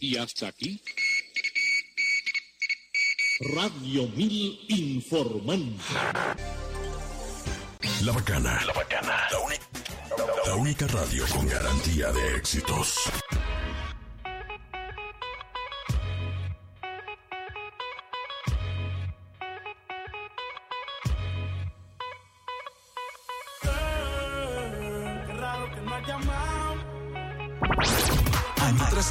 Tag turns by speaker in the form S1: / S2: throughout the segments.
S1: Y hasta aquí. Radio 1000 informante.
S2: La Bacana. La Bacana. La, uni- la única radio con garantía de éxitos.
S3: Qué raro que no has llamado.
S2: Año tras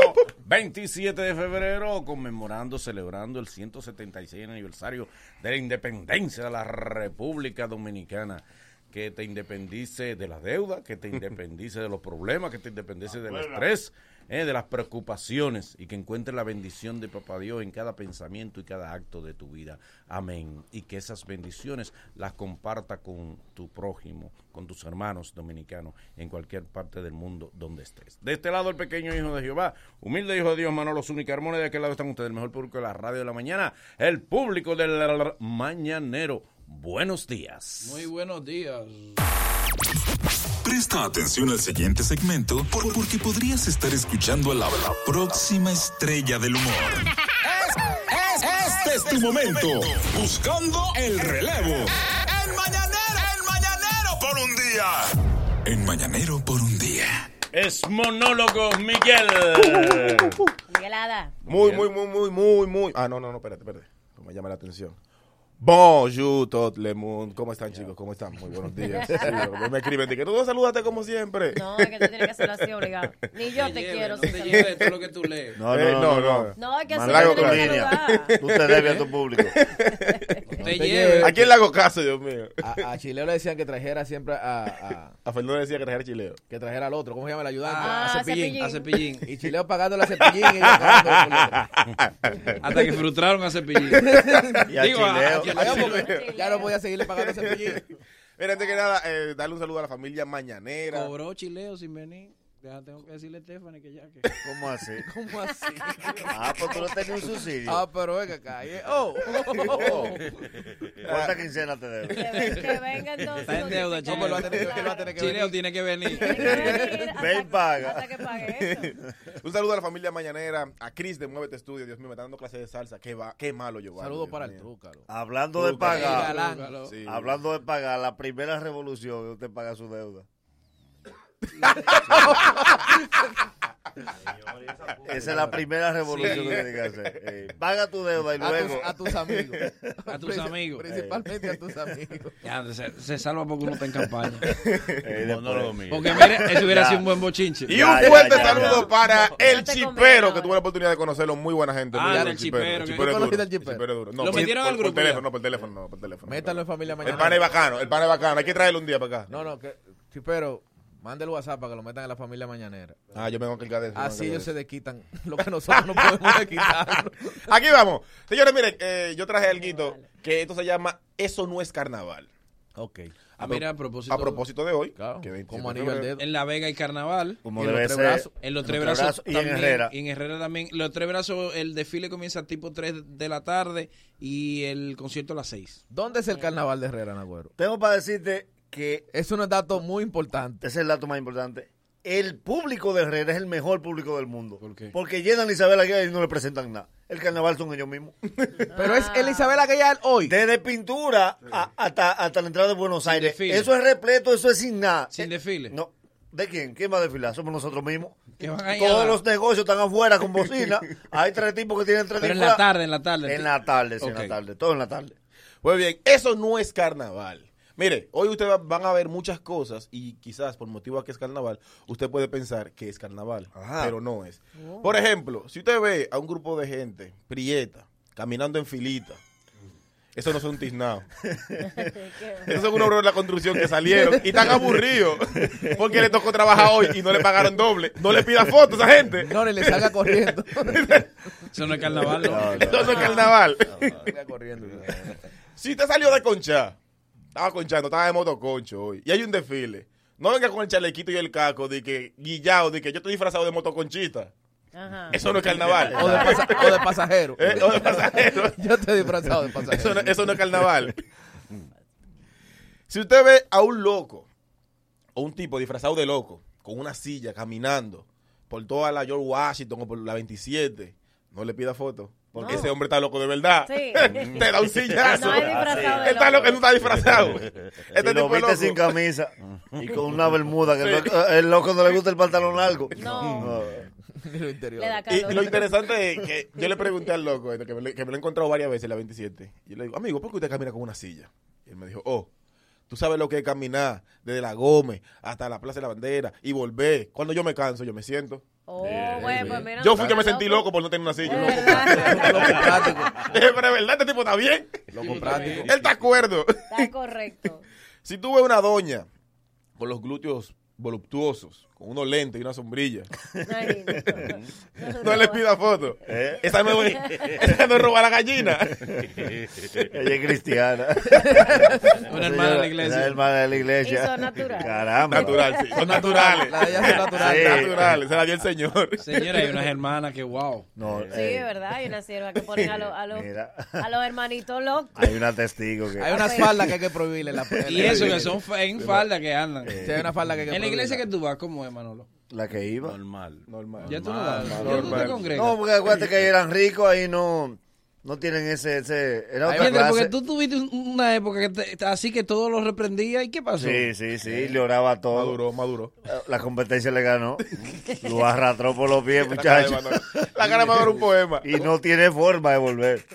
S3: 27 de febrero, conmemorando, celebrando el 176 aniversario de la independencia de la República Dominicana. Que te independice de la deuda, que te independice de los problemas, que te independice del estrés, eh, de las preocupaciones y que encuentres la bendición de Papá Dios en cada pensamiento y cada acto de tu vida. Amén. Y que esas bendiciones las comparta con tu prójimo, con tus hermanos dominicanos en cualquier parte del mundo donde estés. De este lado, el pequeño hijo de Jehová, humilde hijo de Dios, Manolo Zuni Carmona. De aquel lado están ustedes, el mejor público de la radio de la mañana, el público del mañanero. Buenos días.
S4: Muy buenos días.
S2: Presta atención al siguiente segmento por- porque podrías estar escuchando a la, la próxima estrella del humor. Este es tu momento. Buscando el relevo. El mañanero, el mañanero por un día. En mañanero por un día.
S3: Es monólogos, Miguel.
S5: Miguelada.
S6: Muy, muy, muy, muy, muy, muy. Ah, no, no, no, espérate, espérate. No me llama la atención. Bonjour, tot le monde. ¿Cómo están, chicos? ¿Cómo están? Muy buenos días. Sí, me escriben, de que todo salúdate como siempre.
S5: No, es que tú tienes que hacerlo así obligado. Ni yo te,
S4: lleves,
S5: quiero.
S4: No
S5: sin
S4: te
S5: saber.
S4: lleves todo lo que tú lees.
S7: No,
S6: Eh,
S7: no, no, no, no.
S5: No, es que así
S6: Malago
S5: no tienes que
S7: Colonia.
S5: saludar.
S7: Tú te debes a tu público.
S4: No te lleves.
S6: ¿A quién le hago caso, Dios mío?
S7: A, a Chileo le decían que trajera siempre a, a-
S6: A Fernando decía que trajera chileo.
S7: que trajera al otro. ¿Cómo se llama el ayudante?
S5: Ah,
S7: a
S5: Cepillín.
S4: A Cepillín.
S7: Y Chileo pagando la cepillín y ella pagando el
S4: Hasta que frustraron a Cepillín.
S6: Y a Chileo.
S7: culero. Oiga, porque Ya no podía seguirle pagando a cepillín.
S6: Mira, antes que nada, eh, darle un saludo a la familia mañanera.
S4: Cobró chileo sin venir. Ya tengo que decirle a Stephanie que ya que.
S7: ¿Cómo así? ¿Cómo así?
S8: Ah, pues tú no tenías un subsidio.
S7: Ah, pero venga acá. eh, Oh,
S8: Eh, ¿Cuánta quincena te debo?
S5: Ah. Que, ven- que venga entonces.
S4: Está en deuda,
S5: notificado.
S7: No,
S4: chico.
S7: pero va a tener que- él va a tener que
S4: Chileo
S7: venir.
S4: tiene que venir.
S5: Tiene que venir hasta
S8: Ven,
S5: que-
S8: paga.
S5: Hasta que pague eso.
S6: Un saludo a la familia mañanera, a Chris de Muévete Estudio. Dios mío, me está dando clase de salsa. Qué, va, qué malo yo. vale,
S7: Saludos
S6: Dios
S7: para el
S6: mío.
S7: trúcaro.
S8: Hablando de
S4: El
S8: pagar,
S4: galán.
S6: Sí.
S8: hablando de pagar, la primera revolución usted paga su deuda. Esa es la primera revolución
S4: Ah, Sí.
S8: que tiene que hacer. Eh, paga tu deuda y
S7: A tus,
S8: luego.
S7: a tus amigos.
S4: A tus amigos. Eh.
S7: Principalmente a tus amigos.
S4: Ya, se, se salva porque uno está en campaña.
S8: eh, después.
S4: Porque mire, eso hubiera
S8: Ya.
S4: sido un buen bochinche.
S6: Y
S8: Ya,
S6: un
S8: ya,
S6: fuerte
S8: ya,
S6: saludo
S8: ya.
S6: para el
S5: te
S6: chipero,
S5: convenga,
S6: que tuve
S5: ahora.
S6: la oportunidad de conocerlo. Muy buena gente.
S4: Ah,
S6: muy
S4: el
S6: bueno,
S4: chipero,
S6: El
S4: que-
S6: chipero es
S7: ¿Tú
S6: duro.
S7: conociste
S6: El
S7: al chipero?
S6: chipero es duro. No,
S4: Lo
S6: por-
S4: metieron
S6: por-
S4: al
S6: Por
S4: grupo,
S6: teléfono,
S4: ya.
S6: no, por teléfono, no, por teléfono.
S7: Métalo en familia
S6: El
S7: mañana.
S6: pan es bacano, el pan es bacano. Hay que traerlo un día para acá.
S7: No, no, que, sí, pero mande el WhatsApp para que lo metan en la familia mañanera.
S6: Ah, yo me voy a encargar de eso. me voy a
S7: Así
S6: encargar
S7: ellos
S6: de
S7: se desquitan lo que nosotros no podemos quitar.
S6: eso. Aquí vamos. Señores, miren, eh, yo traje algo que esto se llama Eso no es carnaval.
S7: ok.
S4: Ah, mira, a propósito.
S6: A propósito de hoy,
S7: Claro,
S6: que 27
S7: como
S6: de
S7: anillo al
S6: febrero,
S7: dedo.
S4: En La Vega hay carnaval.
S8: Como
S7: Y los
S8: debe
S7: tres
S8: ser.
S7: brazos.
S4: En los
S8: Los
S4: tres
S8: tres
S4: brazos
S8: brazos y en
S4: también,
S8: Herrera.
S4: y en Herrera también. Los tres brazos, el desfile comienza tipo 3 de la tarde y el concierto a las 6.
S7: ¿Dónde es el carnaval de Herrera, Nagüero?
S8: Tengo para decirte que
S7: Es un dato muy importante.
S8: Ese es el dato más importante. El público de Herrera es el mejor público del mundo.
S4: ¿Por qué?
S8: Porque llenan a Isabel Aguilar y no le presentan nada. El carnaval son ellos mismos.
S7: Pero es el Isabel Aguilar hoy.
S8: Desde pintura a- hasta, hasta la entrada de Buenos Aires.
S4: desfile.
S8: Eso es repleto, eso es sin nada.
S4: Sin
S8: Eh,
S4: desfile.
S8: No. ¿De quién? ¿Quién va a desfilar? Somos nosotros mismos.
S4: Que van ahí a
S8: Todos
S4: dar.
S8: los negocios están afuera con bocina. Hay tres tipos que tienen tres
S4: Pero en
S8: disfraz.
S4: la tarde, en la tarde.
S8: En la tarde, sí,
S4: Ok.
S8: en la tarde. Todo en la tarde.
S6: Muy bien, eso no es carnaval. Mire, hoy ustedes van a ver muchas cosas y quizás por motivo a que es carnaval, usted puede pensar que es carnaval,
S8: Ajá.
S6: pero no es.
S7: Oh.
S6: Por ejemplo, si usted ve a un grupo de gente prieta caminando en filita, eso no son tiznados. Esos son unos obreros de la construcción que salieron y están aburridos porque le tocó trabajar hoy y no le pagaron doble. No le pida fotos a esa gente.
S7: No, ni le salga corriendo.
S4: Eso no es carnaval, ¿no?
S6: Eso no es carnaval.
S7: Salga corriendo.
S6: Si te salió de conchar, estaba conchando, estaba de motoconcho hoy, y hay un desfile, no venga con el chalequito y el caco de que guillado, de que yo estoy disfrazado de motoconchita.
S5: Ajá.
S6: Eso no es carnaval.
S7: O de, pasa- o de pasajero.
S6: Eh, o de pasajero.
S7: Yo estoy disfrazado de pasajero.
S6: Eso no, eso no es carnaval. Si usted ve a un loco o un tipo disfrazado de loco con una silla caminando por toda la George Washington o por la 27, no le pida foto. Porque
S5: No.
S6: ese hombre está loco de verdad.
S5: Sí.
S6: Te da un sillazo.
S5: No es disfrazado de loco.
S6: Está loco, él no está disfrazado. Este
S8: y lo
S6: tipo es
S8: viste
S6: loco.
S8: sin camisa y con una bermuda, que el, loco, el loco no le gusta el pantalón largo.
S5: No.
S7: Ni lo interior.
S5: Le da
S6: Y
S5: calor.
S6: lo interesante es que yo le pregunté al loco, este, que me, lo- que me lo he encontrado varias veces en la 27. Yo le digo, amigo, ¿por qué usted camina con una silla? Y él me dijo, oh, tú sabes lo que es caminar desde la Gómez hasta la Plaza de la Bandera y volver. Cuando yo me canso, yo me siento.
S5: Oh, bueno, pues mira.
S6: Yo fui que me sentí loco por no tener una
S5: Es
S6: silla.
S5: verdad.
S7: Loco práctico.
S6: Pero es verdad, este tipo está bien.
S7: Loco práctico.
S6: Él está acuerdo.
S5: Está correcto.
S6: Si tú ves una doña con los glúteos voluptuosos, con unos lentes y una sombrilla,
S5: Ay,
S6: no le pida foto.
S8: ¿Eh?
S6: Esa no es, esa no es robar la gallina.
S8: Ella es cristiana.
S4: Una hermana de la iglesia.
S8: Una hermana de la
S5: Y
S8: iglesia.
S5: son naturales.
S8: Caramba.
S6: Natural, sí. Son naturales.
S7: La de ella es natural.
S8: Sí.
S6: Naturales. Se la dio el señor.
S4: Señora, hay unas hermanas que, wow.
S8: No,
S5: Sí,
S8: eh,
S5: es verdad. Hay una sierva que ponen a los, a los,
S8: Mira.
S5: a los hermanitos locos.
S8: Hay una testigo que.
S7: Hay unas faldas que hay que prohibirle. la-
S4: Y eso que son fa- en falda que andan.
S7: Sí, hay una falda que hay que
S4: En la iglesia que
S7: prohibirla.
S4: tú vas, ¿cómo es, Manolo?
S8: La que iba.
S3: Normal.
S4: Ya tú no
S3: Normal,
S4: vas. Ya tú
S6: normal.
S4: te congregas.
S8: No, porque acuérdate que eran ricos, ahí no, no tienen ese, ese, era otra
S4: Entiende,
S8: clase.
S4: Porque tú tuviste un- una época que te- así que todo lo reprendía. ¿Y qué pasó?
S8: Sí, sí,
S4: Eh,
S8: sí, le oraba a todo. Eh,
S6: Maduro, maduro.
S8: La competencia le ganó. Lo arrastró por los pies,
S6: La cara de
S8: muchachos.
S6: Manolo. La cara de Manolo, un poema.
S8: Y no tiene forma de volver.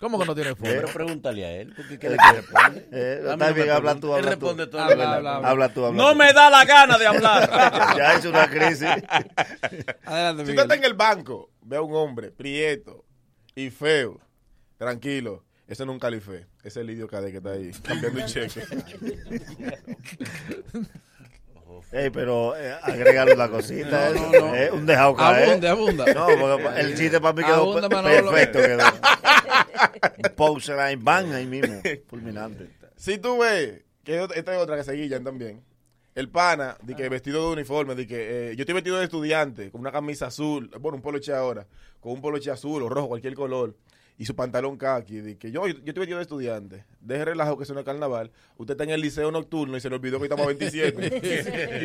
S7: ¿Cómo que no tiene
S8: Eh,
S7: fondo?
S9: Pero pregúntale a él, porque ¿qué le responde?
S8: Eh,
S9: A mí
S8: está
S9: no me
S8: bien, habla tú,
S9: pregunta. Él
S8: habla tú.
S9: responde todo.
S4: Habla, habla, habla.
S8: Habla tú, habla
S9: No
S8: tú.
S9: me da la gana de hablar.
S8: Ya hizo una crisis.
S4: Adelante,
S6: Si
S4: Miguel.
S6: usted está en el banco, ve a un hombre prieto y feo, tranquilo. Ese no es un calife. Ese es el idiota Cade que está ahí cambiando un cheque.
S8: Ey, pero eh, agrégale una cosita.
S4: No,
S8: eh.
S4: no, no.
S8: Eh, un dejado caer.
S4: Abunda, abunda.
S8: No, porque el chiste para mí quedó
S4: Abunda,
S8: pe-
S4: Manolo.
S8: perfecto. Quedó. Punchline, bang, ahí mismo. Fulminante.
S6: Si tú ves, que esta es otra que se guillan también. El pana, de
S8: Ah.
S6: que vestido de uniforme, de que eh, yo estoy vestido de estudiante, con una camisa azul, bueno, un poloche ahora, con un poloche azul o rojo, cualquier color, y su pantalón kaki, de que yo, yo estoy vestido de estudiante, deje relajo que es una carnaval, usted está en el liceo nocturno y se le olvidó que estamos a 27,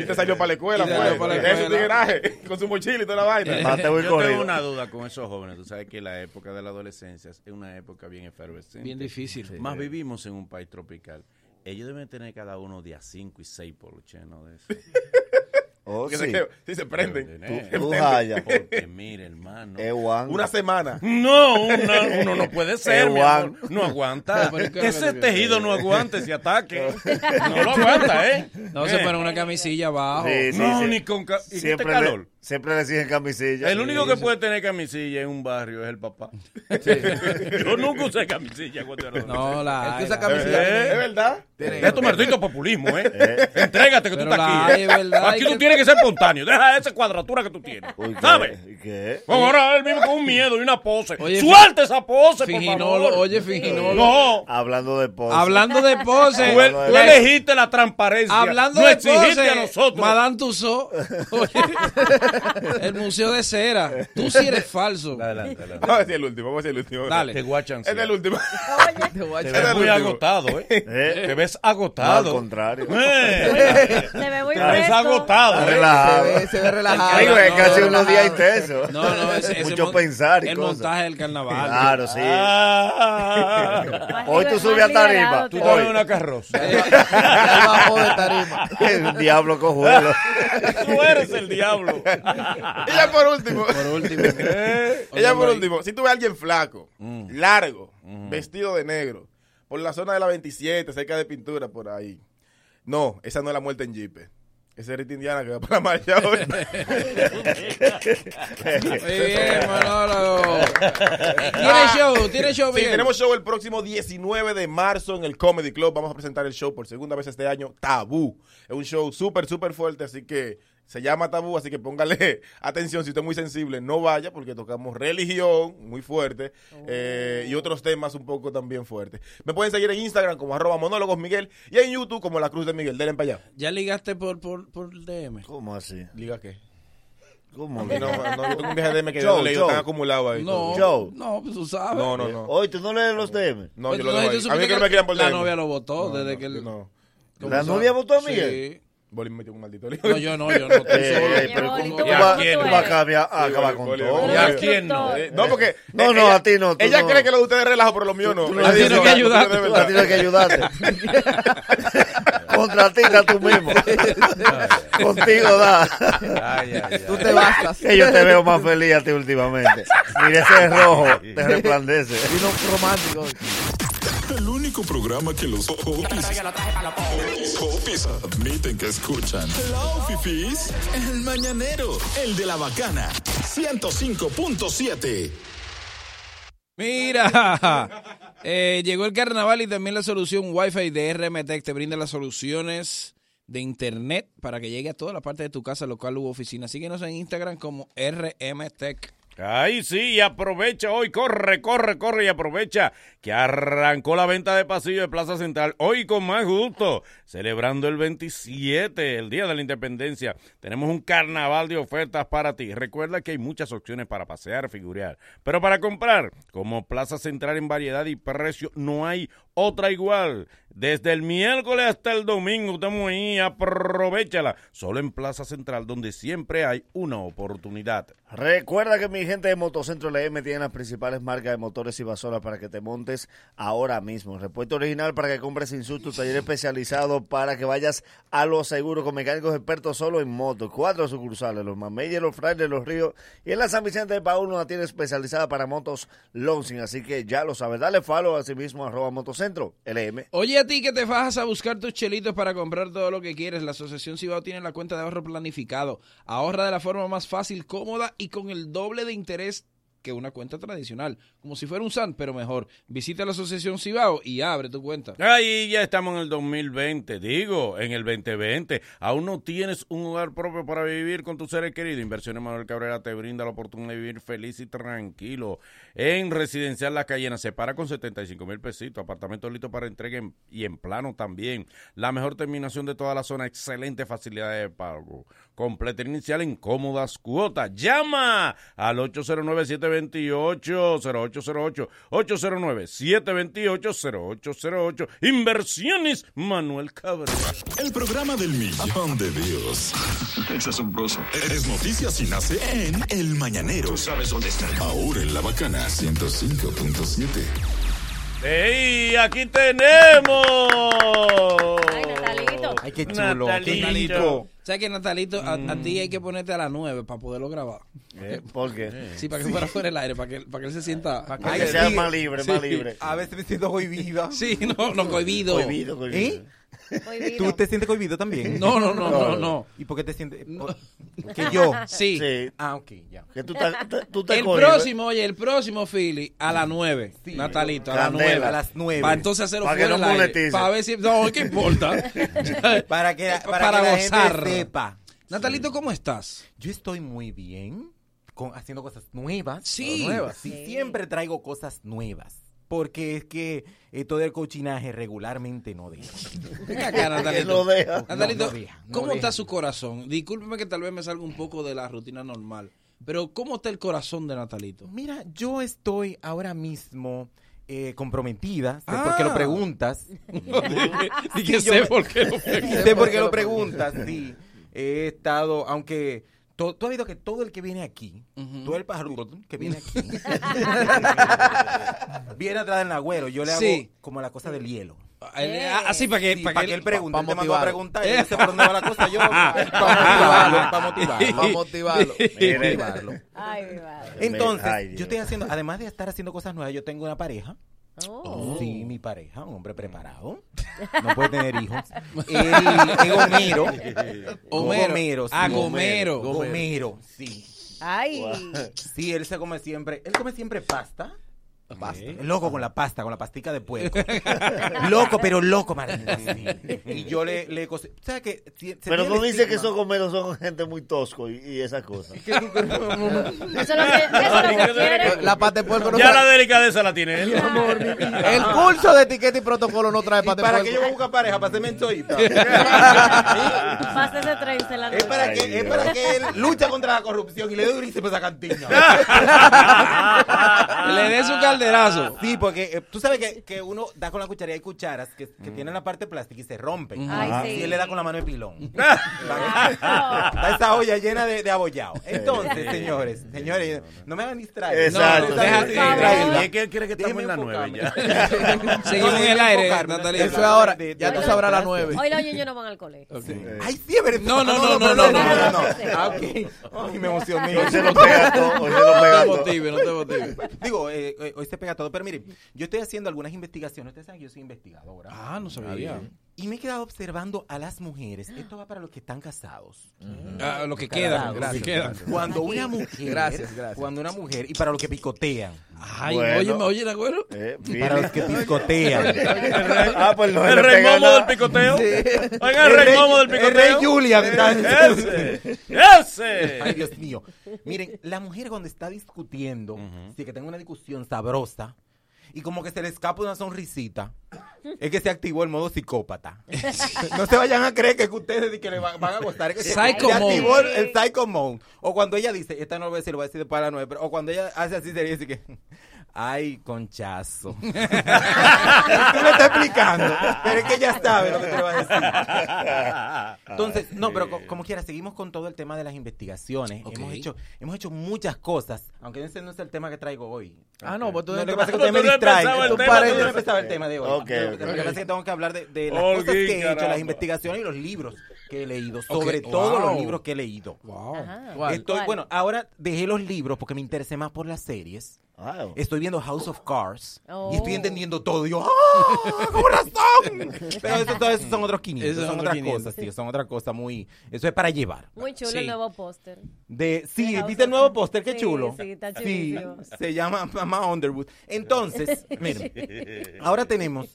S6: y usted salió para la escuela,
S4: Y salió
S6: pues,
S4: para la
S6: deje su
S4: escuela.
S6: tigueraje, con su mochila y toda la vaina.
S8: Mateo y
S3: Eh, Yo
S8: corrido.
S3: tengo una duda con esos jóvenes. Tú sabes que la época de la adolescencia es una época bien efervescente.
S4: Bien difícil.
S3: Más vivimos en un país tropical. Ellos deben tener cada uno día 5 y 6 poloches, ¿no? De eso.
S8: Oh,
S6: Que
S8: sí.
S6: se, que- sí, se prenden.
S3: Eh,
S8: Tú, tú jaya.
S3: Porque mira, hermano.
S8: Eh, Juan.
S6: Una semana.
S3: No, una- uno no puede ser,
S8: Eh,
S3: mi
S8: Juan.
S3: amor. No aguanta.
S4: Pero, pero,
S3: Ese
S4: pero,
S3: tejido no aguanta ese ataque. No lo aguanta, ¿eh?
S4: No
S3: Eh,
S4: se pone una camisilla abajo.
S8: Sí, sí,
S3: No,
S8: sí.
S3: ni con ca- ¿y este
S8: siempre,
S3: calor?
S8: le, siempre le exigen camisilla.
S3: El único que puede tener camisilla en un barrio es el papá. Yo nunca usé camisilla cuando era
S4: No,
S7: El
S4: la
S7: que usa
S4: hay, la
S6: ¿Es
S4: hay.
S7: camisilla
S6: verdad?
S3: Eh.
S6: ¿Es verdad?
S3: De tu maldito populismo, ¿eh? Entrégate que tú
S4: Pero
S3: estás
S4: la
S3: aquí. ¿eh?
S4: hay, ¿verdad? Hay
S3: Aquí tú
S4: que-
S3: tienes que ser espontáneo. Deja esa cuadratura que tú tienes.
S10: Eh,
S8: Uy, ¿qué?
S3: ¿Sabes?
S8: ¿Qué?
S3: Vamos ahora él mismo con un miedo y una pose.
S4: Oye,
S3: ¡Suelta esa pose, por
S4: Finginolo,
S3: favor!
S4: oye, Finginolo.
S3: No.
S8: Hablando de pose.
S4: Hablando de pose.
S3: Tú, el-
S8: no,
S4: la-
S3: tú elegiste la transparencia.
S4: Hablando
S3: no
S4: de
S3: exigiste
S4: pose,
S3: a nosotros.
S4: Madame Tussauds. Oye, el Museo de Cera. Tú sí eres falso.
S3: Adelante, adelante.
S6: Vamos a decir el último, vamos a decir el último.
S4: Dale.
S3: Te guachan.
S6: Este es el último.
S7: Te voy a
S6: Ese
S7: echar-
S3: Te
S6: es
S3: ves
S6: el
S3: muy
S6: último.
S3: agotado, ¿eh?
S8: Eh,
S3: Te ves
S8: no, al
S3: agotado.
S8: contrario.
S3: Eh,
S5: Se ve muy
S3: Te ves
S5: fresco.
S3: agotado.
S7: Se
S3: ¿eh?
S8: Relajado.
S7: ve- Se ve relajado.
S8: Amigo, es
S4: No,
S8: casi
S4: no,
S8: unos
S4: no.
S8: días intensos.
S4: No, no, ese, ese
S8: Mucho
S4: mon-
S8: pensar y
S4: El
S8: cosas.
S4: montaje del carnaval.
S8: Claro, sí.
S3: Ah.
S5: Más
S8: Hoy tú
S5: liber-
S8: subes
S5: más
S8: a tarima.
S5: liberado
S3: Tú
S5: te
S3: te
S8: Hoy.
S3: ves una carroza.
S7: Ya bajó de tarima.
S8: El diablo cojuelo.
S3: Tú eres el diablo.
S6: Ella por último.
S4: Por último.
S6: Ella por último. Si tú ves a alguien flaco,
S3: Mm.
S6: largo, vestido de negro, por la zona de la 27, cerca de pintura, por ahí. No, esa no es la muerte en Jeep. Esa es Rita Indiana que va para la marcha hoy.
S4: Muy bien, Manolo. Tiene show, tiene show
S6: Ah, Sí,
S4: bien.
S6: tenemos show el próximo 19 de marzo en el Comedy Club. Vamos a presentar el show por segunda vez este año, Tabú. Es un show súper, súper fuerte, así que Se llama tabú, así que póngale atención. Si usted es muy sensible, no vaya porque tocamos religión muy fuerte eh,
S4: Oh.
S6: y otros temas un poco también fuertes. Me pueden seguir en Instagram como arroba monólogos Miguel y en YouTube como La Cruz de Miguel. Denle para allá.
S4: Ya ligaste por, por, por DM.
S8: ¿Cómo así?
S6: Liga qué.
S8: ¿Cómo?
S6: No, no, yo tengo un viaje de DM que yo
S8: Show,
S6: no leí,
S8: show.
S6: están acumulados ahí.
S4: No,
S8: Joe.
S4: no, pues tú sabes.
S6: no, no. no.
S8: Hoy tú no lees los DM.
S6: No,
S4: Pues
S6: yo lo
S4: tú
S6: dejo
S4: dijiste,
S6: ahí. A mí que no me quieran por
S4: La
S6: DM.
S4: novia lo votó
S6: No,
S4: desde
S6: no,
S4: que el-
S6: no.
S4: ¿Cómo
S8: ¿La
S4: sabe?
S8: novia votó a
S4: Sí.
S8: Miguel?
S6: Boli me metió un maldito lío.
S4: No, yo no, yo no. tú
S8: Eh,
S4: solo.
S8: eh, pero
S5: Boli,
S8: ¿cómo
S5: ¿tú
S8: tú
S3: vas-
S8: vas
S3: tú eres?
S8: tú vas a
S6: Sí,
S8: acabar- a acabar
S6: Boli,
S8: con
S6: Boli,
S8: todo?
S6: Boli.
S3: ¿Y a quién no?
S6: Eh, no, porque.
S8: No, no,
S6: ella-
S8: a ti no, tú
S6: Ella
S8: no.
S6: cree que lo de ustedes es relajo, pero lo mío no.
S8: tú
S6: Lo
S8: no
S6: de
S8: tienes
S6: ellos
S8: que
S6: son-
S4: ayudarte.
S6: tú de
S8: Tú
S6: verdad.
S8: la tienes que ayudarte. Contratista tú mismo. Contigo da.
S3: Ay, ay, ay.
S7: Tú te bastas.
S8: Que yo te veo más feliz a ti últimamente. Mira ese rojo, te resplandece.
S7: Vino romántico.
S2: El único programa que los popis, popis admiten que escuchan. Hello, Oh, fifis. El mañanero, el de la bacana. 105.7.
S4: Mira, eh, llegó el carnaval y también la solución Wi-Fi de RMTech te brinda las soluciones de internet para que llegue a toda la parte de tu casa, local u oficina. Síguenos en Instagram como RMTech.
S3: Ahí sí, y aprovecha hoy, corre, corre, corre y aprovecha que arrancó la venta de pasillo de Plaza Central hoy con más gusto, celebrando el 27, el Día de la Independencia. Tenemos un carnaval de ofertas para ti. Recuerda que hay muchas opciones para pasear, figurear, pero para comprar, como Plaza Central en variedad y precio, no hay otra igual. Desde el miércoles hasta el domingo estamos ahí, aprovechala. Solo en Plaza Central, donde siempre hay una oportunidad.
S8: Recuerda que mi gente de Motocentro LM tiene las principales marcas de motores y basolas para que te montes ahora mismo. Repuesto original para que compres sin susto, taller especializado para que vayas a lo seguro con mecánicos expertos solo en moto. Cuatro sucursales, los Mameyes, los Frailes, los Ríos y en la San Vicente de Paúl una tienda especializada para motos Lonsing. Así que ya lo sabes, dale follow a sí mismo arroba Motocentro LM.
S4: Oye, a ti que te bajas a buscar tus chelitos para comprar todo lo que quieres, la Asociación Cibao tiene la cuenta de ahorro planificado. Ahorra de la forma más fácil, cómoda y con el doble de interés que una cuenta tradicional. Como si fuera un SAN, pero mejor. Visita la Asociación Cibao y abre tu cuenta.
S3: Ahí ya estamos en el 2020, digo, en el 2020. Aún no tienes un hogar propio para vivir con tus seres queridos. Inversiones Manuel Cabrera te brinda la oportunidad de vivir feliz y tranquilo. En Residencial La Cayena se para con 75 mil pesitos. Apartamento listo para entrega en- y en plano también. La mejor terminación de toda la zona. Excelente facilidad de pago. Completa inicial en cómodas cuotas. Llama al 809-728-0808. 809-728-0808. Inversiones Manuel Cabrera.
S2: El programa del millón de Dios. Es asombroso. Es noticias y nace en El Mañanero. Tú sabes dónde está. Ahora en La Bacana 105.7.
S3: ¡Ey! ¡Aquí tenemos!
S5: Ay, Natalito.
S7: Ay, qué chulo, qué
S3: Natalito.
S7: rico.
S4: O sea que Natalito, a,
S8: Mm.
S4: a ti hay que ponerte a las 9 para poderlo grabar.
S8: Eh, Porque
S4: Sí, para que fuera fuera el aire, para que, para que él se sienta.
S7: Para
S8: que
S7: Ay,
S8: sea
S7: sí.
S8: más libre, más
S4: Sí.
S8: libre.
S7: A veces me siento cohibido.
S4: Sí, no, no, cohibido.
S8: Cohibido, cohibido.
S7: ¿Eh?
S5: Prohibido.
S7: ¿Tú te sientes cohibido también?
S4: No, no, no, no, no.
S7: ¿Y por qué te sientes? Que yo.
S4: Sí.
S8: Sí,
S7: Ah, ok, ya.
S8: que tú estás- tú- tú te
S4: El
S8: cohibes.
S4: próximo, oye, el próximo Philly a las 9. Natalito, a las
S8: Candela.
S4: 9.
S7: A las nueve.
S4: Para entonces hacerlo
S8: Pa' que
S4: fuera
S8: no
S4: del aire,
S8: moneticen.
S4: Para ver si. No, ¿qué importa?
S7: Para que, para
S4: Para
S7: que la
S4: gozar.
S7: gente sepa.
S4: Natalito, ¿cómo estás?
S7: Yo estoy muy bien con, haciendo cosas nuevas.
S4: Sí.
S7: Nuevas. Sí, Siempre traigo cosas nuevas. Porque es que eh, todo el cochinaje regularmente no deja.
S4: Venga acá, Natalito.
S8: no deja.
S4: Natalito,
S7: No, no deja, no
S4: ¿cómo
S7: deja.
S4: está su corazón? Discúlpeme que tal vez me salga un poco de la rutina normal, pero ¿cómo está el corazón de Natalito?
S7: Mira, yo estoy ahora mismo eh, comprometida. Sé
S4: Ah.
S7: por qué lo preguntas.
S4: Y que
S7: yo
S4: sé
S7: me-
S4: por qué lo
S7: sé por qué lo preguntas. Sí, he estado, aunque... to- tú has visto que todo el que viene aquí, todo el pájaro que viene aquí, viene atrás del agüero. Yo le hago
S4: Sí.
S7: como la cosa del hielo.
S4: Ah, Así para que,
S7: Sí,
S4: para que él-
S7: pregunte.
S4: pa-
S7: Pa,
S4: pa-
S7: mandó a
S4: motivarlo.
S7: preguntar. y él dice, por dónde va la cosa. Yo, para motivarlo. Para motivarlo. Para motivarlo.
S5: Ay, mi madre.
S7: Entonces,
S8: Ay, Dios.
S7: yo estoy haciendo, además de estar haciendo cosas nuevas, yo tengo una pareja.
S5: Oh.
S7: Sí, mi pareja, un hombre preparado. No puede tener hijos. Él es Homero. Gomero,
S4: Homero.
S7: sí.
S4: Ah, Gomero.
S7: Gomero, sí.
S5: Ay.
S7: Sí, él se come siempre, él come siempre pasta. Basta. Loco con la pasta, con la pastica de puerco. loco, pero loco, Marina. Y yo le... le cos- ¿Sabes qué? Ti- se
S8: Pero
S7: tiene
S8: tú
S7: el
S8: dices que
S7: estigma.
S8: esos comeros son gente muy tosco y, y esas cosas.
S5: Eso es lo que, eso es lo que quiere.
S11: La pata de puerco no
S3: Ya la
S11: trae-
S3: delicadeza la tiene él.
S11: El curso de etiqueta y protocolo no trae pata de
S7: ¿Para
S11: puerco.
S7: que yo voy a buscar pareja? Para hacerme el soísta.
S5: Pasa ese tren se la
S7: Es para,
S8: Ay,
S7: que, es
S8: Dios.
S7: para que él luche contra la corrupción y le dé durísimo esa cantina.
S4: Le dé su calderazo.
S7: Sí, porque eh, tú sabes que, que uno da con la cuchara y hay cucharas que, que
S4: Mm.
S7: tienen la parte plástica y se rompen.
S5: Ay,
S7: Ajá.
S5: sí.
S7: Y él le da con la mano de pilón.
S5: Exacto.
S7: Está esa olla llena de, de abollado. Entonces, señores, señores, no me hagan distraer.
S8: Exacto.
S7: No, no, déjate
S4: Por favor.
S7: distraerla.
S3: Y es que él quiere que estamos en la nueve
S7: enfocarme.
S3: ya.
S4: Seguimos en el aire, Natalia.
S11: Eso es ahora.
S7: De- de-
S11: Ya tú
S7: de-
S11: sabrás la
S7: de-
S11: nueve.
S5: Hoy los niños no van al colegio.
S8: Eh,
S7: Ay, sí, es verdad.
S4: No, no, no,
S7: pero no,
S4: no, no,
S5: no, no.
S7: Ah, ok. Ay, me emocioné.
S8: Hoy se lo pega todo, hoy se lo
S4: No
S8: pega
S4: te
S8: todo.
S4: motives, no te motives.
S7: Digo, eh, eh, hoy se pega todo, pero miren, yo estoy haciendo algunas investigaciones. Ustedes saben que yo soy investigadora.
S4: Ah, no sabía.
S7: Y me he quedado observando a las mujeres. Esto va para los que están casados.
S4: Ah, lo que queda, lo que queda.
S7: Cuando una mujer.
S11: Gracias, gracias.
S7: Cuando una mujer. Y para los que picotean.
S4: Ay,
S8: Bueno.
S4: oye, ¿me oyen, agüero?
S8: Eh,
S7: Para los que picotean.
S8: ah, pues no
S3: El
S8: le
S3: rey
S8: pega
S3: momo
S8: nada.
S3: del picoteo. Oiga, el rey momo del
S7: El rey
S3: picoteo.
S7: Julian.
S3: Ese.
S7: Ay,
S3: Ese.
S7: Dios mío. Miren, la mujer cuando está discutiendo, si que tenga una discusión sabrosa, y como que se le escapa una sonrisita, es que se activó el modo psicópata. no se vayan a creer que ustedes di que le va- van a gustar. Es que se-
S4: Psycho
S7: se
S4: mode.
S7: activó el, el psycho mode. O cuando ella dice, esta no lo voy a decir, lo voy a decir después de la nueve, pero- o cuando ella hace así, se dice que... Ay, conchazo. Tú le estás explicando, pero es que ella sabe lo que te va a decir. Entonces, no, pero co- como quiera, seguimos con todo el tema de las investigaciones.
S4: Ok.
S7: Hemos, hecho, hemos hecho muchas cosas, aunque ese no es el tema que traigo hoy.
S11: Ah, no, pues tú
S7: No, lo
S11: no
S7: que
S11: te
S7: pasa es que
S3: Pero
S7: ustedes me
S3: tú no
S7: distraen.
S3: empezabas el
S7: Tú
S3: tema,
S7: pares-
S3: tú
S7: Yo no
S3: no-
S7: empezaba el tema de hoy.
S8: Ok,
S7: Lo que
S8: ok.
S7: pasa es que tengo que hablar de, de las
S3: Holguín,
S7: cosas que he hecho,
S3: caramba.
S7: las investigaciones y los libros que he leído.
S4: Ok,
S7: Sobre todo
S4: wow.
S7: los libros que he leído.
S5: Ajá.
S11: ¿Cuál?
S7: Estoy,
S5: ¿Cuál?
S7: bueno, ahora dejé los libros porque me interesé más por las series.
S8: Ah,
S7: Estoy viendo House of Cards
S5: Oh.
S7: y estoy entendiendo todo. Y yo, ¡ah! ¡Con razón! Pero eso, todo eso son otros 500.
S4: Esos
S7: son
S4: son
S7: otras
S4: 500.
S7: cosas, tío. Son otras cosas muy. Eso es para llevar.
S5: Muy chulo
S4: Sí.
S5: el nuevo póster.
S7: De, sí,
S5: De House
S7: ¿viste el
S5: of-
S7: nuevo póster? Qué
S5: Sí,
S7: chulo.
S5: sí, está chulísimo.
S7: se llama Mamá Underwood. Entonces, miren, ahora tenemos,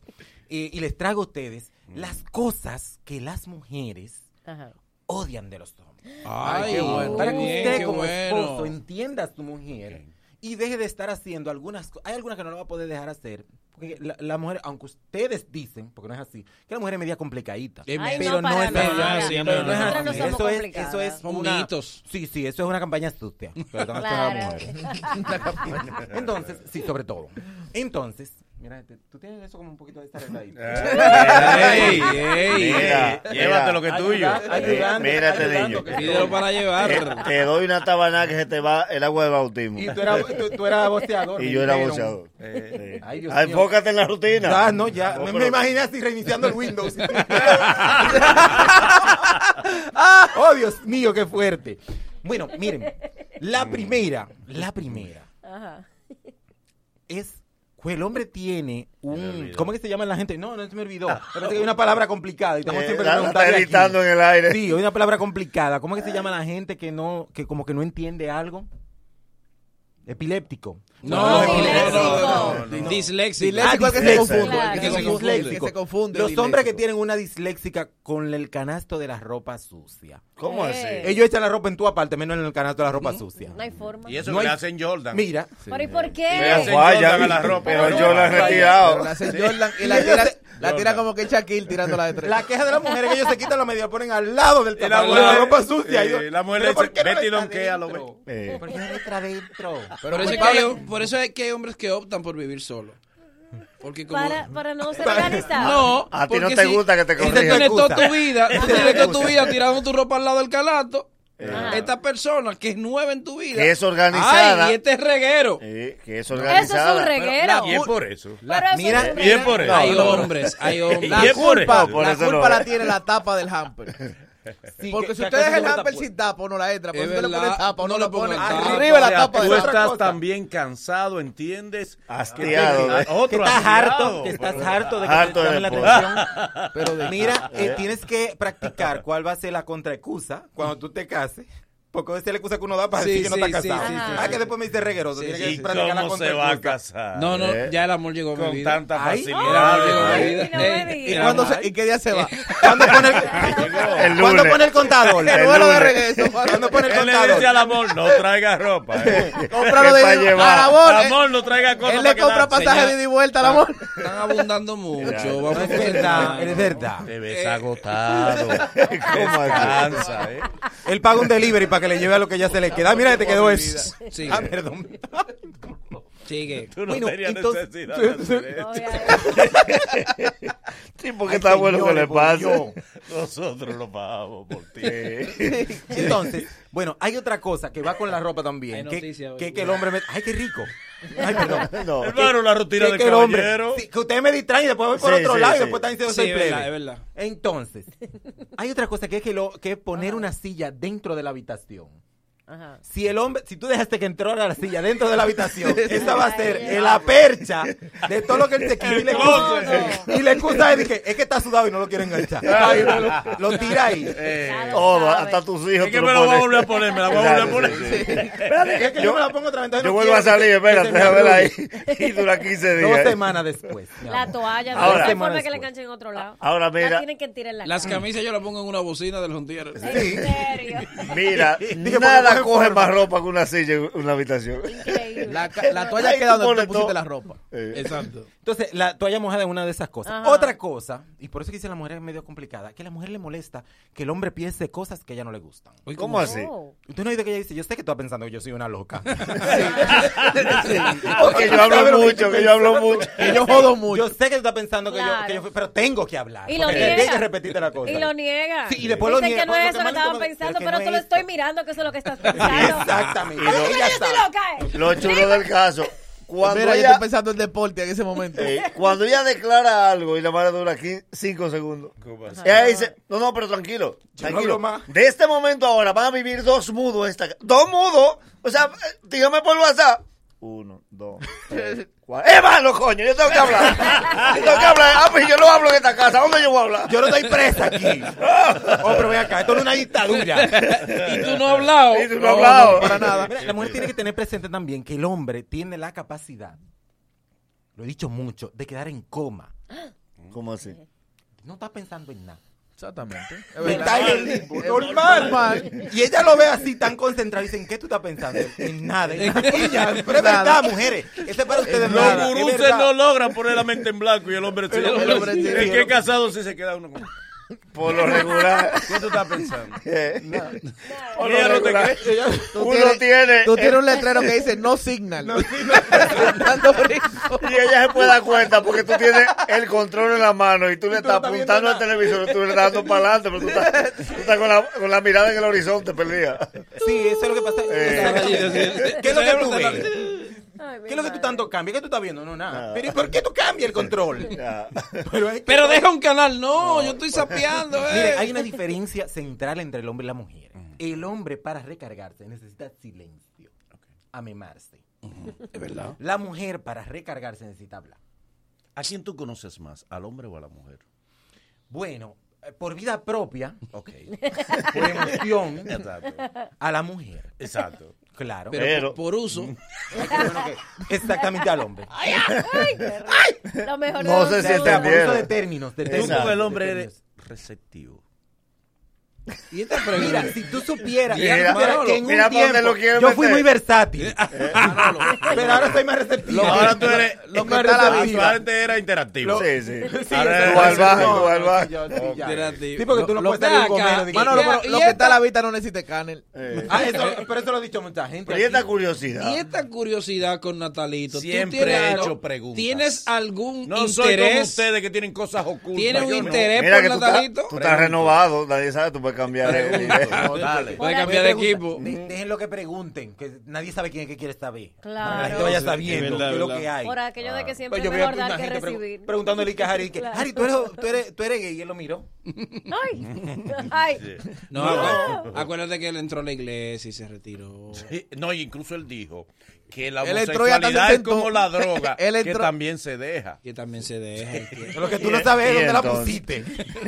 S7: eh, y les traigo a ustedes, las cosas que las mujeres
S5: Ajá.
S7: odian de los hombres.
S4: Ay, qué bueno.
S7: Para que
S4: qué bien,
S7: usted
S4: qué
S7: como
S4: bueno.
S7: esposo entienda a su mujer y deje de estar haciendo algunas cosas. Hay algunas que no lo va a poder dejar hacer. Porque la, la mujer, aunque ustedes dicen, porque no es así, que la mujer es media complicadita.
S4: Eh,
S5: Ay,
S7: pero no,
S5: para
S7: es
S5: nada.
S4: verdad, sí, no,
S7: pero no es
S4: nosotras
S5: no
S7: así.
S5: somos
S7: eso, es,
S5: complicadas.
S7: eso es
S4: Son
S7: una-
S4: mitos.
S7: Sí, sí, eso es una campaña sucia. Perdón, esto es a la
S5: Claro.
S7: mujer. Entonces, sí, sobre todo. Entonces, mira, te- tú tienes eso como un poquito de estar
S4: Ey, ey.
S8: Mira,
S3: Eh, Ey, Llévate lo que es tuyo. Eh,
S7: Ayudando,
S8: mírate,
S7: ayudando,
S8: niño.
S7: que-
S4: Pídelo para
S8: Te,
S4: llevar.
S8: te doy una tabaná que se te va el agua de bautismo.
S7: Y tú eras, tú, tú eras boceador.
S8: Y
S7: me
S8: yo era
S7: dijeron.
S8: boceador.
S7: Eh, Ay, Dios
S8: Ah,
S7: mío.
S8: enfócate en la rutina.
S7: Ya, no, ya.
S8: No,
S7: me,
S8: pero-
S7: me imaginé así reiniciando el Windows. Ah, oh, Dios mío, qué fuerte. Bueno, miren. La primera, la primera
S5: Ajá.
S7: es que el hombre tiene un.
S3: olvidó.
S7: ¿Cómo es que se llama la gente? No, no se me olvidó. Parece que hay una palabra complicada. Y estamos
S8: Eh,
S7: siempre
S8: la- la
S7: preguntando
S8: está
S7: aquí.
S8: gritando en el aire.
S7: Sí, hay una palabra complicada. ¿Cómo es que se llama la gente que no, que como que no entiende algo? Epiléptico.
S4: No,
S7: Los
S4: no,
S7: epilépticos.
S4: no, no,
S3: no, no.
S4: Disléxico.
S7: Ah,
S11: Disléxico es que se
S7: disléxico.
S11: confunde.
S5: Claro.
S11: el
S7: Que
S11: que se
S7: se
S11: confunde, el
S7: disléxico.
S11: que se confunde,
S7: Los hombres que
S11: disléxico.
S7: tienen una disléxica con el canasto de la ropa sucia.
S8: ¿Cómo así?
S5: Eh,
S7: Ellos echan la ropa en tu aparte, menos en el canasto de la ropa sucia.
S5: No hay forma.
S3: Y eso
S7: No
S3: que
S7: hay-
S3: le hacen Jordan.
S7: Mira,
S5: ¿Pero y por
S3: Pero
S8: Pero
S3: hacen
S5: qué?
S8: guaya,
S3: Jordan a la ropa.
S8: pero
S3: No,
S8: yo la he
S3: no,
S11: Pero
S8: retirado.
S11: la hace Jordan y la tira, la tira como que Shaquille tirándola de tres.
S7: la queja de las mujeres es que ellos se quitan la media, ponen al lado del
S3: la
S7: canasto de
S3: mujer-
S7: la ropa sucia.
S3: eh,
S7: Y yo,
S3: la mujer
S7: ¿pero
S3: le
S7: por
S3: dice,
S7: qué no
S3: "Vete y
S7: está
S3: donquea, lo
S7: dentro?
S8: Eh,
S7: ¿Por qué no está adentro?
S4: Por eso, es que hay, por eso es que hay hombres que optan por vivir solo. Porque como...
S5: Para, para no ser organizado.
S4: No,
S8: A ti no
S4: porque
S8: te
S4: si-
S8: gusta que te
S4: si tú
S8: corrijan.
S4: tienes toda
S7: Excusa.
S4: tu vida, tú tienes toda tu vida tirando tu ropa al lado del calato.
S5: Ajá.
S4: Esta persona que es nueva en tu vida.
S8: Que es organizada.
S4: Ay, y este es reguero.
S8: eh, que es
S5: Eso es un
S8: organizada.
S5: reguero.
S3: Y es por eso.
S5: Pero eso
S11: mira,
S5: es un
S3: Y es por
S5: reguero.
S3: eso.
S4: hay
S11: no, no.
S4: hombres, hay hombres.
S11: La
S3: Y es por
S11: culpa,
S8: eso. Por
S11: la,
S8: eso no
S11: culpa
S8: es.
S11: la tiene la tapa del hamper.
S7: Sí,
S11: Porque
S7: que-
S11: si
S7: que
S11: usted
S7: acaso
S11: deja el
S7: no la
S11: hamper
S7: tapo-
S11: sin tapa, no la entra.
S4: Es
S11: Porque usted le
S4: verdad,
S11: pone tapa,
S4: no
S11: no
S4: le
S11: le pone
S4: pongo tapa.
S11: arriba de
S3: O
S11: la
S3: sea,
S11: tapa
S3: Tú
S11: del hamper.
S3: estás también cansado, ¿entiendes?
S8: Hastiado,
S3: Que te-
S8: ¿eh?
S3: a- otro
S7: que estás
S3: hastiado,
S7: harto, que estás harto de que
S8: Harto
S7: te
S8: de Ah,
S7: llamen
S8: eh.
S7: la
S8: esposa.
S7: atención. eh, Pero de- mira, eh, tienes que practicar cuál va a ser la contraexcusa cuando tú te cases Porque esa es la excusa que uno da para
S4: Sí,
S7: decir que no
S4: sí,
S7: está
S4: sí,
S7: casado.
S4: sí, sí,
S7: ah,
S4: sí.
S7: que después me dice reguero.
S4: Sí,
S7: tiene
S4: sí.
S7: que
S4: ¿Y
S7: practicar la
S3: ¿Cómo se va a
S7: contraexcusa.
S3: casar?
S4: No, no,
S8: Eh.
S4: ya el amor llegó a mi
S3: Con
S4: vida.
S3: tanta
S7: Ay,
S4: El amor llegó a mi
S3: facilidad.
S4: vida.
S5: Ay, no
S4: Ey,
S5: me
S4: el
S11: ¿Y,
S5: digas.
S4: amor-
S11: cuándo se- ¿Y qué día se va?
S7: ¿Cuándo pone el,
S8: El
S7: ¿cuándo
S8: lunes.
S7: pone el contador?
S11: El
S8: vuelo
S11: vuelo
S8: de
S11: de regreso.
S7: ¿Cuándo pone el
S3: Él le dice
S7: contador?
S3: al amor, no traiga ropa. eh.
S11: Comprarlo
S8: Que pa'
S11: de
S8: llevar.
S11: al amor. eh,
S3: Amor, no traiga cosas
S11: Él le
S3: pa'
S11: compra
S3: quedarse.
S11: pasaje de ida y vuelta al amor.
S4: Están abundando mucho.
S7: No,
S4: Vamos
S7: es
S4: a
S7: verdad, es verdad.
S3: Te ves agotado.
S8: ¿Cómo así?
S3: Cansa, ¿eh?
S7: Eh, Él paga un delivery para que le lleve a lo que ya se le queda. Ah, Mira, te quedó eso.
S4: Sigue.
S7: Ah, perdón.
S4: Sigue.
S3: Tú no
S7: Bueno,
S3: tenías
S7: entonces-
S3: necesidad de hacer eso.
S5: Obviamente.
S8: Sí, porque
S7: Ay,
S8: está bueno que
S7: señores,
S8: le
S7: por Dios.
S8: pase.
S3: Nosotros lo pagamos por ti.
S7: Entonces, bueno, hay otra cosa que va con la ropa también.
S4: Hay
S7: que,
S4: noticia hoy.
S7: que, que el hombre me... Ay, qué rico. Ay, perdón.
S8: No.
S3: Hermano, la rutina
S7: Que-
S3: del
S7: que el hombre-
S3: caballero.
S7: sí, que ustedes me distraen y después voy por
S8: Sí,
S7: otro
S8: sí,
S7: lado
S8: sí.
S7: y después están diciendo
S4: Sí,
S7: soy
S4: es verdad,
S7: plebe.
S4: es verdad.
S7: Entonces, hay otra cosa que es que, lo, que es poner una silla dentro de la habitación.
S5: Ajá.
S7: Si el hombre, si tú dejaste que entrara la silla dentro de la habitación, esa va a ser
S5: Ay,
S7: en la percha de todo lo que él se quiere. Y la excusa,
S5: Entonces.
S7: y la excusa es de que es que está sudado y no lo quiere enganchar. Ay, no, lo, lo tira ahí.
S5: Ya lo sabes.
S8: Todo, Eh, oh, hasta tus hijos.
S3: Es que
S8: tú
S3: me la voy
S8: lo
S3: a
S8: pones.
S3: volver a poner, me la voy a volver a poner.
S8: Exacto, sí, sí.
S7: Es que yo, me la pongo otra vez. entonces
S8: Yo
S7: no
S8: vuelvo a
S7: quiero
S8: salir,
S7: que-
S8: espérate,
S7: que se me
S8: déjame verla ahí.
S7: arrugue.
S8: Y dura 15 días.
S7: Dos semanas después. mi
S5: La
S7: amor.
S5: toalla,
S8: Ahora.
S5: no hay
S7: Semanas
S5: forma que la
S7: después.
S5: enganchen en otro lado.
S8: Ahora
S5: La
S8: mira,
S5: tienen que tirar en la
S4: Las
S5: cama.
S4: camisas yo las pongo en una bocina del jontier.
S5: En serio.
S8: mira,
S7: porque
S8: nada
S7: coge
S8: coge
S7: forma.
S8: más ropa que una silla en una habitación.
S5: Increíble.
S11: La, ca- la toalla
S8: Ahí
S11: queda
S8: tú
S11: donde
S8: pones
S11: tú pusiste
S8: todo.
S11: la ropa.
S7: Eh.
S4: Exacto.
S7: Entonces, la toalla mojada es una de esas cosas.
S5: Ajá.
S7: Otra cosa, y por eso que dice la mujer es medio complicada, que a la mujer le molesta que el hombre piense cosas que a ella no le gustan.
S4: Uy,
S8: ¿Cómo así?
S5: Oh.
S7: Usted no ha oído que ella dice, yo sé que tú estás pensando que yo soy una loca.
S8: Que yo hablo mucho, que yo hablo mucho.
S11: Que yo jodo mucho.
S7: Yo sé que tú estás pensando que, yo, que yo
S5: Claro.
S7: fui- pero tengo que hablar.
S5: Y lo
S7: porque
S5: niega.
S7: tienes que repetirte la cosa.
S5: Y lo niega.
S7: Sí, y después lo
S5: Dicen
S7: niega,
S5: que no es
S7: porque
S5: eso que
S7: lo que más le
S5: estaban
S7: come-
S5: pensando,
S7: pero que
S5: pero
S7: no
S5: tú
S7: es
S5: lo
S7: esto.
S5: estoy mirando, que eso es lo que estás pensando.
S7: Exactamente.
S5: ¿Cómo tú crees
S7: Ella
S5: que yo estoy
S7: sabe.
S5: loca? eh?
S8: Lo chulo del caso, cuando
S11: Mira, yo
S8: ella,
S11: estoy pensando en deporte en ese momento.
S8: eh, cuando ella declara algo y la madre dura 5 segundos, ella dice, no, no, pero tranquilo,
S7: Yo no
S8: tranquilo.
S7: hablo más.
S8: De este momento ahora van a vivir dos mudos esta ca- Dos mudos. O sea, eh, dígame por WhatsApp. Uno, dos, tres, cuatro. ¡Eh, malo, coño! Yo tengo que hablar. Yo tengo que hablar. Ah, pues yo no hablo en esta casa. ¿Dónde yo voy a hablar?
S7: Yo no estoy presa aquí. Oh, pero ven acá, esto no es una dictadura.
S4: Y tú no has hablado.
S8: Y tú no has hablado.
S7: para nada. Mira, la mujer tiene que tener presente también que el hombre tiene la capacidad, lo he dicho mucho, de quedar en coma.
S8: ¿Cómo así?
S7: No está pensando en nada.
S11: Exactamente. Es
S7: Está
S11: verdad.
S7: ahí en limbo, normal, man. Y ella lo ve así tan concentrada y dice, ¿en qué tú estás pensando? En nada. En nada. Ella, pero es verdad, mujeres. Este es para ustedes
S3: Los
S7: nada. es
S3: guruses
S7: verdad.
S3: no logran poner la mente en blanco y el hombre sí.
S11: El hombre sí.
S3: El que es casado sí se queda uno con...
S8: Por lo regular.
S3: ¿Qué tú estás pensando?
S8: eh, Por
S3: Y ella
S8: lo
S3: no te
S8: regular.
S3: cree.
S11: Tú
S8: Uno
S11: tienes-
S8: tiene-
S11: Tú tienes un letrero que dice no signal. No Fernando Brisco.
S8: Y ella se puede dar cuenta porque tú tienes el control en la mano y tú le estás apuntando al televisor, tú le estás dando para adelante, pero tú estás, tú estás con, la, con la mirada en el horizonte perdida.
S7: Sí, eso es lo que pasa. Exactamente. ¿Qué es lo que tú ves?
S5: Ay, mi
S7: ¿Qué es lo que tú
S5: madre.
S7: tanto cambias? ¿Qué tú estás viendo? No, nada. Pero ¿y por qué tú cambias el control?
S8: Ya.
S7: Pero hay que-
S4: Pero deja un canal. No, yo estoy sapeando.
S7: Mire,
S4: eh.
S7: hay una diferencia central entre el hombre y la mujer. El hombre para recargarse necesita silencio, amemarse.
S4: Es verdad.
S7: La mujer para recargarse necesita hablar.
S3: ¿A quién tú conoces más? ¿Al hombre o a la mujer?
S7: Bueno, eh, por vida propia,
S3: Ok.
S7: por emoción,
S3: Exacto.
S7: a la mujer.
S3: Exacto.
S7: Claro.
S4: Pero,
S8: Pero-
S4: por uso.
S7: Exactamente al hombre.
S5: Ay, ay, qué rico. Lo mejor
S8: No
S5: de
S8: sé
S5: los
S8: si
S7: O sea, por
S5: mundos.
S8: entendieron.
S7: uso de términos. De
S3: Tú
S7: términos,
S3: con el
S7: de
S3: hombre
S7: términos.
S3: eres receptivo.
S4: Y esta
S7: Mira,
S4: pregunta.
S7: si tú supieras si tú
S4: Mira,
S7: supieras
S4: Manolo,
S7: que en un
S8: mira por dónde
S7: tiempo
S8: lo quiere
S7: yo fui
S8: meter.
S7: muy versátil,
S3: Eh,
S7: pero ahora soy más receptivo.
S3: Ahora tú eres...
S11: Lo que
S3: Ah,
S11: está la
S3: tú
S11: vida.
S3: antes era interactivo.
S8: Sí, sí.
S7: Sí,
S3: Ahora
S8: tú al
S7: exacto.
S8: bajo,
S7: No,
S8: tú al
S7: no,
S8: bajo.
S7: sí, yo- sí, ya.
S4: Mira, tío.
S7: Sí, porque tú no
S4: Lo-
S7: puedes
S4: lo-
S7: salir con
S4: acá.
S7: menos de que-
S11: Manolo,
S4: Ya,
S11: pero
S4: y
S11: lo que está
S4: esta-
S11: a la vista no necesita canel.
S3: Eh.
S7: Ah, eso- pero eso lo ha dicho mucha gente.
S8: Pero y esta
S7: aquí.
S8: curiosidad.
S4: Y esta curiosidad con Natalito. ¿tú
S3: Siempre
S4: tienes
S3: he
S4: algo-
S3: hecho preguntas.
S4: ¿Tienes algún
S3: No soy como
S4: interés?
S3: ustedes que tienen cosas ocultas.
S4: ¿Tienes un
S3: Yo no.
S4: interés
S8: Mira
S4: por
S8: que tú
S4: Natalito?
S8: estás, tú estás renovado, nadie sabe, tú puedes cambiar.
S3: No, dale.
S4: Puede
S5: Hola,
S4: cambiar de
S7: Pregunta.
S4: equipo.
S7: De- Dejen lo que pregunten, que nadie sabe quién es que quiere saber.
S5: Claro.
S7: Para que la gente vaya sabiendo qué es lo que hay.
S5: Por aquello de que siempre
S7: Pues yo
S5: es
S7: voy a
S5: mejor dar
S7: una
S5: que
S7: gente pregu-
S5: recibir.
S7: preguntándole a Harry que
S5: Claro.
S7: Harry, tú eres, tú eres, tú eres gay y él lo miró.
S5: Ay, ay.
S4: No, acu- acuérdate que él entró a la iglesia y se retiró.
S3: Sí, No, y incluso él dijo que la
S11: Él entró y hasta se
S3: homosexualidad es
S11: sentó.
S3: como la droga,
S11: Él
S3: que
S11: entró-
S3: también se deja.
S4: Que también se deja.
S11: Lo que tú no sabes es dónde la pusiste.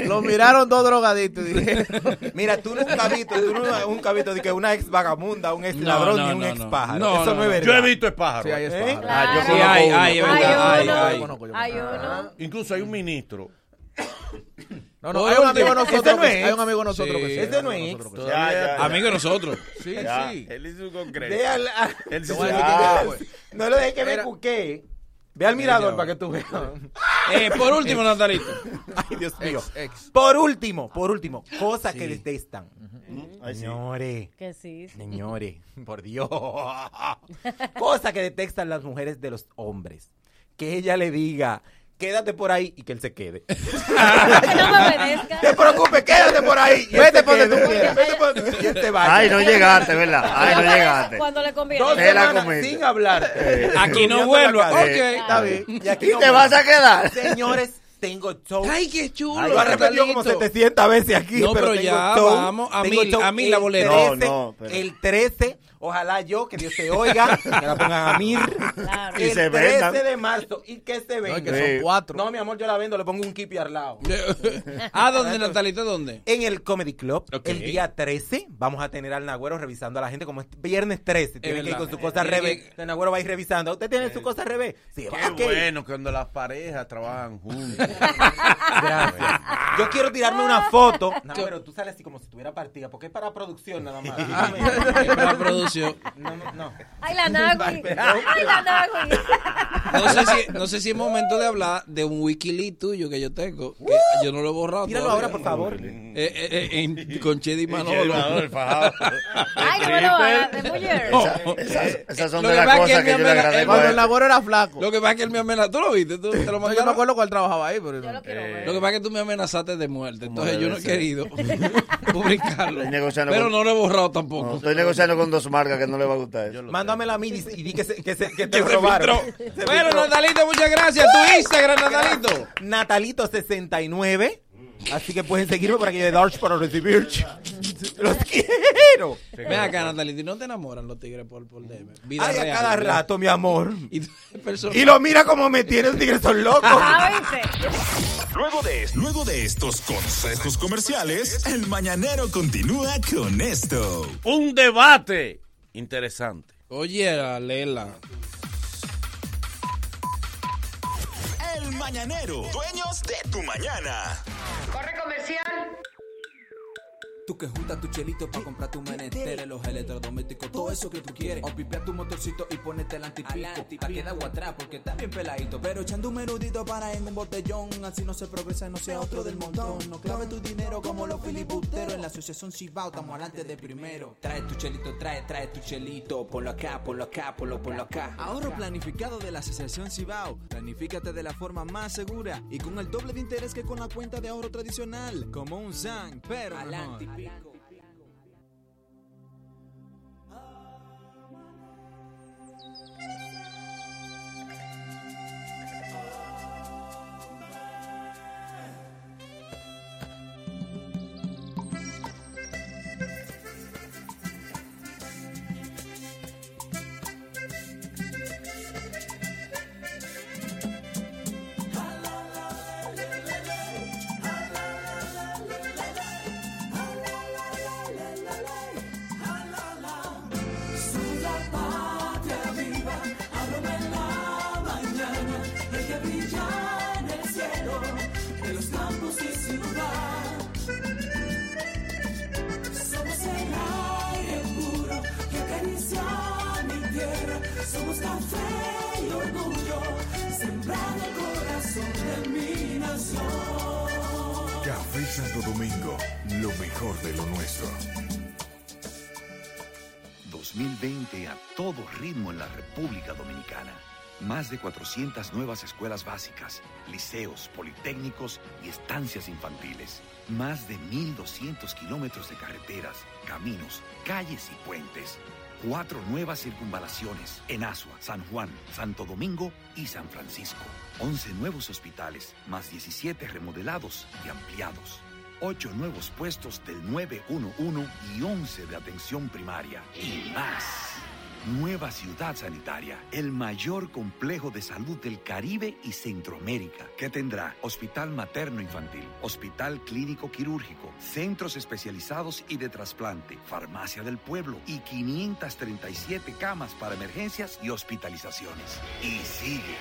S11: Lo miraron dos drogadictos y dijeron,
S7: Mira, tú nunca has visto, tú nunca- nunca has visto de que una ex vagabunda, un ex
S4: No,
S7: ladrón
S4: no,
S7: ni un
S4: no,
S7: ex
S4: no.
S7: pájaro.
S4: No,
S7: Eso
S4: no,
S7: no, es
S4: no.
S7: verdad.
S3: Yo he visto espájaro.
S11: Sí, ahí está.
S8: Ah, yo
S12: Claro.
S4: Sí,
S8: conozco
S4: hay,
S8: uno.
S4: hay, es
S12: Hay
S4: verdad, hay,
S12: uno.
S4: hay.
S12: Hay uno.
S3: Ah, Incluso hay un ministro. este,
S11: No, no,
S4: Oye,
S11: hay un
S4: un
S11: amigo
S4: tío-
S11: de nosotros.
S7: ese no
S11: que-
S7: es.
S11: Hay un amigo de nosotros
S4: Sí.
S11: que sí.
S4: Ese
S11: hay un
S7: no
S11: amigo
S7: es.
S11: de nosotros que sí.
S8: Ya, ya, ya.
S4: Amigo de nosotros.
S11: Sí,
S8: Ya.
S11: sí.
S3: Él hizo un concreto.
S7: Ve al- a-
S3: Él
S11: Te
S3: hizo
S11: voy a
S3: un
S11: decir que
S3: concreto.
S11: ya, pues.
S7: no lo dejes que me
S11: Era-
S7: cuque. Ve al mirador para que tú veas.
S4: Eh, por último, Natalito.
S7: Ay, Dios mío.
S11: Ex, ex.
S7: Por último, por último, cosas que detestan.
S8: Ay, sí.
S7: Señores,
S12: Que sí. sí.
S7: señores, por Dios. Cosa que detestan las mujeres de los hombres. Que ella le diga, quédate por ahí y que él se quede.
S12: Que no me obedezca.
S7: te preocupes, quédate por ahí. y él
S11: Vete
S7: se
S11: por donde
S7: quede.
S11: tú quieras.
S7: Vete por donde tú quieras. Y este él se vaya.
S8: Ay, no llegaste, ¿verdad? Ay, no llegaste.
S12: Cuando le conviene.
S7: Dos
S8: Te la
S7: semanas
S8: comiste.
S7: sin hablar.
S8: Eh,
S4: Aquí no vuelvo. Ok.
S7: Está bien. Y aquí
S8: ¿Y
S7: no
S8: te
S7: vuelvo.
S8: vas a quedar?
S7: Señores, tengo show.
S4: Ay, qué chulo.
S7: Lo ha repetido como
S4: Natalito.
S7: 700 veces aquí.
S4: No, pero
S7: tengo
S4: ya,
S7: show,
S4: vamos, a
S7: tengo
S4: mil,
S7: show
S4: a mil la
S7: el
S4: boleta.
S8: No,
S7: 13,
S8: no, pero-
S7: El 13, ojalá yo, que Dios te oiga, que la pongan a mil.
S12: Claro.
S8: Y
S7: El 13
S8: se vendan.
S7: de marzo y que se
S11: No,
S7: venga.
S11: es que
S7: No,
S8: Sí.
S11: son cuatro.
S7: mi amor, yo la vendo, le pongo un kipi al lado.
S4: ¿A dónde, Natalito? ¿Dónde?
S7: En el Comedy Club,
S4: Ok.
S7: el día 13, vamos a tener al Nagüero revisando a la gente como es viernes 13. Tiene que ir
S4: verdad.
S7: con su cosa al
S4: Tiene
S7: revés. El Nagüero va a ir revisando. ¿Usted tiene su cosa al revés? Sí,
S3: Eh, Qué
S7: ok.
S3: bueno cuando las parejas trabajan juntas.
S7: Gracias. Yo quiero tirarme una foto. No, pero tú sales así como si tuviera partida, porque es para producción nada más.
S4: La producción.
S7: No, no, no.
S12: Ay, la Nagui. Ay, la Nagui.
S4: No sé, si, no sé si es momento de hablar de un wikilí tuyo que yo tengo. Que
S11: Uh.
S4: yo no lo he borrado.
S7: Tíralo
S4: todavía.
S7: ahora, por favor.
S4: Eh, eh, eh, en- con Chedi Manolo.
S3: Manolo, el fajado.
S12: Ay, no me lo hagas, de mujer.
S4: No.
S8: Esas, esas son
S4: Lo
S8: de
S4: que
S8: las
S4: pasa es que
S8: cosas
S4: él
S8: que
S4: me
S8: yo le
S4: amenaza-
S8: agradezco.
S11: Cuando
S8: a
S11: el
S8: él.
S11: Nagüero era flaco.
S4: Lo que pasa es que él me amenazó. ¿Tú lo viste? ¿Tú te lo
S11: No, yo
S4: mandaron?
S11: me acuerdo cuál trabajaba ahí, pero...
S12: Yo lo quiero ver.
S4: Lo que pasa es que tú me amenazaste de muerte, entonces yo no he
S8: debe ser.
S4: querido publicarlo.
S8: Estoy negociando
S4: Pero
S8: con-
S4: no lo he borrado
S8: No,
S4: tampoco.
S8: estoy negociando con dos marcas que no le va a gustar eso.
S7: Mándamela a mí y, y di que, se, que, se- que te
S4: Que se
S7: robaron.
S4: filtró.
S7: Se
S4: Bueno,
S7: filtró.
S4: Natalito, muchas gracias. Tu Instagram, Natalito.
S7: Natalito69. Así que pueden seguirme por aquí de Darch para recibir. Los quiero.
S4: Ven acá, Natalito, ¿y no te enamoran los tigres por, por DM? Vida
S7: Ay, a
S4: real,
S7: cada
S4: ¿verdad?
S7: rato, mi amor.
S4: Y tú eres persona-
S7: Y lo mira como me tiene, los tigres son locos.
S12: Ah, viste.
S13: Luego de, luego de estos consejos comerciales, el mañanero continúa con esto.
S3: Un debate interesante.
S4: Oye, Lela.
S13: El mañanero, dueños de tu mañana.
S14: Tú que juntas tu chelito para comprar tu menesteres, los electrodomésticos, todo eso que tú quieres. O pipea tu motorcito y ponete el antipico. Pa' queda agua atrás porque está bien peladito. Pero echando un menudito para en un botellón. Así no se progresa, no sea otro del montón. No clave tu dinero como los filibusteros. En la asociación Cibao estamos adelante de primero. Trae tu chelito, trae, trae tu chelito. Ponlo acá, ponlo acá, ponlo, ponlo acá. Ahorro planificado de la asociación Cibao. Planifícate de la forma más segura y con el doble de interés que con la cuenta de ahorro tradicional. Como un Zang, pero adelante pico.
S13: Café Santo Domingo, lo mejor de lo nuestro.
S15: 2020 a todo ritmo en la República Dominicana. Más de 400 nuevas escuelas básicas, liceos, politécnicos y estancias infantiles. Más de 1.200 kilómetros de carreteras, caminos, calles y puentes. Cuatro nuevas circunvalaciones en Asua, San Juan, Santo Domingo y San Francisco. 11 nuevos hospitales, más 17 remodelados y ampliados. 8 nuevos puestos del 911 y 11 de atención primaria. Y más. Nueva Ciudad Sanitaria, el mayor complejo de salud del Caribe y Centroamérica, que tendrá hospital materno infantil, hospital clínico quirúrgico, centros especializados y de trasplante, farmacia del pueblo y 537 camas para emergencias y hospitalizaciones. Y sigue.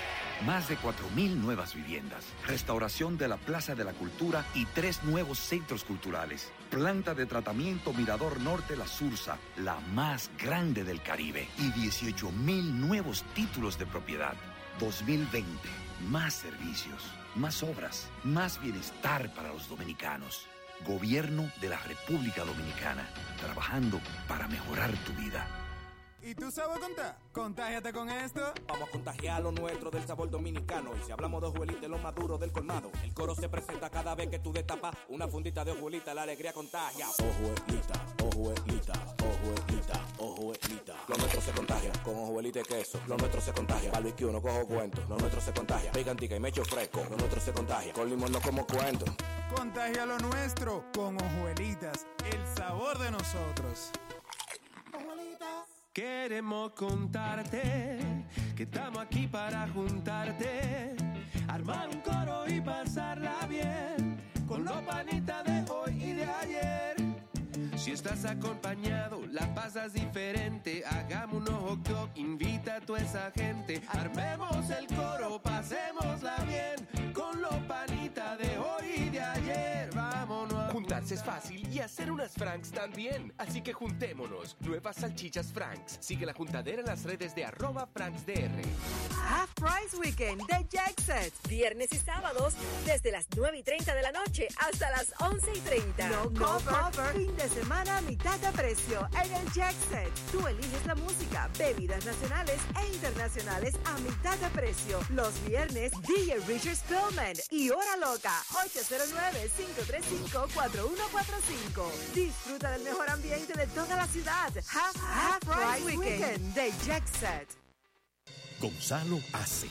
S15: Más de 4.000 nuevas viviendas, restauración de la Plaza de la Cultura y tres nuevos centros culturales. Planta de tratamiento Mirador Norte La Sursa, la más grande del Caribe. Y 18.000 nuevos títulos de propiedad. 2020, más servicios, más obras, más bienestar para los dominicanos. Gobierno de la República Dominicana, trabajando para mejorar tu vida.
S16: ¿Y tú sabes contar? Contágiate con esto. Vamos a contagiar lo nuestro del sabor dominicano. Y si hablamos de ojuelita, lo más duro del colmado. El coro se presenta cada vez que tú destapas una fundita de ojuelita. La alegría contagia. Ojuelita, ojuelita, ojuelita, ojuelita. Lo nuestro se contagia con ojuelita y queso. Lo nuestro se contagia. Palo y que uno cojo cuento. Lo nuestro se contagia. Picantica y me echo fresco. Lo nuestro se contagia. Con limón no como cuento.
S7: Contagia lo nuestro con hojuelitas, el sabor de nosotros.
S17: Queremos contarte que estamos aquí para juntarte, armar un coro y pasarla bien con los panitas de hoy y de ayer. Si estás acompañado, la pasas diferente. Hagamos un hot dog, invita a toda esa gente. Armemos el coro, pasémosla bien con los panitas de hoy y de ayer. Vámonos. a
S18: Juntarse es fácil y hacer unas Franks también. Así que juntémonos. Nuevas salchichas Franks. Sigue la juntadera en las redes de arroba FranksDR.
S19: Half Price Weekend de Jackset. Viernes y sábados desde las 9 y 30 de la noche hasta las 11 y 30.
S20: No cover.
S19: Fin de semana a mitad de precio en el Jackset. Tú eliges la música, bebidas nacionales e internacionales a mitad de precio. Los viernes, DJ Richard Spellman y Hora Loca. 809-535-4145. Disfruta del mejor ambiente de toda la ciudad. Half, Half Price Weekend de Jackset.
S21: Gonzalo hace.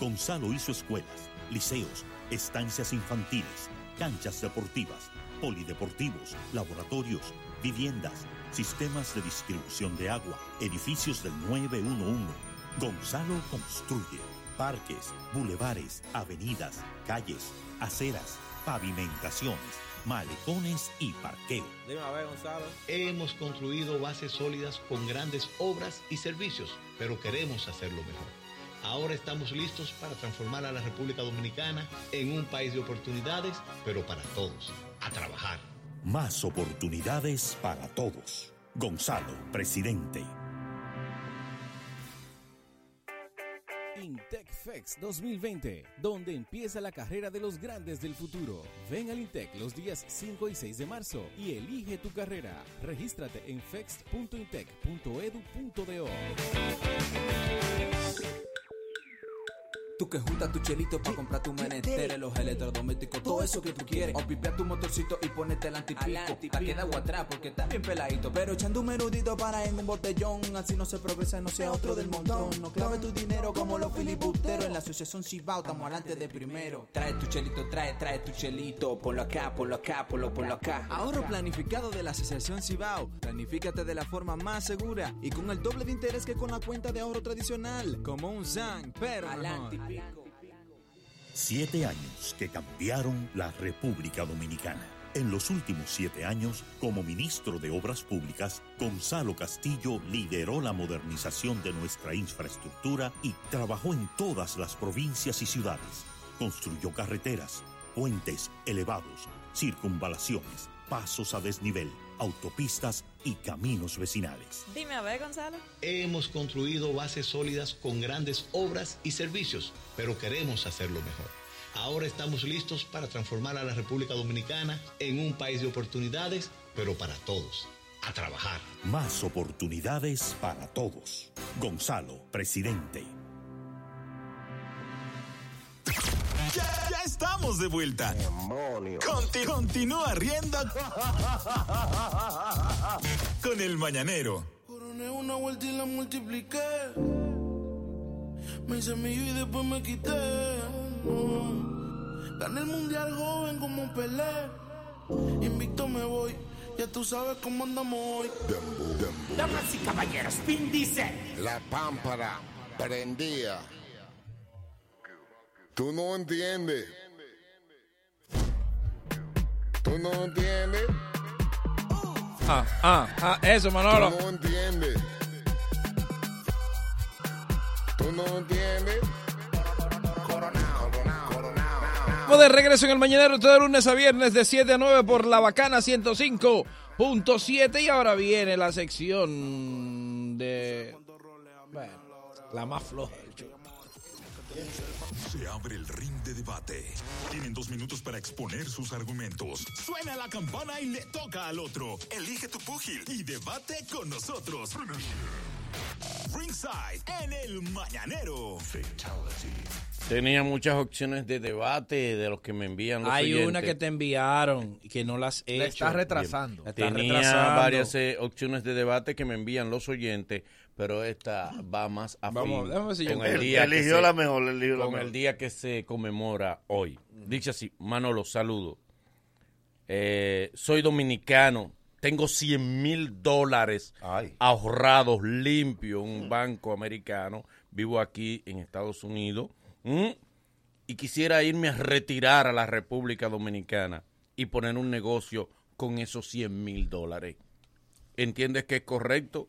S21: Gonzalo hizo escuelas, liceos, estancias infantiles, canchas deportivas, polideportivos, laboratorios, viviendas, sistemas de distribución de agua, edificios del 911. Gonzalo construye parques, bulevares, avenidas, calles, aceras, pavimentaciones, malecones y parqueo.
S22: Dime a ver, Gonzalo.
S23: Hemos construido bases sólidas con grandes obras y servicios, pero queremos hacerlo mejor. Ahora estamos listos para transformar a la República Dominicana en un país de oportunidades, pero para todos. A trabajar.
S21: Más oportunidades para todos. Gonzalo, presidente.
S10: Intec Fex 2020, donde empieza la carrera de los grandes del futuro. Ven al Intec los días 5 y 6 de marzo y elige tu carrera. Regístrate en fex.intec.edu.do.
S16: Tú que juntas tu chelito para comprar tu menester, los electrodomésticos, todo eso que tú quieres. O pipea tu motorcito y ponete el antipico. Pa' que de agua atrás porque está bien peladito. Pero echando un menudito para en un botellón. Así no se progresa, no sea otro del montón. No clave tu dinero como los filibusteros. En la asociación Cibao estamos adelante de primero. Trae tu chelito, trae, trae tu chelito. Ponlo acá, ponlo acá, ponlo, ponlo acá.
S17: Ahorro planificado de la Asociación Cibao. Planifícate de la forma más segura y con el doble de interés que con la cuenta de ahorro tradicional, como un Zang, pero
S16: Adelante,
S17: mejor.
S21: Siete años que cambiaron la República Dominicana. En los últimos siete años, como ministro de Obras Públicas, Gonzalo Castillo lideró la modernización de nuestra infraestructura y trabajó en todas las provincias y ciudades. Construyó carreteras, puentes elevados, circunvalaciones, pasos a desnivel, autopistas y caminos vecinales.
S24: Dime a ver, Gonzalo.
S23: Hemos construido bases sólidas con grandes obras y servicios, pero queremos hacerlo mejor. Ahora estamos listos para transformar a la República Dominicana en un país de oportunidades, pero para todos. A trabajar.
S21: Más oportunidades para todos. Gonzalo, presidente. Ya, ya estamos de vuelta. Conti- continúa riendo con el mañanero.
S13: Coroné una vuelta y la multipliqué. Me hice mío y después me quité. Gané el mundial joven como Pelé. Invicto me voy. Y
S25: Ya tú sabes cómo andamos hoy.
S10: Damas y caballeros, Vin Diesel.
S18: La pámpara prendía. Tú no entiendes. Tú no entiendes.
S4: Ah, ah, ah, eso, Manolo.
S18: Tú no entiendes. Tú no entiendes.
S4: Estamos de regreso en el Mañanero, todo de lunes a viernes de 7 a 9 por La Bacana 105.7 y ahora viene la sección de... Bueno, la más floja del show.
S2: Se abre el ring de debate. Tienen dos minutos para exponer sus argumentos. Suena la campana y le toca al otro. Elige tu púgil y debate con nosotros. Ringside en el mañanero.
S3: Tenía muchas opciones de debate de los que me envían los
S4: Hay
S3: oyentes.
S4: una que te enviaron y que no las he
S11: La
S4: hecho.
S11: estás retrasando.
S4: La estás
S3: Tenía
S4: retrasando.
S3: varias eh, opciones de debate que me envían los oyentes, pero esta va más a
S4: Vamos, déjame ver si yo-
S3: con el
S4: Él
S3: día que
S8: eligió
S3: se-
S8: la mejor, él eligió la
S3: con
S8: mejor.
S3: el día que se conmemora hoy. Dice así, Manolo, saludo. Eh, soy dominicano, tengo 100 mil dólares ahorrados, limpio, en un banco americano, vivo aquí en Estados Unidos. ¿Mm? y quisiera irme a retirar a la República Dominicana y poner un negocio con esos 100 mil dólares. ¿Entiendes que es correcto?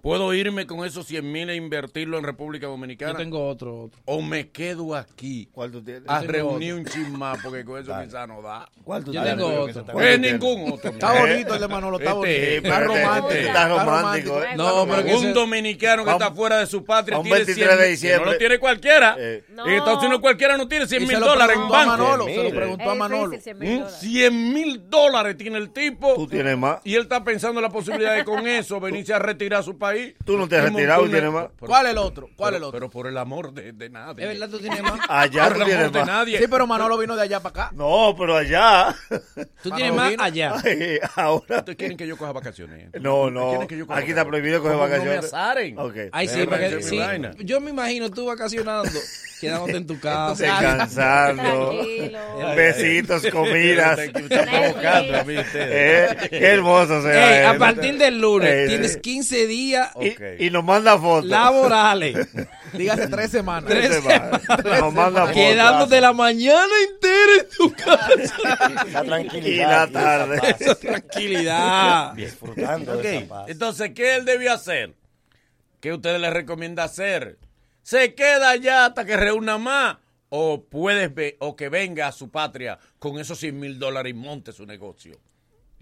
S3: ¿Puedo irme con esos 100 mil e invertirlo en República Dominicana?
S4: Yo tengo otro, otro.
S3: ¿O me quedo aquí a
S4: Yo tengo
S3: reunir
S4: otro.
S3: Ah, un chismá? Porque con eso quizás no da.
S4: ¿Cuál tú
S3: Yo
S4: tienes?
S3: tengo
S4: Dale,
S3: otro.
S4: que se
S3: Pues
S4: está-
S3: ningún otro. Este,
S4: Está bonito el de Manolo, está bonito. Está romántico, está romántico. eh. No, pero que
S3: un
S4: ese-
S3: dominicano que
S4: Vamos-
S3: está fuera de su patria
S4: un
S3: tiene
S4: 23 de
S3: 100 mil. que No
S4: diciembre.
S3: lo tiene cualquiera.
S4: Eh.
S3: En Estados Unidos cualquiera no tiene 100
S4: Y se
S3: mil
S4: lo
S3: dólares en
S4: preguntó a
S3: banco.
S4: Manolo, se lo Es preguntó a difícil, Manolo. 100 mil
S3: Mm, 100 mil dólares tiene el tipo. Tú tienes más. Y él está pensando en la posibilidad de con eso venirse a retirar a su país.
S8: Tú no te has
S3: Y
S8: retirado y
S3: montarle-
S8: tienes más.
S3: Pero-
S11: ¿Cuál el otro? ¿Cuál
S3: pero-
S11: el otro?
S3: Pero por el amor de, de nadie.
S11: Es verdad, tú tienes más.
S8: Allá
S3: Por
S8: tú
S3: el amor
S8: tienes
S3: de
S8: más.
S3: nadie.
S11: Sí, pero Manolo vino de allá para acá.
S8: No, pero allá.
S11: Tú tienes más allá.
S8: Ay, ahora.
S3: ¿Ustedes quieren que yo coja vacaciones?
S8: No, no.
S3: ¿Quieren que yo coja
S8: Aquí está prohibido coger
S3: ¿Cómo no me
S8: vacaciones.
S3: azaren?
S8: Ok.
S4: Ay, sí,
S3: Pero esa
S4: porque
S3: es mi
S4: sí,
S3: vaina.
S4: yo me imagino tú vacacionando, quedándote en tu casa.
S8: Descansando.
S4: Tranquilo.
S8: Besitos, comidas.
S4: Está provocando a mí usted.
S8: Eh, qué hermoso se
S4: Ey,
S8: va
S4: a
S8: él.
S4: partir del lunes
S8: Eh,
S4: tienes
S8: eh.
S4: 15 días
S8: Y, y nos manda fotos.
S4: laborales.
S11: Dígase tres semanas.
S4: Tres
S8: Tres semanas. Nos manda fotos.
S4: Quedándote la mañana entera en tu casa.
S8: La tranquilidad Y la y esa tarde. paz.
S4: Esa tranquilidad.
S3: Disfrutando
S9: de
S4: esa paz.
S3: Entonces, ¿qué él debió hacer? ¿Qué usted le recomienda hacer? ¿Se queda allá hasta que reúna más? ¿O puedes ve- o que venga a su patria con esos 100 mil dólares y monte su negocio?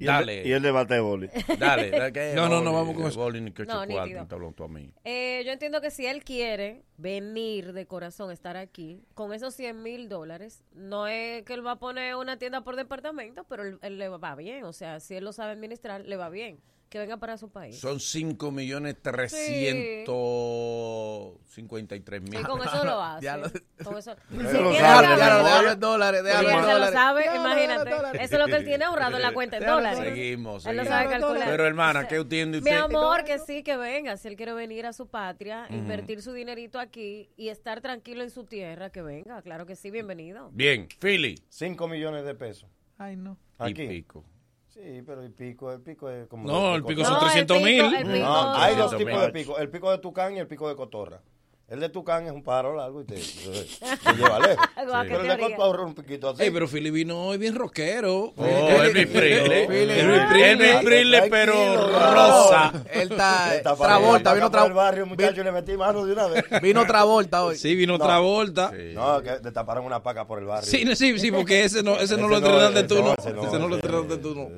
S8: Y el-
S3: Dale.
S8: Y el debate de boli.
S3: Dale, dale, que
S4: No, no, no,
S3: boli,
S4: vamos con
S3: eh,
S4: eso.
S3: boli ni que
S12: No,
S3: ocho cuartos,
S12: nítido.
S3: un tablón, tú a mí.
S12: Eh, yo entiendo que si él quiere venir de corazón, estar aquí, con esos 100 mil dólares, no es que él va a poner una tienda por departamento, pero él, él le va bien. O sea, si él lo sabe administrar, le va bien. Que venga para su país.
S3: Son 5 millones 353 mil.
S12: Sí, con eso lo hace.
S11: Ya lo-
S12: Con eso. Si
S3: lo
S12: tiene
S3: sabe,
S12: ahorrado-
S3: ya lo-
S11: Déjalo en dólares,
S12: Si él
S11: déjalo en
S12: se lo
S11: dólares.
S12: sabe,
S11: Déjalo en
S12: imagínate.
S11: dólares.
S12: Eso es lo que él tiene ahorrado en la cuenta en Déjalo en dólares.
S3: Seguimos,
S12: Él lo
S3: seguimos.
S12: sabe calcular.
S3: Pero hermana, ¿qué entiende
S12: Mi
S3: usted?
S12: amor, que sí, que venga. Si él quiere venir a su patria,
S3: Ujú.
S12: invertir su dinerito aquí y estar tranquilo en su tierra, que venga. Claro que sí, bienvenido.
S3: Bien, Philly.
S26: 5 millones de pesos.
S12: Ay, no.
S26: Aquí.
S3: Y pico.
S26: Sí, pero el pico, el pico es como...
S4: No,
S26: de
S4: el pico
S26: cotorra.
S4: son No, el 300.000. pico- el pico-
S26: No, hay dos
S4: 300.000.
S26: tipos de pico. El pico de tucán y el pico de cotorra. El de tucán es un paro largo y te, te lleva lejos.
S4: Guau, que
S26: Pero
S4: te
S26: el de cotorra
S4: rías.
S26: ahorra un piquito así.
S4: Ey, pero Philly vino hoy bien rockero.
S3: Oh, Elvis Presley. Elvis Presley, pero rosa.
S11: Él está,
S26: Está para
S11: Travolta,
S26: acá,
S11: vino
S26: para el
S11: Travolta.
S26: barrio, muchacho, le metí mano de una vez.
S11: Vino Travolta hoy. Sí,
S4: vino
S11: Travolta.
S26: No, que te taparon una paca por el barrio.
S4: Sí, no, sí, sí, porque ese no, ese no lo entrenaste tú, no. Ese no lo entrenaste tú, no.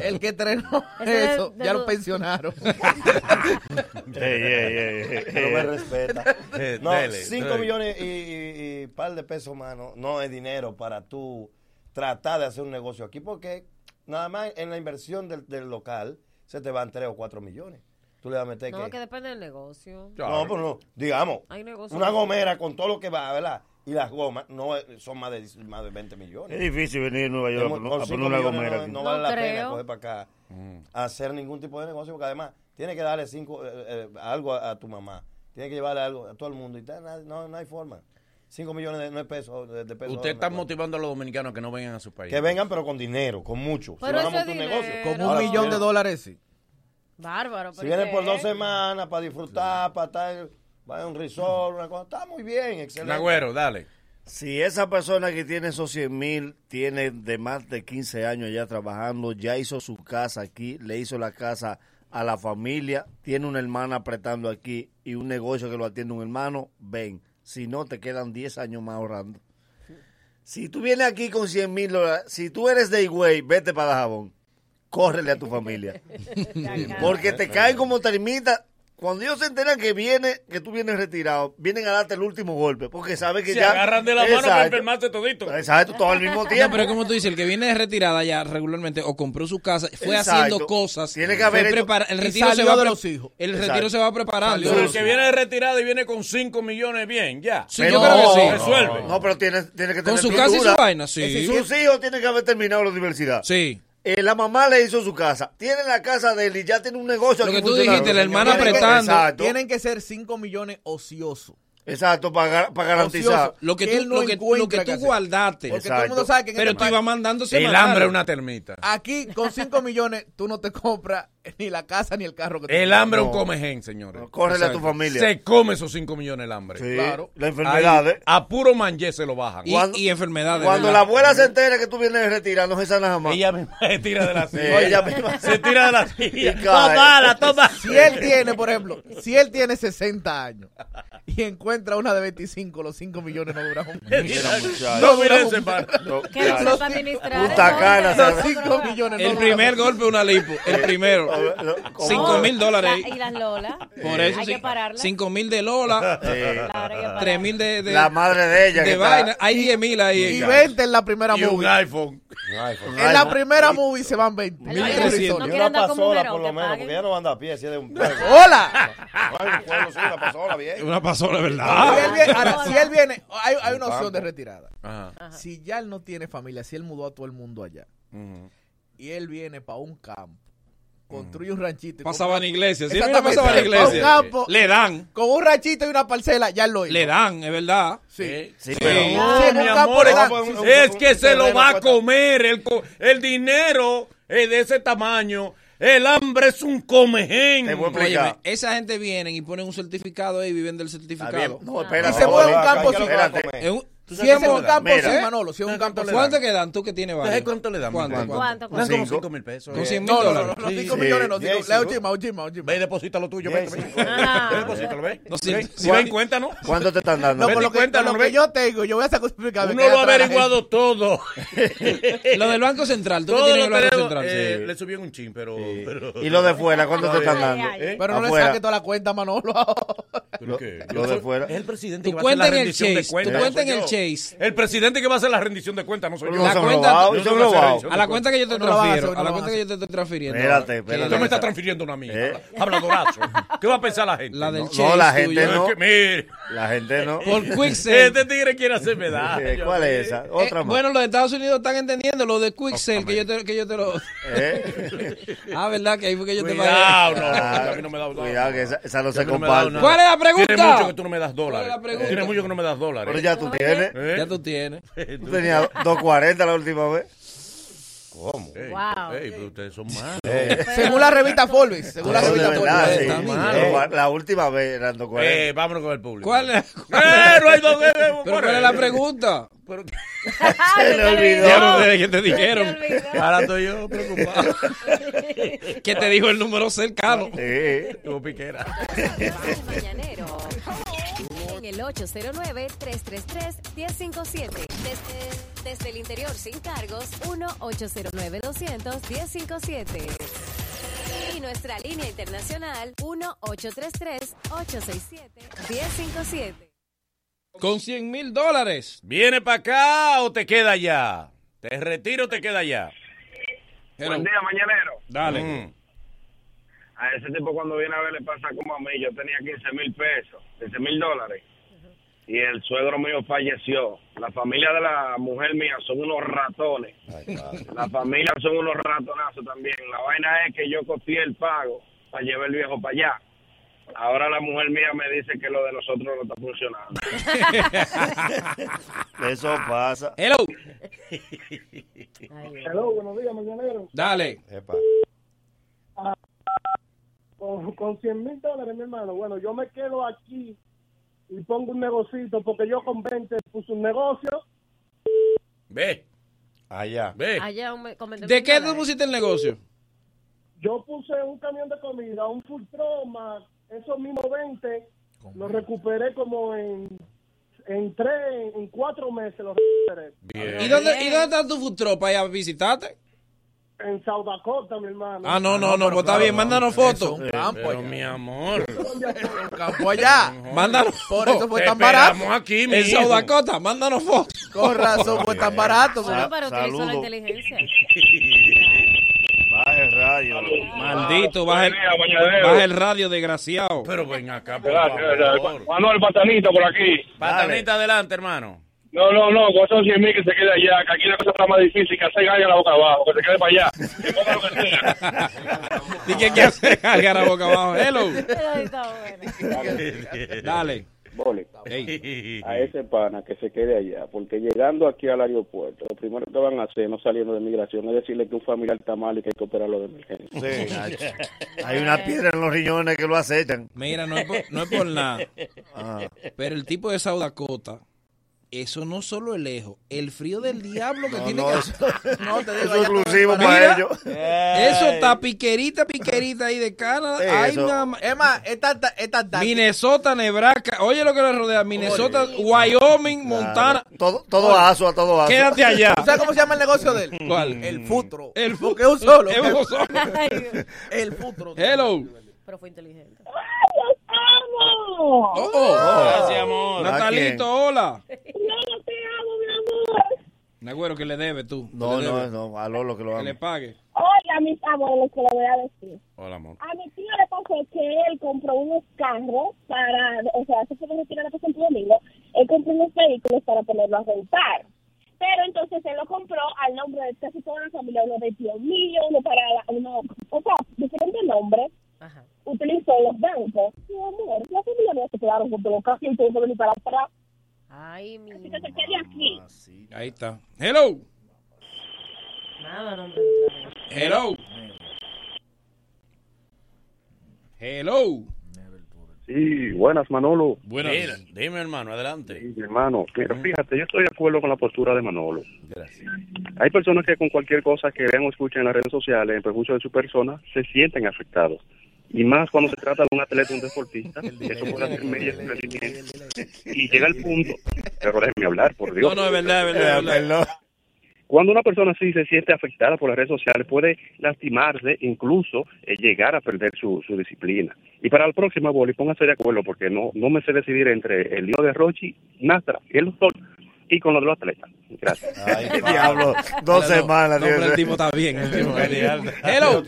S11: El que entrenó
S12: Ese de-
S11: eso,
S12: de
S11: ya
S12: lo-
S11: lo pensionaron.
S26: Ey, ey, ey, ey, Pero me respeta.
S11: Eh,
S26: No,
S11: dele,
S26: 5
S11: dele.
S26: millones y, y- y par de pesos, mano, no es dinero para tú tratar de hacer un negocio aquí, porque nada más en la inversión del, del local se te van 3 o 4 millones. Tú le vas a meter
S12: No,
S26: que...
S12: que depende del negocio.
S26: No, pues no. Digamos,
S12: Hay negocios.
S26: una gomera con todo lo que va, ¿verdad? Y las gomas no eh, son más de, más de 20 millones.
S8: Es difícil venir de Nueva York a
S26: Con
S8: poner- a
S26: cinco
S8: poner una
S26: millones
S8: gomera
S26: No,
S8: aquí.
S26: no vale
S8: No
S26: la pena
S8: creo.
S26: coger para acá a hacer ningún tipo de negocio, porque además tiene que darle cinco, eh, eh, algo a, a tu mamá. Tiene que llevarle algo a todo el mundo. Y tal, na- no, no hay forma. 5 millones de, no es peso, de, de peso.
S3: Usted está motivando a los dominicanos que no vengan a su país.
S26: Que vengan, pero con dinero, con mucho.
S12: Pero
S26: van a
S12: eso es
S26: montar
S12: dinero.
S11: Con un
S26: Ahora, si
S11: millón de
S26: vienen-
S11: dólares, sí.
S12: Bárbaro.
S26: Si
S12: pero
S26: vienen
S12: ¿qué
S26: por dos
S12: es?
S26: semanas para disfrutar, para estar, va a un resort, una cosa, está muy bien, excelente.
S3: Nagüero, dale.
S8: Si esa persona que tiene esos 100 mil tiene de más de 15 años ya trabajando, ya hizo su casa aquí, le hizo la casa a la familia, tiene una hermana apretando aquí y un negocio que lo atiende un hermano, ven. Si no, te quedan 10 años más ahorrando. Si tú vienes aquí con 100 mil dólares, si tú eres de Higüey, vete para Dajabón. Córrele a tu familia. Porque te caen como termitas. Cuando ellos se enteran que viene, que tú vienes retirado, vienen a darte el último golpe, porque saben que
S3: Se
S8: ya...
S3: agarran de la mano para
S8: Exacto.
S3: enfermarse todito.
S8: Exacto, todo al mismo tiempo.
S4: No, pero como tú dices, el que viene de retirada ya regularmente o compró su casa, fue
S8: Exacto.
S4: haciendo cosas.
S8: Tiene que
S4: fue
S8: haber hecho-
S4: prepara- El
S8: Y
S4: retiro se
S8: salió
S4: va
S8: de
S4: pre-
S8: los hijos.
S4: El
S8: Exacto.
S4: retiro se va preparando.
S3: Pero el que viene retirado y viene con 5 millones, bien, ya.
S4: Sí, yo creo que sí.
S3: Resuelve.
S8: No, pero tiene, tiene que
S4: Con
S8: tener
S4: su casa y
S8: estructura.
S4: su vaina, sí.
S8: Es decir, Sus hijos tienen que haber terminado la universidad. Eh,
S4: Sí.
S8: la mamá le hizo su casa. Tiene la casa de él y ya tiene un negocio.
S4: Lo
S8: aquí
S4: que tú
S8: funcionando.
S4: dijiste, la hermana
S8: Tienen que- Exacto.
S11: Tienen que ser 5 millones ociosos.
S8: Exacto, para, gar- para garantizar.
S11: Ocioso. Lo que tú- Él no lo que- encuentra lo que tú qué hacer. guardaste. Porque todo el mundo sabe que en
S4: Pero
S11: este
S4: tú
S11: país-
S4: ibas mandando
S3: El
S4: semanal.
S3: hambre es una termita.
S11: Aquí, con 5 millones, tú no te compras ni la casa ni el carro que te
S3: El hambre es un
S11: No.
S3: comején, señores.
S8: córrele a tu
S3: Exacto.
S8: familia.
S3: Se come esos 5 millones el hambre.
S8: Sí, Claro. la enfermedad,
S3: Ahí,
S8: ¿eh?
S3: A puro manjé se lo bajan.
S8: Cuando- Cuando la abuela se entera que tú vienes retirado, no se sana jamás. Ella
S3: misma se tira de la
S11: silla.
S8: ella misma
S11: Se tira de la
S8: silla.
S11: Si él tiene, por ejemplo, si él tiene 60 años y encuentra una de 25, los 5 millones no duran.
S3: No
S11: duran
S3: merece par.
S11: Que no
S8: Los-
S11: sepa administrar,
S8: Un tacana,
S11: entonces,
S8: ¿sabes?
S11: los cinco millones
S4: El primer golpe una lipo. El primero. Cinco
S12: No,
S4: mil dólares. ahí.
S12: la- Y las Lola.
S4: Por eso,
S12: Hay
S4: sí,
S12: que pararla.
S4: cinco mil de Lola,
S8: Sí. Claro, hay que parar.
S4: tres mil de, de-
S8: La madre de ella que
S4: de
S8: está-
S4: vaina. Hay diez mil ahí.
S11: Y 20 en la primera
S4: Y un
S11: movie.
S3: iPhone.
S11: En la primera movie se van 20.
S26: Y una pasola, por lo menos, porque ella no anda a pie, si es de un pueblo.
S11: ¡Hola!
S26: Ay, un pueblo, sí, una pasola, bien.
S4: Una pasola,
S11: Si él
S4: ¿verdad?
S11: viene, ahora, si él viene hay, hay una
S26: Un
S11: opción de
S26: campo.
S11: retirada.
S3: Ajá.
S11: Si ya él no tiene familia, si él mudó a todo el mundo allá
S3: Ujú.
S11: y él viene para un campo, construye un ranchito. y
S4: Pasaban
S11: compra-
S4: iglesias. Sí, mira,
S11: Exactamente,
S4: pasaban
S11: pa' un
S4: iglesias.
S11: campo,
S4: Le dan.
S11: Con un ranchito y una parcela, ya lo hizo.
S4: Le dan, es verdad.
S11: Sí.
S4: Sí,
S11: pero-
S3: No,
S11: Sí, en
S3: mi
S11: un campo
S3: amor,
S11: le
S3: es-
S11: dan- sí, sí,
S3: es
S11: un-
S3: que
S11: un
S3: se lo
S11: terreno
S3: va a
S11: cuesta-
S3: comer. El, co- el dinero es de ese tamaño. El hambre es un comején.
S4: Óyeme, esa gente viene y ponen un certificado ahí y viven del certificado.
S8: bien. No, espérate.
S11: Y se mueve un
S8: Acá hay
S11: campo
S8: que
S11: sin
S8: hablar con
S11: Espérate.
S8: él.
S4: un-
S8: Tú
S11: Si
S8: sabes
S11: es
S8: cuánto
S11: un
S8: le dan.
S11: campo sin
S8: Mira.
S11: Manolo, si es un campo sin
S4: ¿Cuánto que dan? ¿Tú que tienes varios?
S3: ¿Sabes cuánto le dan?
S4: ¿Cuánto?
S12: ¿Cuánto?
S4: ¿Cuánto?
S3: Dan como cinco mil pesos.
S4: Con
S3: Eh,
S4: cien mil
S11: No, no, no,
S4: dólares.
S11: no,
S3: Sí,
S11: 5
S3: sí.
S11: millones no,
S3: Diez,
S11: cinco- la
S3: sí.
S11: última, última, última. Ah.
S3: Ve y deposita lo tuyo. Ve,
S11: Diez,
S3: ve.
S11: cinco.
S3: Ve, deposítalo, ve.
S4: Doscientos.
S3: Ve, Si ven, cuéntanos.
S8: ¿Cuánto te están dando?
S11: No, por lo que,
S3: cuéntanos,
S11: por lo que
S3: ve.
S11: yo tengo, yo voy a sacar un certificado de
S3: Uno
S11: que
S3: lo ha
S11: atrás la gente-
S3: averiguado todo.
S4: Lo del Banco Central. ¿Tú que
S3: Todo
S4: tienes del
S3: lo
S4: Banco
S3: tenemos.
S4: Central?
S3: eh,
S4: Sí.
S3: Le subieron un chin, pero... pero-
S8: ¿Y lo de fuera? ¿Cuánto te están dando?
S3: ¿Eh?
S11: Pero no le
S8: Afuera.
S11: saque toda la cuenta a Manolo ahora.
S3: ¿Pero qué?
S8: Lo de fuera.
S3: Es el presidente
S4: Tú
S3: que va a hacer la
S4: cuenta en el
S3: rendición de
S4: Chase, tú cuenta
S3: cuentas. no
S4: en
S3: soy
S4: el
S3: yo. El presidente que va a hacer la rendición de cuentas, no soy yo.
S8: Pero no se han robado,
S3: Yo
S8: se han
S3: no voy hacer
S8: robado.
S3: rendición
S4: A
S3: de
S4: la
S3: cuentas.
S4: cuenta que yo te
S11: No lo van a hacer,
S4: transfiero.
S11: no
S4: A
S11: lo
S4: la cuenta
S11: van a
S4: que yo te estoy transfiriendo.
S8: Espérate,
S4: Que-
S8: espérate.
S3: Usted me está transfiriendo una mía.
S8: ¿Eh?
S3: Habladorazo. ¿Qué va a pensar la gente?
S4: La del
S8: No,
S4: Chase
S8: la
S4: tuyo.
S8: gente no.
S3: Es que, mire.
S8: La gente no.
S4: Por Quicksand.
S3: Este tigre quiere hacerme daño.
S8: ¿Cuál es esa? Otra
S4: Eh,
S8: más.
S4: bueno, los Estados Unidos están entendiendo lo de Quicksell, que yo te, que yo te lo...
S8: ¿Eh?
S4: Ah, ¿verdad? Que ahí fue que yo
S3: Cuidado,
S4: te
S3: no,
S8: Ah,
S3: a mí no me da dólares.
S8: Cuidado, que esa, esa no se
S3: A mí no me da
S8: comparte.
S3: nada.
S4: ¿Cuál es la pregunta?
S3: Tiene mucho que tú no me das
S4: ¿Cuál es la
S3: dólares.
S4: pregunta?
S3: Tiene mucho que no me das dólares.
S8: Pero ya tú tienes.
S3: ¿Eh?
S4: Ya tú tienes.
S8: Tú tenías 2.40 la última vez.
S26: ¿Cómo?
S3: Ey,
S12: Wow.
S3: ey, pero ustedes son malos.
S26: Ey.
S11: Según la revista Forbes. Según la
S8: Pero Eh. de
S11: revista
S8: verdad,
S11: Forbes.
S8: sí.
S4: está mal.
S8: Pero La última vez eran 2.40.
S3: Eh, vámonos con el público.
S4: ¿Cuál es,
S3: ¡Eh, no hay dónde!
S4: pero ¿cuál es la pregunta?
S8: Se le olvidó.
S4: Ya no sé qué te dijeron.
S12: Se olvidó.
S3: Ahora estoy yo preocupado.
S4: Que te dijo el número cercano.
S8: Eh,
S3: Como piquera.
S12: El Mañanero. En el 809-333-1057. Desde, desde el interior sin cargos, 1-809-200-1057. Y nuestra línea internacional, 1-833-867-1057.
S4: Con 100 mil dólares.
S3: ¿Viene para acá o te queda allá? ¿Te retiro o te queda allá?
S4: Hello.
S1: día, mañanero.
S4: Dale.
S3: Mm.
S1: A ese tipo cuando viene a ver le pasa como a mí. Yo tenía 15 mil pesos, 15 mil dólares. Y el suegro mío falleció. La familia de la mujer mía son unos ratones. La familia son unos ratonazos también. La vaina es que yo copié el pago para llevar el viejo para allá.
S27: Ahora la mujer mía me dice que lo de los otros no está funcionando.
S8: Eso pasa.
S4: Hello.
S20: Hello, buenos días, mañanero.
S4: Dale.
S20: Ah, con, con 100 mil dólares, mi hermano. Bueno, yo me quedo aquí y pongo un negocito porque yo con 20 puse un negocio.
S3: Ve.
S28: Allá.
S3: Ve.
S12: Allá un- con 20
S4: ¿De
S12: mil
S4: qué
S12: dólares.
S4: tú pusiste el negocio?
S20: Yo puse un camión de comida, un full truck más esos mismos 20. Los recuperé como en, en tres, en cuatro meses los recuperé.
S4: ¿Y dónde, ¿Y dónde está tu futuro para ir a visitarte?
S20: En South Dakota, mi hermano.
S4: Ah, no, no, no, pues está bien, mándanos fotos.
S3: Pero mi amor.
S17: campo allá.
S4: Mándanos
S17: Por eso fue
S4: Te
S17: tan barato.
S4: esperamos aquí, mi
S17: En
S4: hijo.
S17: South
S4: Dakota, mándanos fotos.
S17: Con razón fue tan barato.
S12: Bueno,
S17: porque-
S12: pero utilizó la inteligencia.
S8: Baja el radio.
S3: Maldito, baja el,
S4: baja el radio, desgraciado.
S3: Pero ven acá, por favor.
S20: Gracias. Manuel Patanito por aquí.
S3: Patanita, adelante, hermano.
S20: No, no, no, con esos 100 mil que se quede allá, que aquí la cosa está más difícil, que hacer gallo a la boca abajo, que se quede para allá. Que ponga lo que sea.
S4: ¿Y qué quieres hacer? la boca abajo. Hello.
S25: Dale. Boli,
S3: Ey.
S25: a ese pana que se quede allá, porque llegando aquí al aeropuerto, lo primero que van a hacer, no saliendo de migración, es decirle que un familiar está mal y que hay que operarlo de emergencia.
S8: Sí, Hay una piedra en los riñones que lo acechan.
S4: Mira, no es por, no es por nada.
S8: Ah.
S4: Pero el tipo de South Dakota, eso no solo el ejo, el frío del diablo que
S8: No,
S4: tiene
S8: no,
S4: que
S8: eso-
S17: No, te digo,
S8: eso
S17: allá
S8: es exclusivo
S17: todo es
S8: para
S17: barato.
S8: ellos.
S4: eh, Eso está piquerita, piquerita ahí de Canadá.
S17: Sí,
S4: Ay,
S17: eso.
S4: nada más.
S17: Es más, esta, ta- esta ta-
S4: Minnesota, Nebraska, oye lo que le rodea, Minnesota, Wyoming, Montana.
S8: Todo, todo aso, a todo aso.
S4: Quédate allá.
S17: ¿Tú sabes cómo se llama el negocio de él?
S4: ¿Cuál?
S17: El futuro.
S4: El
S17: Porque es un solo.
S4: Es un solo.
S17: El futuro.
S4: Hello.
S12: Pero fue inteligente.
S4: Oh,
S3: Gracias, amor.
S4: Natalito, hola.
S20: No, te amo, mi
S4: Nagüero, que le debe tú.
S8: No,
S4: Que le
S8: no,
S4: debe.
S8: no, a Lolo que lo
S4: Que le
S8: amo.
S4: pague.
S20: Hola, mis amores, que le voy a decir.
S3: Hola, amor.
S20: A mi tío le pasó que él compró unos carros para, o sea, eso fue lo que le pasó en tu domingo, él compró unos vehículos para ponerlos a rentar. Pero entonces él lo compró al nombre de casi toda la familia, uno de tío mío, uno para, la- uno, o sea, diferentes nombres. Utilizó los bancos. Mi amor, la familia mía se quedaron con los carros y él tuvo que venir para atrás.
S12: Ay, mi. Ah,
S20: Así que se quede aquí.
S4: Ahí está. Hello.
S12: Nada, no, hombre.
S4: Hello. Hello.
S29: Sí, buenas Manolo.
S3: Bueno, dime, hermano, adelante. Mm.
S29: Mi hermano, mira, fíjate, yo estoy de acuerdo con la postura de Manolo.
S3: Gracias.
S29: Hay personas que con cualquier cosa que vean o escuchen en las redes sociales en perjuicio de su persona se sienten afectados. Y más cuando se trata de un atleta, un deportista, que eso puede hacer media rendimiento. Y llega el punto, pero déjeme hablar, por Dios.
S4: No, no, es verdad, es verdad, es verdad.
S29: Cuando una persona así se siente afectada por las redes sociales, puede lastimarse, incluso eh, llegar a perder su, su disciplina. Y para el próximo boli, pónganse de acuerdo, porque no, no me sé decidir entre el lío de Rochi, Nastra, el doctor, y con los dos atletas. Gracias.
S8: Diablo, dos semanas.
S4: No, pero
S8: tío.
S4: el tipo está bien. el tipo está bien. Hello.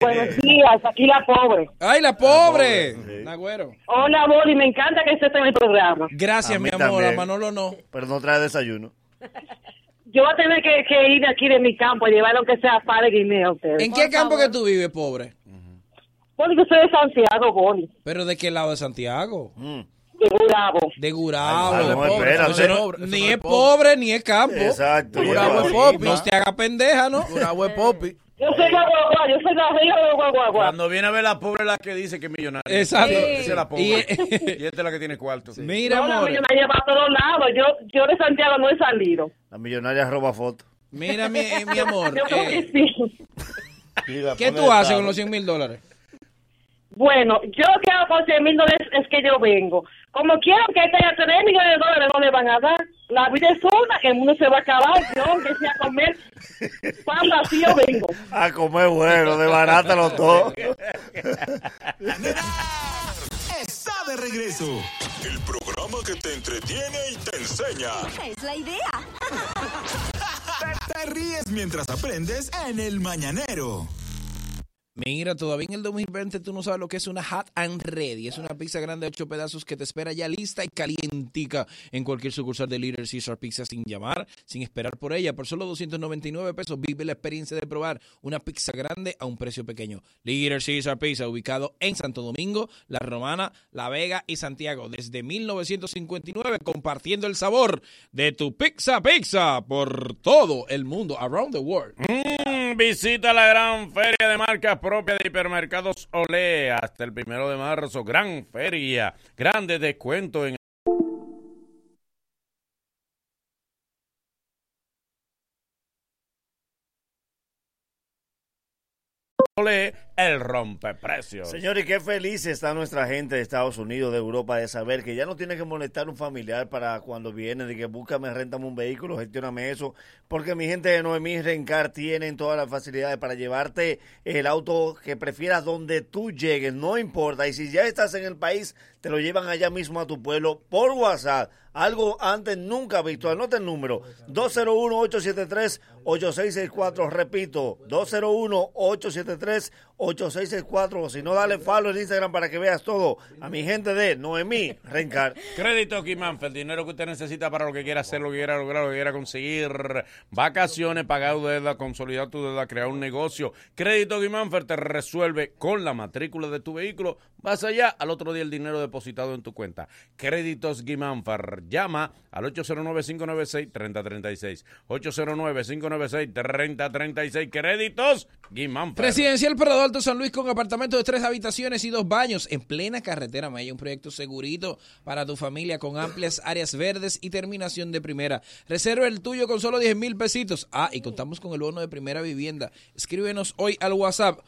S13: Buenos días, aquí la pobre.
S4: Ay, la pobre. Nagüero.
S13: Hola, Boli, me encanta que estés en el programa.
S4: Gracias,
S8: A
S4: mi
S8: mí
S4: amor.
S8: también.
S4: A Manolo no.
S8: Pero no trae desayuno.
S13: Yo voy a tener que, que ir de aquí de mi campo a llevar lo que sea para de guineo a ustedes.
S4: ¿En qué campo que tú vives, pobre?
S13: Porque soy de Santiago, Boli,
S4: ¿Pero de qué lado de Santiago?
S13: de Gurabo.
S4: De Gurabo.
S13: Ay, no,
S4: Pobre,
S13: espérate.
S4: entonces no-
S13: Eso no es
S4: ni
S13: pobre.
S4: es pobre ni es campo.
S8: Exacto.
S4: Gurabo es popi. No se haga pendeja, ¿no?
S17: Gurabo es popi.
S13: Yo soy de Guaguá, yo soy de arriba de Guaguaguá.
S3: Cuando viene a ver la pobre, la que dice que es millonaria.
S4: Exacto.
S3: Esa es la pobre.
S4: Y-
S3: Y, esta es la que tiene cuarto.
S4: Mira,
S13: no,
S4: amor.
S13: la me lleva a todos lados. Yo, yo de Santiago no he salido.
S8: La millonaria roba fotos.
S4: Mira, mi, eh, mi amor.
S13: Yo creo
S4: eh,
S13: que sí.
S4: ¿Qué tú haces con los 100 mil dólares?
S13: Bueno, yo que hago con 100 mil dólares es que yo vengo. Como quiero que tenga 3 millones de dólares, no le van a dar. La vida es una, que el mundo se va a acabar. Yo, aunque sea comer pan vacío, vengo.
S8: A comer Ah, bueno, de barata los dos.
S2: Está de regreso. El programa que te entretiene y te enseña.
S30: Es la idea.
S2: Te ríes mientras aprendes en el mañanero.
S4: Mira, todavía en el 2020 tú no sabes lo que es una hot and ready. Es una pizza grande de ocho pedazos que te espera ya lista y calientica en cualquier sucursal de Leader Caesar Pizza sin llamar, sin esperar por ella. Por solo 299 pesos vive la experiencia de probar una pizza grande a un precio pequeño. Leader Caesar Pizza, ubicado en Santo Domingo, La Romana, La Vega y Santiago. Desde 1959, compartiendo el sabor de tu pizza pizza por todo el mundo, around the world.
S3: Mm, visita la gran feria de marcas propias de hipermercados Olé hasta el primero de marzo. Gran feria, grandes descuentos en Olé, el rompeprecios.
S8: Señores, qué feliz está nuestra gente de Estados Unidos, de Europa, de saber que ya no tiene que molestar un familiar para cuando viene, de que búscame, réntame un vehículo, gestióname eso, porque mi gente de Noemí Rencar tienen todas las facilidades para llevarte el auto que prefieras donde tú llegues, no importa. Y si ya estás en el país, te lo llevan allá mismo a tu pueblo por WhatsApp. Algo antes nunca visto. Anota el número 201-873-8664. Repito, 201-873-8664. O Si no, dale follow en Instagram para que veas todo. A mi gente de Noemí Rencar.
S3: Crédito Kimanfer, el dinero que usted necesita para lo que quiera hacer, lo que quiera lograr, lo que quiera conseguir. Vacaciones, pagar deuda, consolidar tu deuda, crear un negocio. Crédito Kimanfer te resuelve con la matrícula de tu vehículo. Vas allá, al otro día el dinero depositado en tu cuenta. Créditos Guimánfer. Llama al 809-596-3036. 809-596-3036. Créditos Guimánfer.
S4: Residencial para adultos San Luis con apartamento de tres habitaciones y dos baños en plena carretera Maya. Un proyecto segurito para tu familia con amplias áreas verdes y terminación de primera. Reserva el tuyo con solo 10 mil pesitos. Ah, y contamos con el bono de primera vivienda. Escríbenos hoy al WhatsApp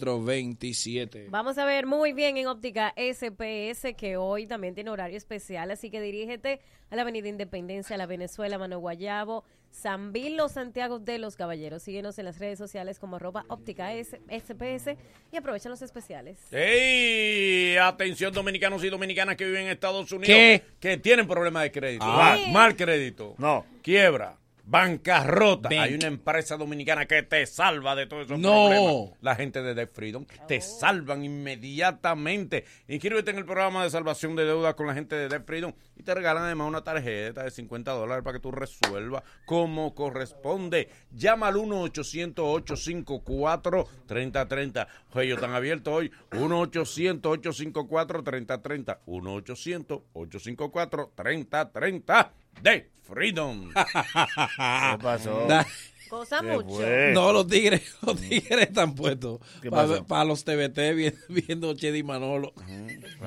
S4: 829-990-3427.
S12: Vamos a ver muy bien en óptica SPS que hoy también tiene horario especial, así que dirígete a la Avenida Independencia, la Venezuela, Mano Guayabo, San Vilo, Santiago de los Caballeros. Síguenos en las redes sociales como arroba óptica S- SPS y aprovecha los especiales.
S3: ¡Ey! Atención, dominicanos y dominicanas que viven en Estados Unidos.
S4: ¿Qué?
S3: Que tienen problemas de crédito.
S4: Ah.
S3: Mal, mal crédito. No. Quiebra. Bancarrota.
S4: Ven.
S3: Hay una empresa dominicana que te salva de todos esos
S4: No.
S3: problemas. La gente de Debt Freedom te salvan inmediatamente. Inscríbete en el programa de salvación de deudas con la gente de Debt Freedom y te regalan además una tarjeta de 50 dólares para que tú resuelvas como corresponde. Llama al 1-800-854-3030. Oye, ellos están abiertos hoy. 1-800-854-3030. 1-800-854-3030. Debt Freedom. ¿Qué
S8: pasó?
S3: Eh,
S12: Cosa
S8: Qué
S12: mucho.
S8: bueno.
S3: pues.
S4: No, los tigres, los tigres están puestos
S8: ¿Qué
S4: para
S8: pasó?
S4: los TBT vi- viendo Chedi Manolo.
S8: Ah.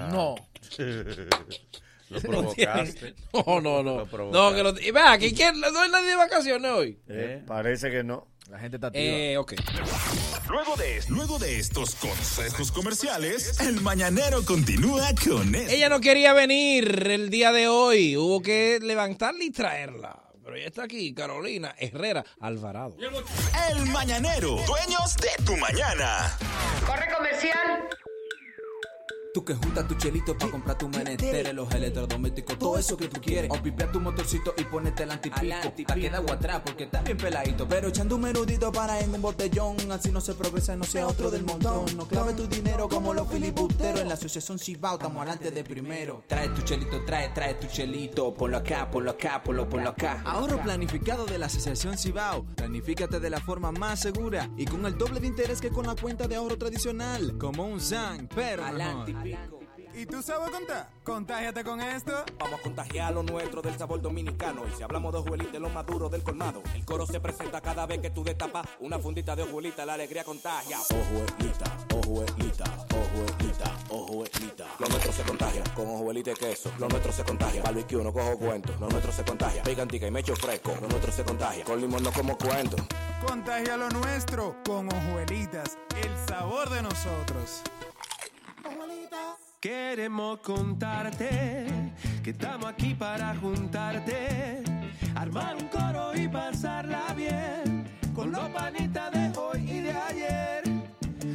S4: No.
S3: Lo provocaste.
S4: No, no, no.
S3: Lo
S4: No, que los- y vea, aquí quién- no hay nadie de vacaciones hoy.
S8: Eh, parece que no.
S11: La gente está
S4: Eh, ok.
S2: Luego de, luego de estos consejos comerciales, el mañanero continúa con esto.
S4: Ella no quería venir el día de hoy. Hubo que levantarla y traerla. Pero ella está aquí, Carolina Herrera Alvarado.
S2: El mañanero, dueños de tu mañana.
S31: Corre comercial.
S32: Tú que juntas tu chelito para comprar tu menester, los electrodomésticos, todo eso que tú quieres. O pipea tu motorcito y ponete el antipico. Pa' queda agua atrás porque está bien peladito. Pero echando un menudito para en un botellón. Así no se progresa, no sea otro del montón. No clave tu dinero como los filibusteros. En la asociación Cibao estamos adelante de primero. Trae tu chelito, trae, trae tu chelito. Ponlo acá, ponlo acá, ponlo, ponlo acá. Ahorro planificado de la Asociación Cibao. Planifícate de la forma más segura y con el doble de interés que con la cuenta de ahorro tradicional. Como un Zang, pero
S10: Adelante,
S32: mejor.
S10: ¿Y tú sabes contar? Contágiate con esto. Vamos a contagiar lo nuestro del sabor dominicano. Y si hablamos de ojuelita, de lo más duro del colmado. El coro se presenta cada vez que tú destapas una fundita de ojuelita. La alegría contagia. Ojuelita, ojuelita, ojuelita, ojuelita. Lo nuestro se contagia con ojuelita y queso. Lo nuestro se contagia. Palo que uno cojo cuento. Lo nuestro se contagia. Picantica y mecho fresco. Lo nuestro se contagia. Con limón no como cuento.
S25: Contagia lo nuestro con hojuelitas, el sabor de nosotros.
S17: Queremos contarte que estamos aquí para juntarte, armar un coro y pasarla bien con los panitas de hoy y de ayer.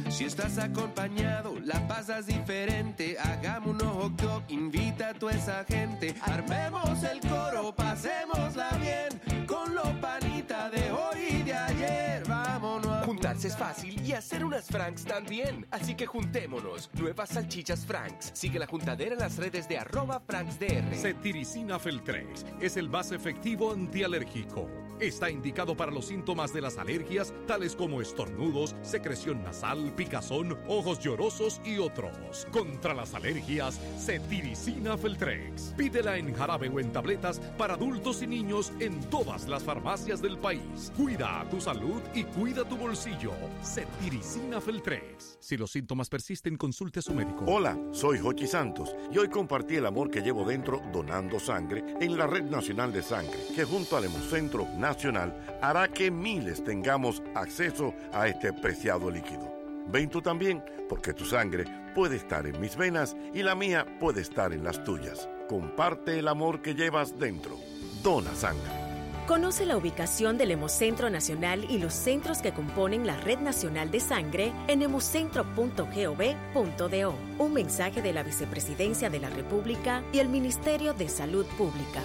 S17: Si estás acompañado, la pasas diferente. Hagamos un hot dog, invita a toda esa gente. Armemos el coro, pasémosla bien con los panitas de hoy y de ayer. Vámonos a juntar. Franks es fácil y hacer unas Franks también. Así que juntémonos. Nuevas salchichas Franks. Sigue la juntadera en las redes de arroba FranksDR.
S10: Cetiricina Feltrex es el más efectivo antialérgico. Está indicado para los síntomas de las alergias, tales como estornudos, secreción nasal, picazón, ojos llorosos y otros. Contra las alergias, Cetiricina Feltrex. Pídela en jarabe o en tabletas para adultos y niños en todas las farmacias del país. Cuida tu salud y cuida tu bolsillo. Cetiricina Feltrex.
S28: Si los síntomas persisten, consulte a su médico. Hola, soy Jochi Santos y hoy compartí el amor que llevo dentro donando sangre en la Red Nacional de Sangre, que junto al Hemocentro Nacional hará que miles tengamos acceso a este preciado líquido. Ven tú también, porque tu sangre puede estar en mis venas y la mía puede estar en las tuyas. Comparte el amor que llevas dentro. Dona sangre.
S33: Conoce la ubicación del Hemocentro Nacional y los centros que componen la Red Nacional de Sangre en hemocentro.gov.do. Un mensaje de la Vicepresidencia de la República y el Ministerio de Salud Pública.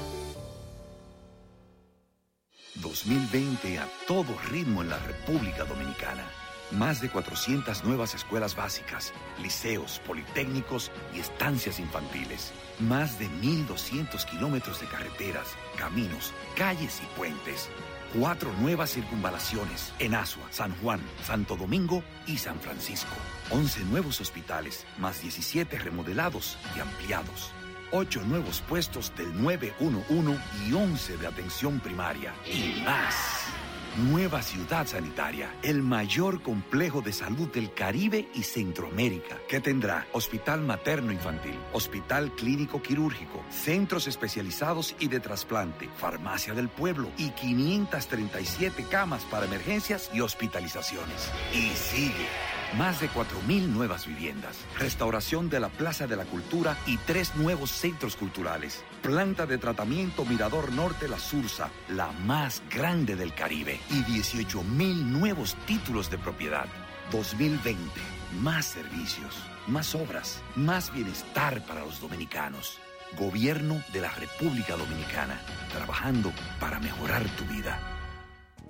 S15: 2020 a todo ritmo en la República Dominicana. Más de 400 nuevas escuelas básicas, liceos, politécnicos y estancias infantiles. Más de 1.200 kilómetros de carreteras, caminos, calles y puentes. Cuatro nuevas circunvalaciones en Asua, San Juan, Santo Domingo y San Francisco. 11 nuevos hospitales, más 17 remodelados y ampliados. 8 nuevos puestos del 911 y 11 de atención primaria. Y más. Nueva Ciudad Sanitaria, el mayor complejo de salud del Caribe y Centroamérica, que tendrá hospital materno infantil, hospital clínico quirúrgico, centros especializados y de trasplante, farmacia del pueblo y 537 camas para emergencias y hospitalizaciones. Y sigue. Más de 4.000 nuevas viviendas, restauración de la Plaza de la Cultura y tres nuevos centros culturales. Planta de tratamiento Mirador Norte La Sursa, la más grande del Caribe. Y 18.000 nuevos títulos de propiedad. 2020, más servicios, más obras, más bienestar para los dominicanos. Gobierno de la República Dominicana, trabajando para mejorar tu vida.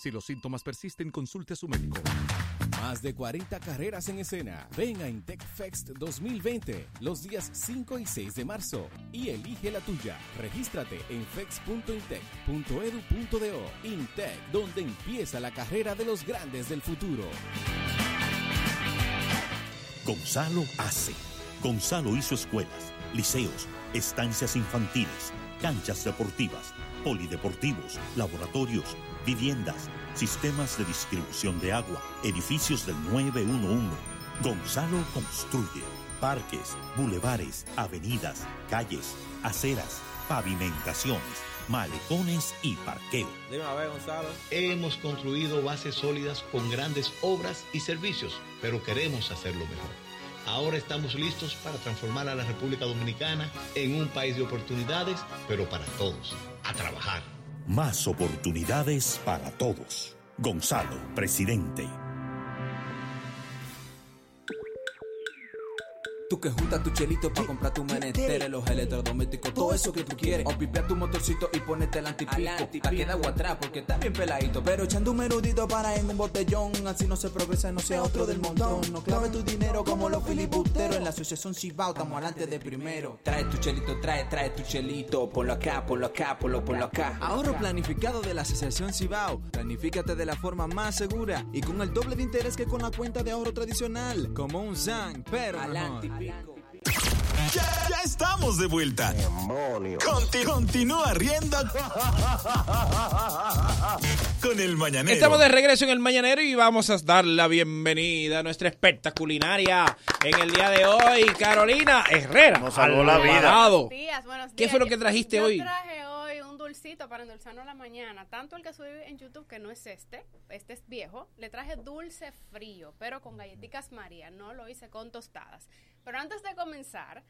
S25: Si los síntomas persisten, consulte a su médico. Más de 40 carreras en escena. Ven a Intec Fest 2020 los días 5 y 6 de marzo y elige la tuya. Regístrate en fex.intec.edu.do. Intec, donde empieza la carrera de los grandes del futuro.
S21: Gonzalo hace. Gonzalo hizo escuelas, liceos, estancias infantiles, canchas deportivas, polideportivos, laboratorios, viviendas, sistemas de distribución de agua, edificios del 911. Gonzalo construye parques, bulevares, avenidas, calles, aceras, pavimentaciones, malecones y parqueo.
S33: Dime a ver, Gonzalo.
S23: Hemos
S33: construido
S23: bases sólidas con grandes obras y servicios, pero queremos hacerlo mejor. Ahora estamos listos para transformar a la República Dominicana en un país de oportunidades, pero para todos. A trabajar.
S21: Más oportunidades para todos. Gonzalo, presidente.
S14: Tú que juntas tu chelito para comprar tu menester, los electrodomésticos, todo eso que tú quieres. O pipea tu motorcito y ponete el antipico. Pa' queda agua atrás porque está bien peladito. Pero echando un menudito para en un botellón. Así no se progresa, no sea otro del montón. No clave tu dinero como los filibusteros. En la asociación Cibao estamos adelante de primero. Trae tu chelito, trae, trae tu chelito. Ponlo acá, ponlo acá, ponlo, ponlo acá. Ahorro planificado de la asociación Cibao. Planifícate de la forma más segura y con el doble de interés que con la cuenta de ahorro tradicional. Como un Zang, pero mejor.
S2: Ya, ya estamos de vuelta. Conti- continúa riendo con el mañanero.
S4: Estamos de regreso en el Mañanero y vamos a dar la bienvenida a nuestra espectaculinaria en el día de hoy, Carolina Herrera. Nos
S8: salvó la vida.
S1: Buenos días, buenos
S4: ¿Qué
S1: días.
S4: fue lo
S1: Yo-
S4: que trajiste
S1: yo
S4: hoy?
S1: traje hoy un dulcito para endulzarnos la mañana. Tanto el que subí en YouTube, que no es este, este es viejo, le traje dulce frío, pero con galletitas María, no lo hice con tostadas. Pero antes de comenzar,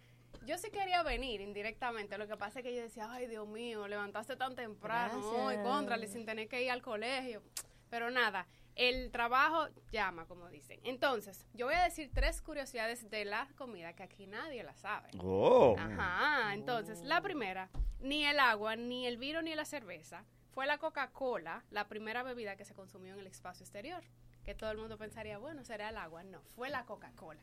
S1: yo sí quería venir indirectamente, lo que pasa es que yo decía, ay Dios mío, levantaste tan temprano, y
S6: Gracias.
S1: contrale, sin tener que ir al colegio. Pero nada, el trabajo llama, como dicen. Entonces, yo voy a decir tres curiosidades de la comida que aquí nadie la sabe.
S8: Oh.
S1: Ajá, Ah, entonces, la primera, ni el agua, ni el vino, ni la cerveza, fue la Coca-Cola la primera bebida que se consumió en el espacio exterior. Que todo el mundo pensaría, bueno, será el agua. No, fue la Coca-Cola.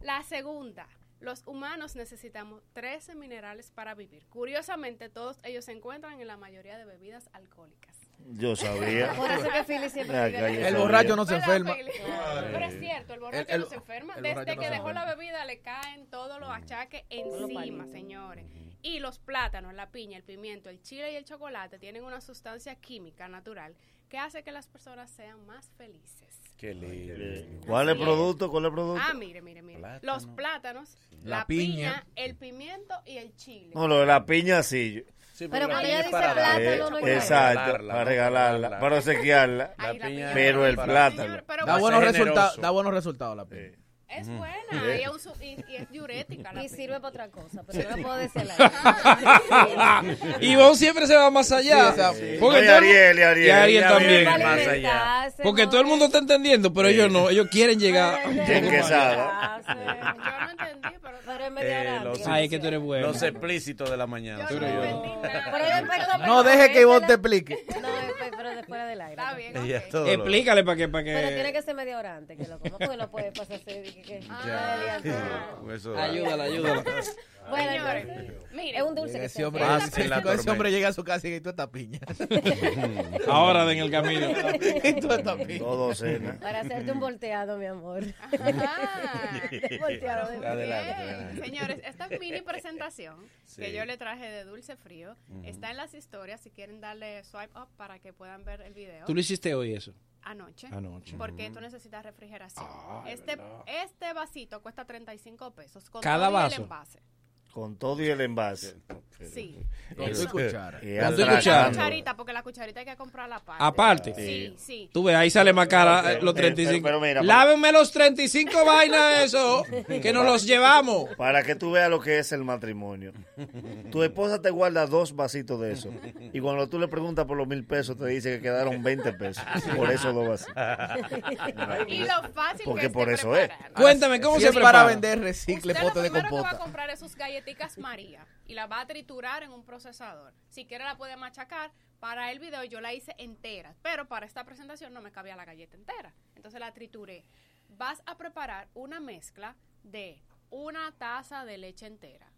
S1: La segunda, los humanos necesitamos 13 minerales para vivir. Curiosamente, todos ellos se encuentran en la mayoría de bebidas alcohólicas.
S8: Yo sabía.
S1: Por eso que Philly siempre
S8: Acá
S1: vive
S8: yo
S1: en la-
S8: sabía. Eh.
S1: ¿Verdad, Philly? Pero es cierto, el borracho
S8: El- el-
S1: no se enferma.
S8: el
S1: Desde
S8: borracho
S1: que
S8: no se
S1: dejó
S8: enferma.
S1: la bebida le caen todos los achaques encima, señores. Y los plátanos, la piña, el pimiento, el chile y el chocolate tienen una sustancia química natural que hace que las personas sean más felices.
S3: Qué lindo.
S8: ¿Cuál es
S1: Así
S8: el producto? ¿Cuál es el producto?
S1: Ah, mire, mire, mire.
S8: Plátano.
S1: Los plátanos,
S8: La
S1: la,
S8: piña.
S1: piña, el pimiento y el chile.
S8: No, lo de la piña sí. yo-
S1: pero cuando
S12: ella
S1: ella
S12: dice
S1: para
S8: Eh,
S1: plátano, no
S8: exacto, para regalarla, para obsequiarla. Pero el plátano.
S11: Da buenos, resultados da buenos resultados la piña.
S1: Es
S11: Mm.
S1: buena y, es un su- y- y es diurética. La
S12: Y sirve para otra cosa, pero no la puedo decir
S4: Y vos siempre se va más allá.
S11: Sí, sí.
S4: Porque
S11: No, y
S4: todo el-
S11: Ariel, y Ariel.
S4: y Ariel
S11: Y Ariel
S4: también.
S11: va más allá.
S4: Porque todo el mundo está entendiendo, pero ellos no. Ellos quieren llegar. un poco más allá.
S12: Pero en media
S3: Eh,
S12: hora.
S3: los,
S4: Ay, es que tú eres bueno.
S3: Los explícitos de la mañana.
S12: Yo no
S3: soy yo.
S12: Pero después-
S11: No deje que Ivonne te explique.
S12: No, después- pero después del aire. Está bien.
S3: Ella todo lo-
S4: Explícale para que, para
S12: Pero tiene
S4: que.
S12: que ser media hora antes que lo coma, porque no puede pasarse. de que- que-
S3: Ya. Eso da.
S4: Ayúdala, ayúdala.
S12: Bueno,
S1: Señores,
S12: entonces, es un dulce que
S11: Ese
S12: se
S4: Ah,
S11: hombre,
S12: hace.
S11: ese
S3: tormenta.
S11: hombre llega a su casa y grita esta piña.
S4: Ahora en el camino.
S11: Mm. Y tú esta piña.
S8: Todo cena.
S12: Para hacerte un volteado, mi amor. Ah. volteado de
S1: Bien. Señores, esta mini presentación
S12: Sí.
S1: que yo le traje de Dulce Frío
S4: Ujú.
S1: está en las historias. Si quieren darle swipe up para que puedan ver el video.
S4: Tú lo hiciste hoy eso.
S1: Anoche.
S4: Anoche.
S1: Porque
S4: Ujú.
S1: tú necesitas refrigeración.
S4: Ah, es
S1: este,
S4: verdad.
S1: este vasito cuesta 35 pesos. Con todo y
S8: Cada
S1: el
S8: vaso.
S1: envase.
S8: Con todo y el envase.
S1: Sí.
S8: Con
S4: su
S11: cuchara.
S8: Y
S4: Con su
S8: atracando.
S4: cuchara.
S1: Cucharita, porque la cucharita hay que comprarla aparte.
S4: Aparte.
S1: Sí, sí.
S4: Tú ves, ahí sale más cara eh, los
S8: Eh, pero-
S4: 35.
S8: pero mira,
S4: Lávenme los 35 vainas eso, que nos los llevamos.
S8: Para que tú veas lo que es el matrimonio. Tu esposa te guarda dos vasitos de eso. Y cuando tú le preguntas por los mil pesos, te dice que quedaron 20 pesos. Por eso dos vasitos.
S1: Y lo fácil
S8: Porque
S1: que es
S8: por
S1: de
S8: eso
S1: preparar.
S8: es.
S4: Cuéntame, ¿cómo
S11: Si
S4: se
S11: es
S4: prepara?
S11: para vender recicle,
S1: Usted lo
S11: pote de
S1: primero que va
S11: compota.
S1: a comprar es sus galletitas María y la va a triturar en un procesador. Si quiere la puede machacar. Para el video yo la hice entera, pero para esta presentación no me cabía la galleta entera. Entonces la trituré. Vas a preparar una mezcla de una taza de leche entera,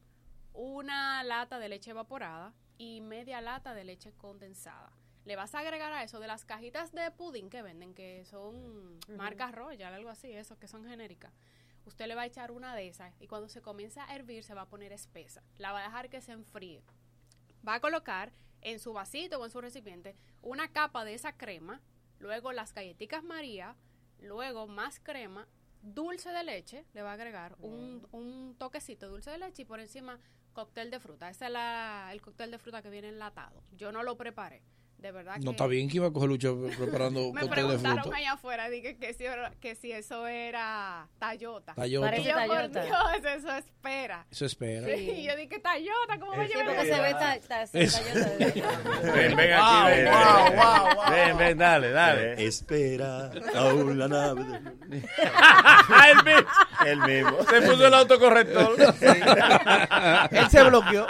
S1: una lata de leche evaporada y media lata de leche condensada. Le vas a agregar a eso de las cajitas de pudín que venden, que son marcas Royal, algo así, esos que son genéricas. Usted le va a echar una de esas y cuando se comienza a hervir se va a poner espesa. La va a dejar que se enfríe. Va a colocar en su vasito o en su recipiente una capa de esa crema, luego las galletitas María, luego más crema, dulce de leche, le va a agregar un, un toquecito de dulce de leche y por encima cóctel de fruta. Ese es la- el cóctel de fruta que viene enlatado. Yo no lo preparé, de verdad
S4: No
S1: que-
S4: está bien que iba a coger lucha preparando
S1: me
S4: cóctel de fruta.
S1: preguntaron allá afuera, dije que si, era- que si eso era Tayota.
S4: Tayota. Parece
S1: Y yo, por
S12: Tayota.
S1: Dios, eso espera.
S4: Eso espera.
S1: Sí, y yo dije, Tayota, ¿cómo va a
S12: Sí,
S1: llevar
S12: porque
S1: eso?"
S12: se ve ta- ta- sí, Eso. Tayota.
S3: Ven, ven aquí,
S12: Wow,
S3: ven.
S12: wow,
S3: ven.
S12: wow, wow.
S3: Ven, ven, dale, dale.
S13: Espera aún la nave.
S3: el mismo.
S8: El mismo.
S3: Se puso el autocorrector.
S11: Él se bloqueó.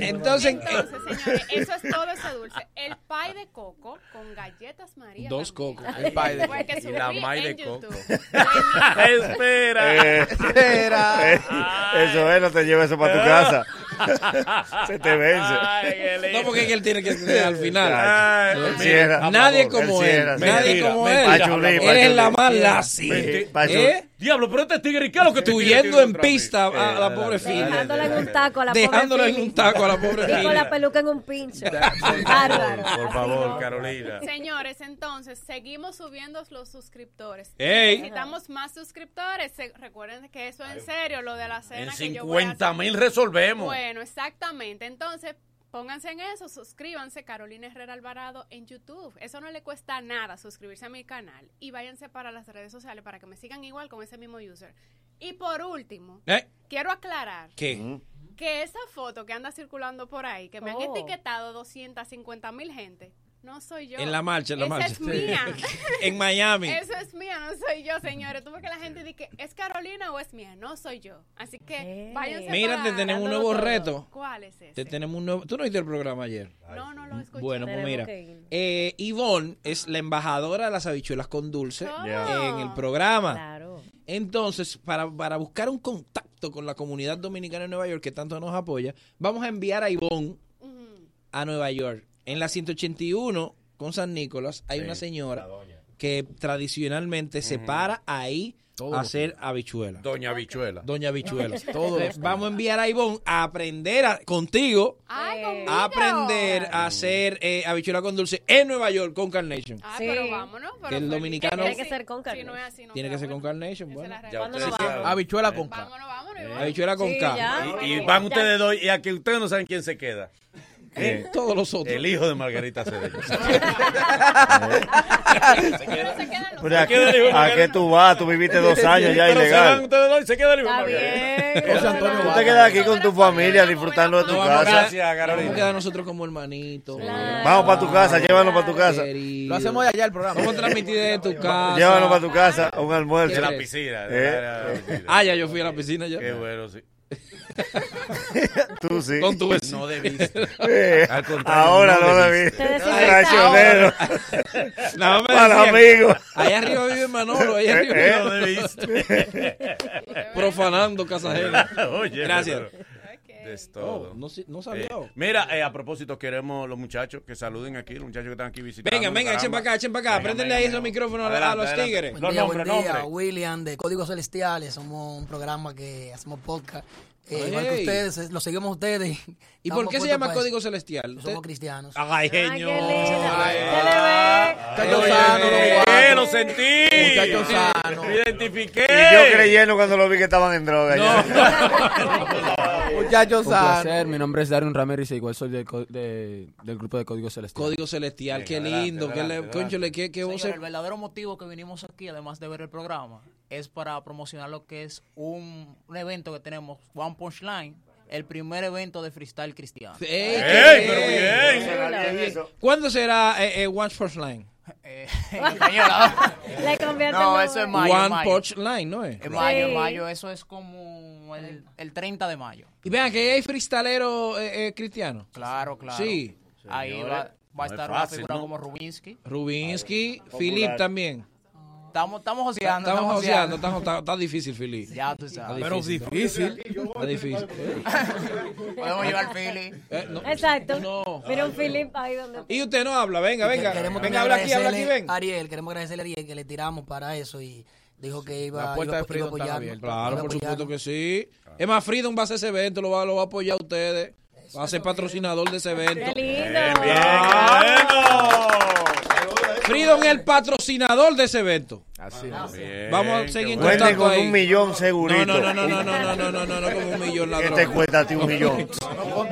S4: Entonces,
S1: Entonces, señores, eso es todo ese dulce. El pie de coco con galletas María.
S4: Dos cocos.
S1: El pie de Porque coco.
S4: Y la
S1: subí
S4: may
S1: en
S4: de coco.
S3: Espera.
S8: Eh, eso es, no te lleves eso para tu casa. Se te vence.
S4: No, porque es que él tiene que ser al final.
S8: Ay,
S4: Mira,
S8: él cierra,
S4: nadie
S8: por favor,
S4: como
S8: él
S4: él.
S8: cierra,
S4: nadie
S8: mentira,
S4: como
S8: mentira,
S4: él.
S8: Pachulí,
S4: él
S8: Pachulí.
S4: es la más
S8: Mentira,
S4: lazi.
S8: Pachulí.
S4: ¿Eh?
S3: Diablo, pero este tigre, ¿qué es lo que tú
S4: Huyendo en pista a, a
S8: Eh,
S4: la pobre fila.
S12: Dejándola en un taco a la pobre
S4: Dejándola en
S12: Philly.
S4: un taco a la pobre
S12: Y con la
S4: fila.
S12: peluca en un pincho.
S3: Por favor, Carolina.
S1: Señores, entonces, seguimos subiendo los suscriptores.
S3: Ey.
S1: Necesitamos más suscriptores. Se- recuerden que eso es en serio, lo de la cena
S3: En
S1: que yo voy a hacer.
S3: 50 mil resolvemos.
S1: Bueno, exactamente. Entonces, Pónganse en eso, suscríbanse Carolina Herrera Alvarado en YouTube. Eso no le cuesta nada suscribirse a mi canal y váyanse para las redes sociales para que me sigan igual con ese mismo user. Y por último,
S4: ¿Eh?
S1: quiero aclarar
S4: ¿Qué?
S1: que esa foto que anda circulando por ahí, que me han
S4: Oh.
S1: etiquetado 250 mil gente, no soy yo.
S4: En la marcha, en la
S1: Esa
S4: marcha.
S1: es mía.
S4: en Miami.
S1: Esa es mía, no soy yo, señores. Tuve que la gente dice, ¿es Carolina o es mía? No soy yo. Así que váyanse
S4: Mira, te
S1: para-
S4: tenemos un nuevo reto.
S1: ¿Cuál es ese?
S4: Te tenemos un nuevo... ¿Tú no viste el programa ayer?
S1: No, no lo escuché.
S4: Bueno, pues
S1: Tenemos
S4: mira,
S1: que ir.
S4: eh, Ivonne es la embajadora de las habichuelas con dulce
S1: Yeah.
S4: en el programa.
S12: Claro.
S4: Entonces, para, para buscar un contacto con la comunidad dominicana en Nueva York que tanto nos apoya, vamos a enviar a Ivonne a Nueva York. En la 181 con San Nicolás hay
S3: Sí,
S4: una señora que tradicionalmente se
S3: Ujú.
S4: para ahí
S3: Todos
S4: a
S3: los
S4: hacer habichuelas.
S3: Doña Bichuela.
S4: Doña Bichuela.
S3: Todos los
S4: Entonces, vamos a enviar a Ivonne a aprender a- contigo
S12: Eh,
S4: a aprender a hacer eh, habichuela con dulce en Nueva York con Carnation.
S1: Ah, pero vámonos. pero
S4: Que el
S1: feliz.
S4: dominicano-
S1: Tiene que
S4: Sí,
S1: ser con carne. Si no es así, no.
S4: Tiene que ser con Carnation. Bueno.
S1: Ya ¿Cuándo ustedes nos
S3: vamos? saben.
S11: Habichuela con K.
S4: Habichuela con
S1: Sí,
S4: K.
S1: ya.
S3: Y van ustedes dos, y aquí ustedes no saben quién se queda. Eh,
S4: ¿Quién? Todos los otros.
S3: El hijo de Margarita Cedeño.
S8: Pero ¿a, qué- a qué tú vas? Tú viviste dos años ya
S3: Pero se van
S8: ilegal.
S3: ustedes dos y se queda el hijo de
S8: Tú
S3: Margarita.
S8: te quedas aquí con tu familia disfrutando de tu
S4: vamos
S8: casa.
S4: a Vamos a quedar nosotros como hermanitos.
S8: Vamos para tu casa, llévanos para tu casa.
S4: Lo hacemos allá el programa. Vamos a transmitir desde tu casa.
S8: Llévanos para tu casa un almuerzo.
S4: De la piscina, de
S8: ¿Eh?
S4: Ah, ya yo fui a la piscina ya.
S3: Qué bueno, sí.
S8: Tú sí.
S4: Con tu vecino.
S3: No debiste.
S8: Eh,
S3: Al contrario,
S8: Ahora
S3: no
S8: no la vi.
S3: debiste. Te desinfectaron.
S8: Traicionero.
S4: Nada más me
S8: Para
S4: decían,
S8: amigos.
S4: Allá arriba vive Manolo, allá arriba
S8: Eh,
S4: no debiste. Profanando casa ajena.
S3: Oye,
S4: Gracias.
S3: pero- Es todo.
S4: Oh, no si- no sabía.
S3: Eh, mira, eh, a propósito, queremos los muchachos que saluden aquí, los muchachos que están aquí visitando.
S4: Venga, venga, echen para acá, echen para acá. Préndele ahí esos micrófonos a la- a
S3: Adelante,
S4: los
S3: adelante.
S4: tigres.
S3: Los
S6: Buen día,
S3: nombres,
S6: buen día.
S3: nombres.
S6: William de Códigos Celestiales. Somos un programa que hacemos podcast. Eh,
S4: Ay.
S6: igual que ustedes, eh, lo seguimos a ustedes.
S4: ¿Y por qué se llama Código
S6: Celestiales?
S4: Celestial?
S6: Somos cristianos.
S4: Ay, genio. Ay,
S6: Muchachos sanos, los
S3: Eh,
S6: guapos.
S3: lo sentí.
S6: Muchachos sanos.
S3: Me identifiqué.
S8: Y yo creyendo cuando lo vi que estaban en droga.
S6: Un placer, mi nombre es Darwin Ramírez y igual soy del, co- de- del grupo de Código Celestial.
S4: Código Celestial, qué lindo, qué le, cónchole, qué, qué voz
S5: Señor, el verdadero motivo que vinimos aquí, además de ver el programa, es para promocionar lo que es un, un evento que tenemos, One Punch Line, el primer evento de freestyle cristiano.
S4: ¡Ey, qué
S5: ¡Ey,
S4: bien!
S5: pero bien!
S4: Qué bien. ¿Cuándo será eh, eh, One Punch Line?
S5: Compañera.
S6: Le convierte
S5: No, eh.
S6: en
S5: eso es
S6: un-
S5: mayo.
S4: One
S5: mayo.
S4: Punch Line, ¿no es?
S5: En mayo,
S6: Sí.
S5: mayo, eso es como el, el 30 de mayo.
S4: Y vean que hay freestalero eh, eh, cristiano.
S5: Claro, claro.
S4: Sí.
S5: Ahí
S4: Señores,
S5: va, va a
S4: no es
S5: estar
S4: fácil,
S5: una figura
S4: ¿no?
S5: como Rubinsky.
S4: Rubinsky,
S5: Popular.
S4: Philip también.
S5: Estamos, estamos joseando.
S4: Estamos
S5: joseando.
S4: joseando, estamos- está, está difícil, Philip.
S5: Ya tú sabes.
S4: Está
S5: Pero difícil.
S4: Está difícil.
S5: Podemos llevar Philly.
S4: Eh, no.
S6: Exacto.
S4: Mira un
S6: Philip ahí donde.
S4: Y usted no habla, venga, venga.
S6: Queremos
S4: venga,
S6: también
S4: habla aquí, habla aquí,
S6: agradecerle
S4: ven.
S6: a Ariel, queremos agradecerle a Ariel que le tiramos para eso y dijo que iba,
S4: La
S6: iba,
S4: puerta de
S6: iba a
S4: Freedom está
S6: apoyarnos.
S4: abierta.
S6: Iba
S4: Claro,
S6: a
S4: por
S6: apoyarnos.
S4: supuesto que sí. Es más, Freedom va a hacer ese evento, lo va, lo va a apoyar a ustedes. Va a ser patrocinador de ese evento.
S6: ¡Qué lindo!
S4: Bien, bien, claro. Freedom es el patrocinador de ese evento. Así
S8: Ah, Bien,
S4: Vamos a seguir en
S8: qué bueno. Cuenten
S4: contacto
S8: con
S4: ahí.
S8: un millón segurito.
S4: No, no, no, no, no, no, no, no, no, no, como un millón
S8: ¿Qué
S4: ladrón.
S8: te cuesta a ti un millón?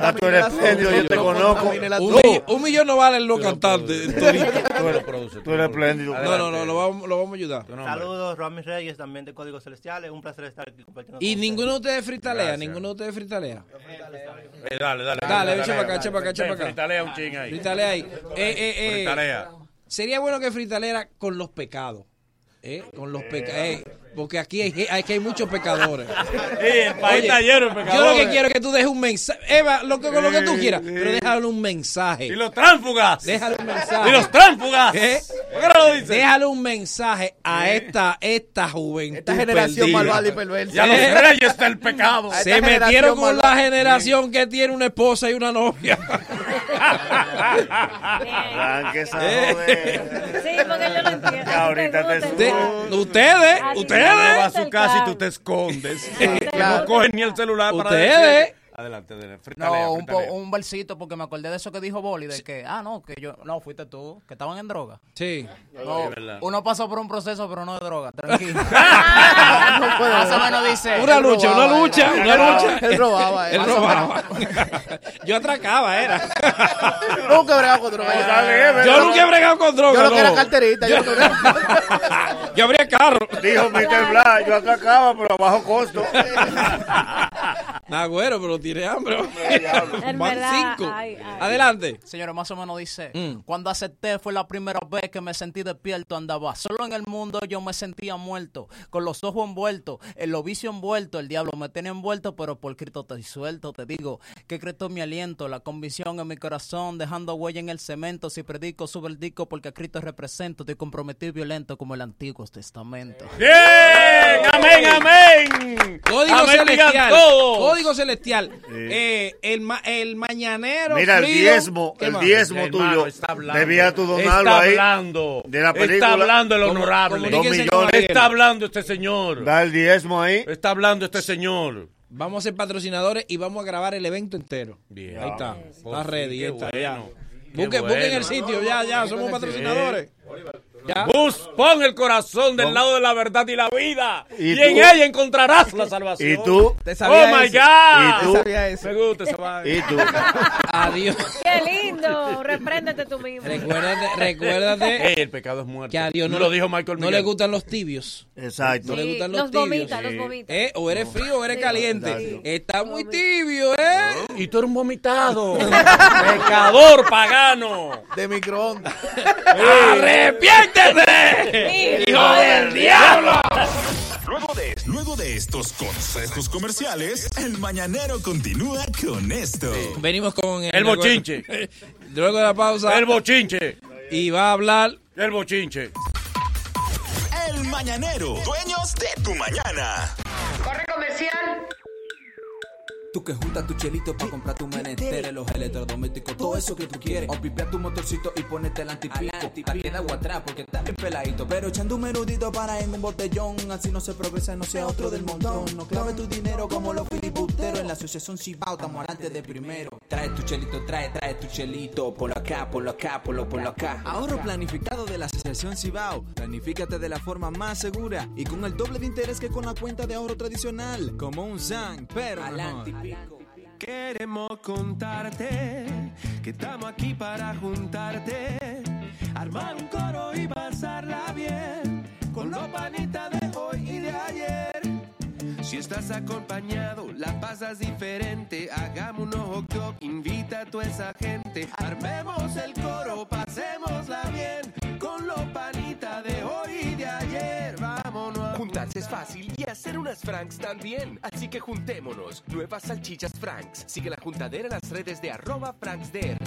S8: A tu expendio, yo te conozco.
S4: Un, millón- un millón no vale los cantantes.
S8: Tú eres- tú eres espléndido.
S4: No, no, no, lo vamos, lo vamos a ayudar.
S9: Saludos, Ramis Reyes, también de Código Celestiales. Un placer estar aquí compartiendo.
S4: Y
S9: con
S4: ninguno de ustedes fritalea,
S9: Gracias.
S4: ninguno de ustedes fritalea.
S3: Eh, dale, dale.
S4: Dale, echa
S3: Fritalea.
S4: para acá, echa para acá, echa
S3: Ven,
S4: para acá.
S3: fritalea un chin ahí.
S4: Fritalea ahí. Eh, eh, eh.
S3: Fritalea.
S4: Sería bueno que fritalera con los pecados. ¿eh? Con los pecados. porque aquí hay, ge- aquí hay muchos pecadores.
S3: el país está lleno de pecadores.
S4: Yo lo que quiero es que tú dejes un mensaje. Eva, lo que, con lo que tú quieras, pero déjale un mensaje.
S3: Y los tránsfugas.
S4: Déjale un mensaje.
S3: Y los tránsfugas.
S4: ¿Eh?
S3: ¿Por qué no lo dices?
S4: Déjale un mensaje a esta, esta juventud. Esta
S11: generación malvada y perversa. Y a los
S3: reyes del pecado. A
S4: Se
S3: esta
S4: metieron
S3: generación
S4: con la
S3: malvada.
S4: generación que tiene una esposa y una novia. Eh.
S6: Sí, porque yo lo entiendo.
S8: ahorita te
S4: Usted- ¿eh? ustedes,
S3: Tú
S4: ustedes.
S3: vas a su casa y tú te escondes. No cogen ni el celular para
S4: Ah, Ustedes,
S3: decir, Adelante, adelante. Fritalea,
S5: No, un, po-
S3: fritalea.
S5: un versito, porque me acordé de eso que dijo Boli, de que, ah, no, que yo, no, fuiste tú, que estaban en droga.
S4: Sí.
S5: No,
S4: Es verdad.
S5: uno pasó por un proceso, pero no de droga, tranquilo.
S4: puede.
S5: Más o menos dice.
S4: Una lucha, una lucha, una lucha.
S11: Él robaba, él
S4: Él
S11: robaba.
S4: robaba. Yo atracaba, era.
S11: Nunca he bregado con droga.
S4: Yo nunca he bregado con droga.
S11: Yo lo que
S4: no.
S11: era carterita. Yo, lo que era-
S4: Yo abría carro.
S8: Dijo Mr. Blas, Ah, yo atacaba, pero a bajo costo.
S4: Nah, güero, pero tiene hambre.
S5: En
S4: Van
S5: verdad,
S4: cinco.
S5: ay, ay.
S4: Adelante.
S5: Señores, más o menos dice,
S4: Mm.
S5: cuando acepté fue la primera vez que me sentí despierto, andaba. Solo en el mundo yo me sentía muerto, con los ojos envueltos, el ovicio envuelto, el diablo me tenía envuelto, pero por Cristo te suelto, te digo, que Cristo es mi aliento, la convicción en mi corazón, dejando huella en el cemento, si predico, sube el disco, porque a Cristo represento, estoy comprometido y violento como el Antiguo Testamento.
S3: ¡Bien! ¡Amén, amén!
S4: Código
S5: Amén,
S4: celestial.
S5: digan todos.
S4: Código celestial. Eh, el, ma- el mañanero.
S8: Mira, el
S4: frío.
S8: diezmo,
S4: ¿Qué
S8: el
S4: más?
S8: diezmo tuyo. Debía tu donarlo ahí. De la película.
S3: Está hablando el honorable.
S8: Dos millones.
S3: Está hablando este señor.
S8: Da el diezmo ahí.
S3: Está hablando este señor.
S4: Vamos a ser patrocinadores y vamos a grabar el evento entero.
S3: Bien.
S4: Ahí está.
S3: Por
S4: Está
S3: fin,
S4: ready.
S3: qué
S4: ya está, ya.
S3: bueno. Qué
S4: Busquen,
S3: bueno.
S4: busquen el sitio, ya, ya. Somos patrocinadores. Ya.
S3: Bus, pon el corazón del lado de la verdad y la vida.
S4: ¿Y
S3: Y, en
S4: tú?
S3: ella encontrarás la salvación.
S8: ¿Y tú?
S3: ¿Te
S8: sabías
S3: oh my
S8: ese?
S3: God.
S8: ¿Y tú? ¿Te
S3: sabía eso? Me gusta esa vaina.
S8: ¿Y tú?
S4: Adiós.
S12: Qué lindo. Repréndete tú mismo.
S4: Recuérdate, recuérdate
S3: Ey, Eh, el pecado es muerte.
S4: que a Dios no,
S3: lo
S4: le-
S3: dijo Michael
S4: no
S3: Miguel.
S4: le gustan los tibios.
S8: Exacto.
S4: No le
S12: Sí,
S4: gustan los,
S12: los
S4: tibios.
S12: vomita, los vomita.
S4: Eh, o eres frío o eres
S12: Sí.
S4: caliente.
S12: Exacto.
S4: Está muy tibio, ¿eh?
S3: Y tú eres un vomitado. Pecador pagano.
S11: De microondas.
S3: ¡Arrepiéntete! ¡Hijo del diablo!
S2: Luego de estos consejos comerciales, el mañanero continúa con esto.
S4: Venimos con
S3: El bochinche.
S4: Luego de la pausa.
S3: El bochinche.
S4: Y va a hablar.
S3: El bochinche.
S2: El mañanero, dueños de tu mañana.
S32: Corre comercial.
S14: Tú que juntas tu chelito para comprar tu menesteres, los electrodomésticos, todo eso que tú quieres. O pipea tu motorcito y ponerte el antipico.
S32: Pa' que de agua atrás, porque está bien peladito.
S14: Pero echando un menudito para en un botellón, así no se progresa, no sea otro del montón. No clave tu dinero como los filibusteros en la asociación Cibao, estamos antes de primero.
S32: Trae tu chelito, trae, trae tu chelito. Ponlo acá, ponlo acá, ponlo, ponlo acá.
S14: Ahorro planificado de la Asociación Cibao. Planifícate de la forma más segura y con el doble de interés que con la cuenta de ahorro tradicional, como un Zang, pero mejor.
S17: Queremos contarte que estamos aquí para juntarte, armar un coro y pasarla bien con los panitas de hoy y de ayer. Si estás acompañado, la pasas diferente. Hagamos un hot dog, invita a toda esa gente. Armemos el coro, pasémosla bien con los panitas de hoy y de ayer. Vámonos a
S7: Juntarse es fácil y hacer unas Franks también. Así que juntémonos. Nuevas salchichas Franks. Sigue la juntadera en las redes de arroba franksdr.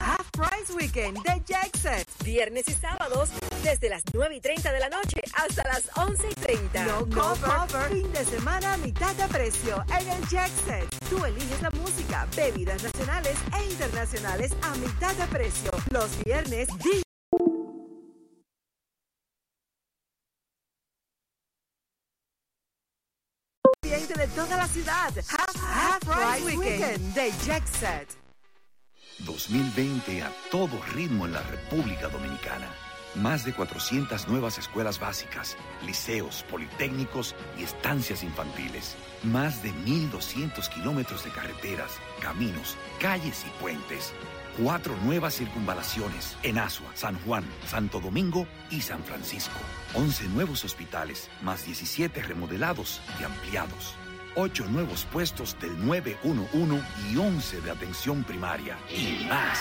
S29: Half Price Weekend de Jackson. Viernes y sábados desde las 9 y 30 de la noche hasta las 11 y 30.
S10: No cover.
S29: Fin de semana a mitad de precio en el Jackson. Tú eliges la música, bebidas nacionales e internacionales a mitad de precio. Los viernes, DJ Ambiente de toda la ciudad. Half, Half Price Weekend de Jackson.
S15: 2020 a todo ritmo en la República Dominicana. Más de 400 nuevas escuelas básicas, liceos, politécnicos y estancias infantiles. Más de 1.200 kilómetros de carreteras, caminos, calles y puentes. Cuatro nuevas circunvalaciones en Asua, San Juan, Santo Domingo y San Francisco. 11 nuevos hospitales, más 17 remodelados y ampliados. 8 nuevos puestos del 911 y 11 de atención primaria. Y más.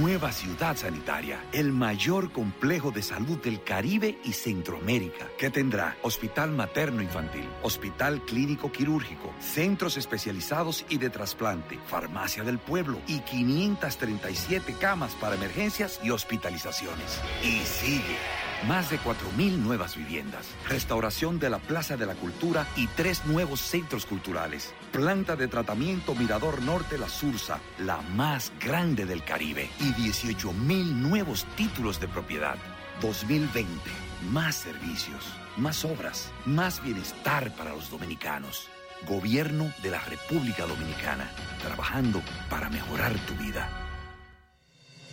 S15: Nueva ciudad sanitaria, el mayor complejo de salud del Caribe y Centroamérica, que tendrá hospital materno infantil, hospital clínico quirúrgico, centros especializados y de trasplante, farmacia del pueblo y 537 camas para emergencias y hospitalizaciones. Y sigue. Más de 4.000 nuevas viviendas, restauración de la Plaza de la Cultura y tres nuevos centros culturales. Planta de tratamiento Mirador Norte La Sursa, la más grande del Caribe. Y 18.000 nuevos títulos de propiedad. 2020, más servicios, más obras, más bienestar para los dominicanos. Gobierno de la República Dominicana, trabajando para mejorar tu vida.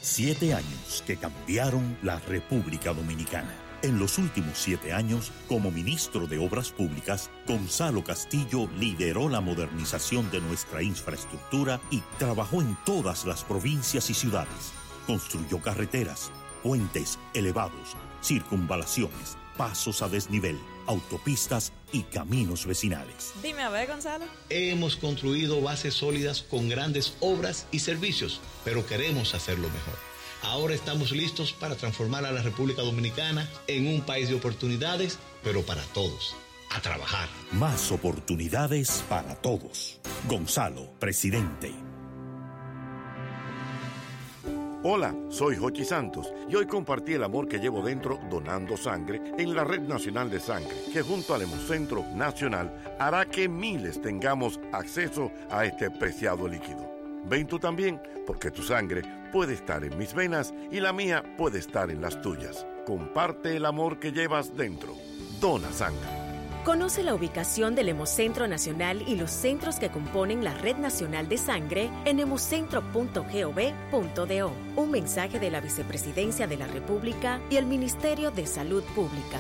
S21: Siete años que cambiaron la República Dominicana. En los últimos siete años, como ministro de Obras Públicas, Gonzalo Castillo lideró la modernización de nuestra infraestructura y trabajó en todas las provincias y ciudades. Construyó carreteras, puentes elevados, circunvalaciones, pasos a desnivel, autopistas y caminos vecinales.
S34: Dime a ver, Gonzalo.
S23: Hemos construido bases sólidas con grandes obras y servicios, pero queremos hacerlo mejor. Ahora estamos listos para transformar a la República Dominicana en un país de oportunidades, pero para todos. A trabajar.
S21: Más oportunidades para todos. Gonzalo, presidente.
S28: Hola, soy Jochi Santos y hoy compartí el amor que llevo dentro donando sangre en la Red Nacional de Sangre, que junto al Hemocentro Nacional hará que miles tengamos acceso a este preciado líquido. Ven tú también, porque tu sangre puede estar en mis venas y la mía puede estar en las tuyas. Comparte el amor que llevas dentro. Dona sangre.
S33: Conoce la ubicación del Hemocentro Nacional y los centros que componen la Red Nacional de Sangre en hemocentro.gov.do. Un mensaje de la Vicepresidencia de la República y el Ministerio de Salud Pública.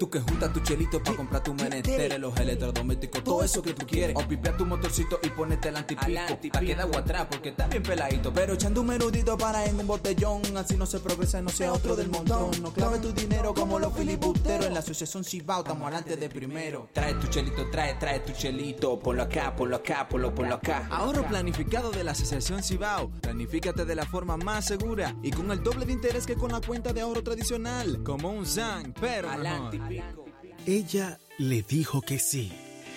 S30: Tú que juntas tu chelito para comprar tu menester, los electrodomésticos, todo eso que tú quieres. O pipea tu motorcito y ponete el antipico. Pa' queda agua atrás porque está bien peladito. Pero echando un menudito para en un botellón. Así no se progresa, no sea otro del montón. No clave tu dinero como los filibusteros. En la asociación Cibao estamos adelante de primero. Trae tu chelito, trae, trae tu chelito. Ponlo acá, ponlo acá, ponlo, ponlo acá. Ahorro planificado de la Asociación Cibao. Planifícate de la forma más segura y con el doble de interés que con la cuenta de ahorro tradicional. Como un ZAN, pero
S25: Adelante,
S30: mejor.
S25: Ella le dijo que sí.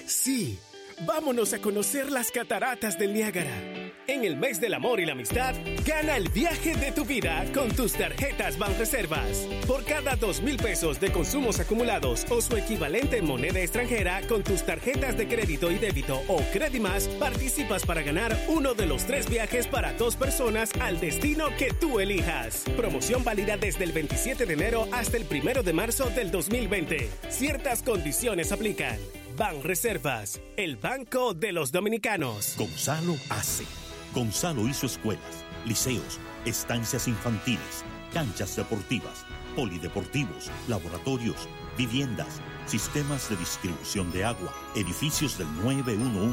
S25: Sí, vámonos a conocer las cataratas del Niágara. En el mes del amor y la amistad, gana el viaje de tu vida con tus tarjetas Banreservas. Por cada dos mil pesos de consumos acumulados o su equivalente en moneda extranjera con tus tarjetas de crédito y débito o Credimas, participas para ganar uno de los tres viajes para dos personas al destino que tú elijas. Promoción válida desde el 27 de enero hasta el 1 de marzo del 2020. Ciertas condiciones aplican. Banreservas, el banco de los dominicanos.
S15: Gonzalo hace.
S21: Gonzalo hizo escuelas, liceos, estancias infantiles, canchas deportivas, polideportivos, laboratorios, viviendas, sistemas de distribución de agua, edificios del 911.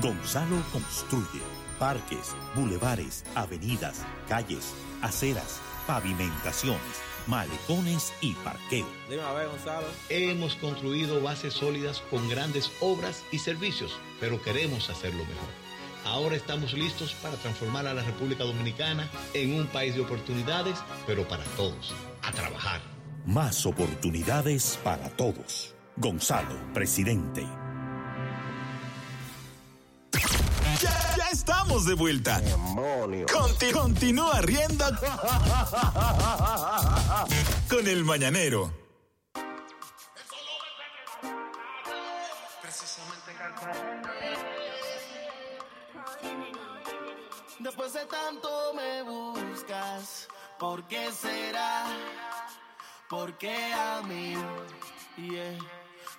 S21: Gonzalo construye parques, bulevares, avenidas, calles, aceras, pavimentaciones, malecones y parqueo.
S23: Dime a ver, Gonzalo. Hemos construido bases sólidas con grandes obras y servicios, pero queremos hacerlo mejor. Ahora estamos listos para transformar a la República Dominicana en un país de oportunidades, pero para todos. A trabajar.
S21: Más oportunidades para todos. Gonzalo, presidente.
S14: Ya, ya estamos de vuelta. Conti- continúa riendo con el mañanero.
S13: Después de tanto me buscas, ¿por qué será? ¿Por qué a mí? Yeah.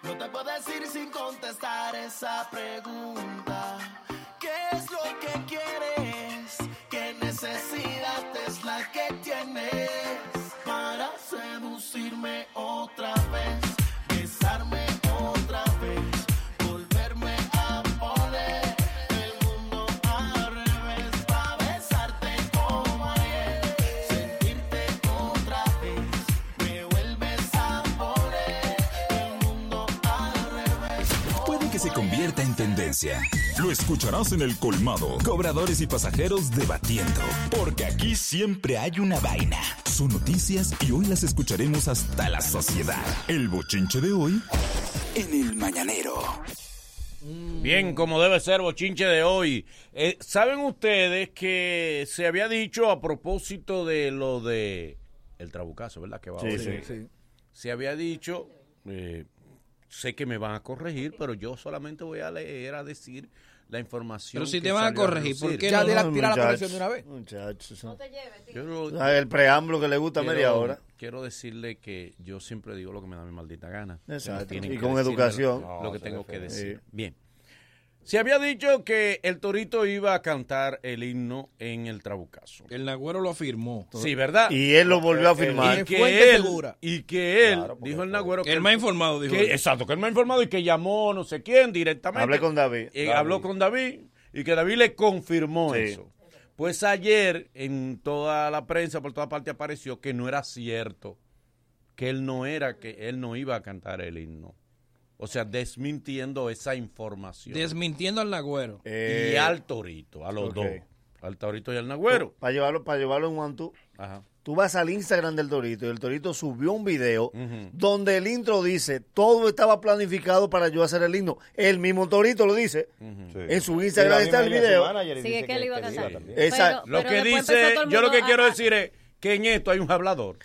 S13: No te puedo decir sin contestar esa pregunta. ¿Qué es lo que quieres? ¿Qué necesidad es la que tienes para seducirme otra vez? Besarme otra vez, volverme a poner el mundo al revés para besarte como ayer, sentirte otra vez, me vuelves a poner el mundo al revés.
S2: Puede que se convierta en tendencia. Lo escucharás en el colmado. Cobradores y pasajeros debatiendo. Porque aquí siempre hay una vaina. Son noticias y hoy las escucharemos hasta la sociedad. El bochinche de hoy en el mañanero.
S3: Bien, como debe ser, bochinche de hoy. Eh, ¿Saben ustedes que se había dicho a propósito de lo de el trabucazo, ¿verdad? Que va a
S35: Sí,
S3: haber?
S35: sí. Sí.
S3: Se había dicho eh, Sé que me van a corregir, pero yo solamente voy a leer, a decir la información.
S4: Pero si
S3: que
S4: te van a
S3: salió
S4: corregir, ¿por
S3: relucir.
S4: qué Ya no? tira- tira la
S8: Muchachos,
S4: corrección de una vez.
S8: muchachos.
S3: Yo no-
S8: Ah, El preámbulo que le gusta
S3: Quiero-
S8: media hora.
S3: Quiero decirle que yo siempre digo lo que me da mi maldita gana.
S8: Exacto.
S3: Tienen
S8: Y
S3: que
S8: con
S3: decirme
S8: educación.
S3: Lo, lo que
S8: No,
S3: tengo que
S8: sí.
S3: decir. Bien. Se había dicho que el Torito iba a cantar el himno en el Trabucazo.
S4: El Nagüero lo afirmó.
S3: Sí, ¿verdad?
S8: Y él lo volvió a afirmar.
S4: Fuente
S3: Y que él,
S4: segura.
S3: y que él dijo el Nagüero.
S4: Que él me ha informado, dijo
S3: que-
S4: él.
S3: Exacto, que él me ha informado y que llamó no sé quién directamente.
S8: Hablé con David.
S3: Eh,
S8: David.
S3: Habló con David y que David le confirmó
S8: Sí.
S3: eso. Pues ayer en toda la prensa, por toda parte apareció que no era cierto, que él no era, que él no iba a cantar el himno. O sea, desmintiendo esa información.
S4: Desmintiendo al Nagüero.
S3: y al Torito, a los
S8: Eh, ok.
S3: dos. Al Torito y al Nagüero.
S8: Para llevarlo, para llevarlo en one two.
S3: Ajá.
S8: Tú vas al Instagram del Torito y el Torito subió un video donde el intro dice, todo estaba planificado para yo hacer el himno. El mismo Torito lo dice. En su Instagram
S1: Y la
S8: está el
S1: misma
S8: video.
S1: ella, su manager,
S12: Sí, es que él iba a cantar.
S8: también. Exacto.
S3: Lo
S12: pero
S3: que
S12: después
S3: dice,
S12: empezó todo el
S3: yo lo
S12: mundo
S3: que
S12: a-
S3: quiero
S12: a-
S3: decir es que en esto hay un hablador.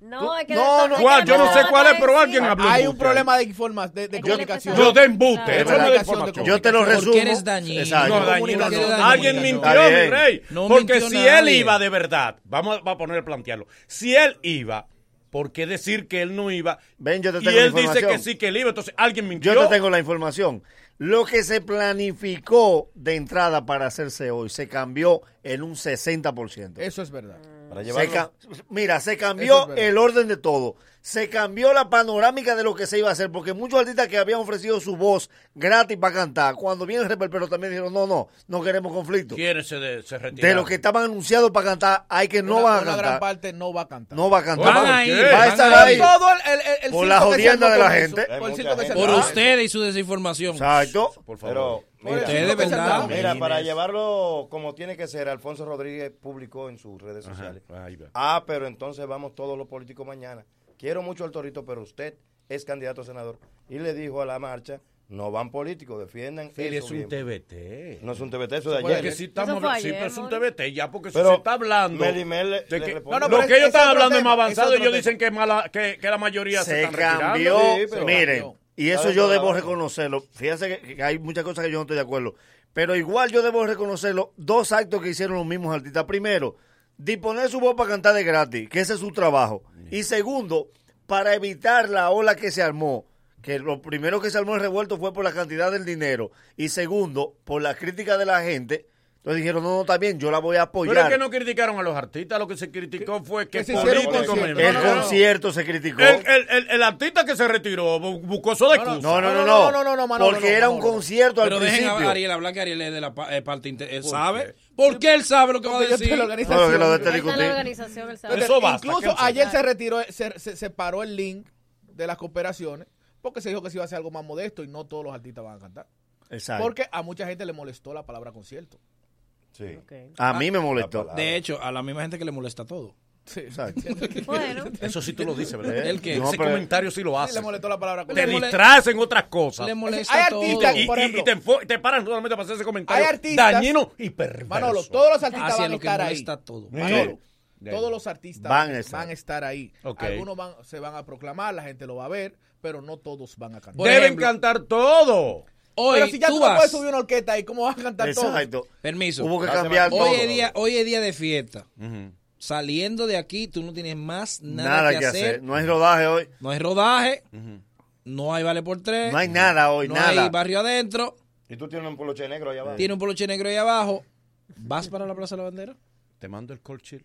S12: No, es que
S3: No,
S12: le-
S3: no,
S12: es que
S3: ¿cuál?
S12: le
S3: Yo no
S12: empezó
S3: sé cuál es,
S12: a
S3: pero
S12: decir-
S3: alguien habló.
S11: Hay
S3: mucho.
S11: un problema de, informa- de, de comunicación.
S3: Yo de embuste, eso no es de información.
S8: Yo te lo resumo. Exacto.
S3: No, dañino, no. Alguien mintió,
S8: Está
S3: mi
S8: bien.
S3: rey.
S8: No
S3: porque
S8: mintió
S3: si él
S8: nadie.
S3: iba de verdad, vamos a, va a poner a plantearlo. Si él iba, ¿por qué decir que él no iba?
S8: Ven, yo te
S3: y
S8: tengo la
S3: él dice
S8: información.
S3: que sí que él iba, entonces alguien mintió.
S8: Yo te tengo la información. Lo que se planificó de entrada para hacerse hoy se cambió en un 60%.
S11: Eso es verdad.
S8: Se
S11: llevarlo-
S8: ca- mira, se
S11: Eso es
S8: cambió
S11: verdad.
S8: el orden de todo. Se cambió la panorámica de lo que se iba a hacer, porque muchos artistas que habían ofrecido su voz gratis para cantar, cuando viene el reperpero también dijeron, no, no, no queremos conflicto.
S3: ¿Quiénes se, de- se retiraron?
S8: De los que estaban anunciados para cantar, hay que no
S11: Una-
S8: van a
S11: una gran
S8: cantar.
S11: parte no va a cantar.
S8: No va a cantar.
S11: Van a ir,
S8: Va
S11: van
S8: a estar
S11: a
S8: ahí.
S11: ir. Todo el- el- el
S8: por
S11: circo
S8: la
S11: que se
S8: jodienda
S11: armó
S8: de la
S11: con eso.
S8: gente.
S11: Por el circo que se
S4: Por
S11: armó.
S4: ustedes y su desinformación.
S8: Exacto.
S4: Por
S1: Pero, mira,
S4: ustedes, ¿verdad?
S1: Mira, para llevarlo como tiene que ser, Alfonso Rodríguez publicó en sus redes sociales.
S3: Ahí va.
S1: Ah, pero entonces vamos todos los políticos mañana. Quiero mucho al Torito, pero usted es candidato a senador. Y le dijo a la marcha, no van políticos, defiendan
S3: Pero
S1: eso
S3: es un
S1: bien.
S3: TBT.
S1: No es un TBT, eso de
S3: Porque
S1: ayer.
S3: si estamos
S1: Eso fue
S3: hablando- sí,
S1: ayer,
S3: pero es un
S1: Moni.
S3: TBT ya, porque si
S1: Pero
S3: se está hablando.
S1: Melimel le-
S3: de
S1: le
S3: que-
S1: respondió.
S3: lo que ellos están hablando es más avanzado.
S8: avanzado
S3: Ellos dicen que, mala, que, que la mayoría se,
S8: se
S3: están
S8: cambió.
S3: retirando.
S8: miren, y eso yo debo reconocerlo. Fíjense que, que hay muchas cosas que yo no estoy de acuerdo. Pero igual yo debo reconocerlo. Dos actos que hicieron los mismos artistas. Primero, disponer su voz para cantar de gratis, que ese es su trabajo. Y segundo, para evitar la ola que se armó. Que lo primero que se armó el revuelto fue por la cantidad del dinero. Y segundo, por la crítica de la gente. Entonces dijeron, no, no, está bien, yo la voy a apoyar.
S3: Pero es que no criticaron a los artistas, lo que se criticó fue que,
S8: que se hicieron
S3: políticos
S8: conciertos.
S3: me-
S8: El
S3: No, no, no.
S8: concierto se criticó.
S3: El, el- el- el artista que se retiró bu- buscó eso de excusa.
S8: No, no, no, no. Porque era un concierto al
S4: Pero dejen
S8: principio.
S4: a Ariel hablar que Ariel es de la pa- eh, parte inte- él sabe. ¿Por qué él sabe lo que va a
S11: Porque yo estoy
S4: decir?
S11: en la organización. Claro, que lo de
S12: Ahí está la organización, él sabe.
S11: Entonces, Incluso ayer se retiró, se, se separó el link de las cooperaciones porque se dijo que se iba a hacer algo más modesto y no todos los artistas van a cantar.
S8: Exacto.
S11: Porque a mucha gente le molestó la palabra concierto.
S8: A mí
S3: Ah,
S8: me molestó.
S4: De hecho, a la misma gente que le molesta todo.
S11: Sí.
S8: Exacto.
S11: Bueno.
S3: Eso sí tú lo dices, ¿verdad?
S4: ¿El qué?
S3: Ese comentario sí lo hace.
S11: le molestó la palabra
S3: Te
S11: concierto.
S3: distraes en otras cosas.
S11: Le molesta Hay artistas,
S3: Y,
S11: por
S3: y-
S11: ejemplo.
S3: y te, enfo- y te paran solamente para hacer ese comentario.
S11: Hay artistas-
S3: Dañino y perverso.
S11: Manolo, todos los artistas
S4: Hacia
S11: van a
S4: lo que
S11: estar ahí.
S4: molesta a todo.
S11: Manolo,
S3: Sí.
S11: todos los artistas
S8: Van
S11: van,
S8: a
S11: a
S8: estar.
S11: estar ahí.
S3: Ok.
S11: Algunos van, se van a proclamar, la gente lo va a ver, pero no todos van a cantar.
S3: Deben cantar todo.
S11: pero si ya tú, no puedes subir una orquesta ahí, ¿cómo vas a cantar todo?
S4: Permiso.
S11: Hubo que cambiar
S4: hoy
S11: todo.
S4: Es día, hoy es día de fiesta. Saliendo de aquí, tú no tienes más nada,
S8: Nada que hacer. No hay rodaje hoy.
S4: No hay rodaje. No hay vale por tres.
S8: No hay nada hoy,
S4: no
S8: nada.
S4: hay barrio adentro.
S1: Y tú tienes un poloche negro allá abajo.
S4: Tiene un poloche negro ahí abajo. ¿Vas para la Plaza de la Bandera?
S3: Te mando el call sheet.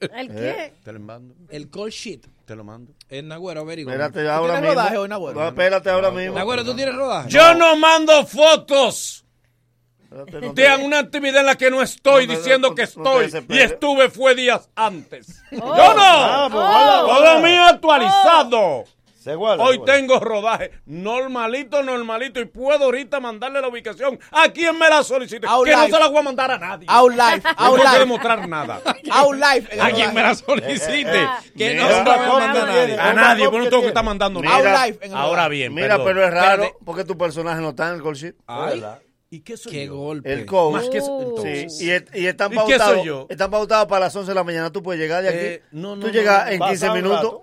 S8: Eh.
S4: ¿El qué?
S3: ¿Eh? Te lo mando.
S4: El call sheet.
S3: Te lo mando.
S4: El Nagüero, averigua.
S8: Espérate ahora mismo. No, espérate ahora mismo.
S4: Nagüero, ¿tú tienes rodaje?
S3: Yo no mando fotos.
S8: no te-
S3: de una actividad en la que no estoy diciendo que estoy y
S8: desesperes.
S3: estuve fue días antes.
S8: Oh.
S3: Yo no.
S8: Ah, pues, guarda, guarda.
S3: Todo mío actualizado. Hoy
S8: se guarda.
S3: tengo rodaje normalito, normalito y puedo ahorita mandarle la ubicación a quien me la solicite. que
S11: live.
S3: no se la voy a mandar a nadie.
S11: Out live,
S3: No
S11: out
S3: tengo que
S11: live.
S3: demostrar nada.
S11: Out live.
S3: A quien me la solicite. eh, que no se la voy a mandar a nadie. A nadie, porque no tengo que estar mandando
S8: Mira,
S3: nada. Ahora bien,
S8: Mira,
S3: perdón.
S8: pero es raro
S3: Espérate.
S8: porque tu personaje no está en el call sheet.
S3: Ay, ¿Y qué soy yo?
S8: El coach.
S3: Más que eso, entonces.
S8: Sí, y, et- y están
S3: ¿Y qué soy
S8: pautados.
S3: yo?
S8: Están pautados para las 11 de la mañana. Tú puedes llegar de aquí.
S3: Eh, no, no,
S8: Tú llegas
S3: no.
S8: en
S3: Pasa
S8: 15
S3: un
S8: minutos.
S3: rato.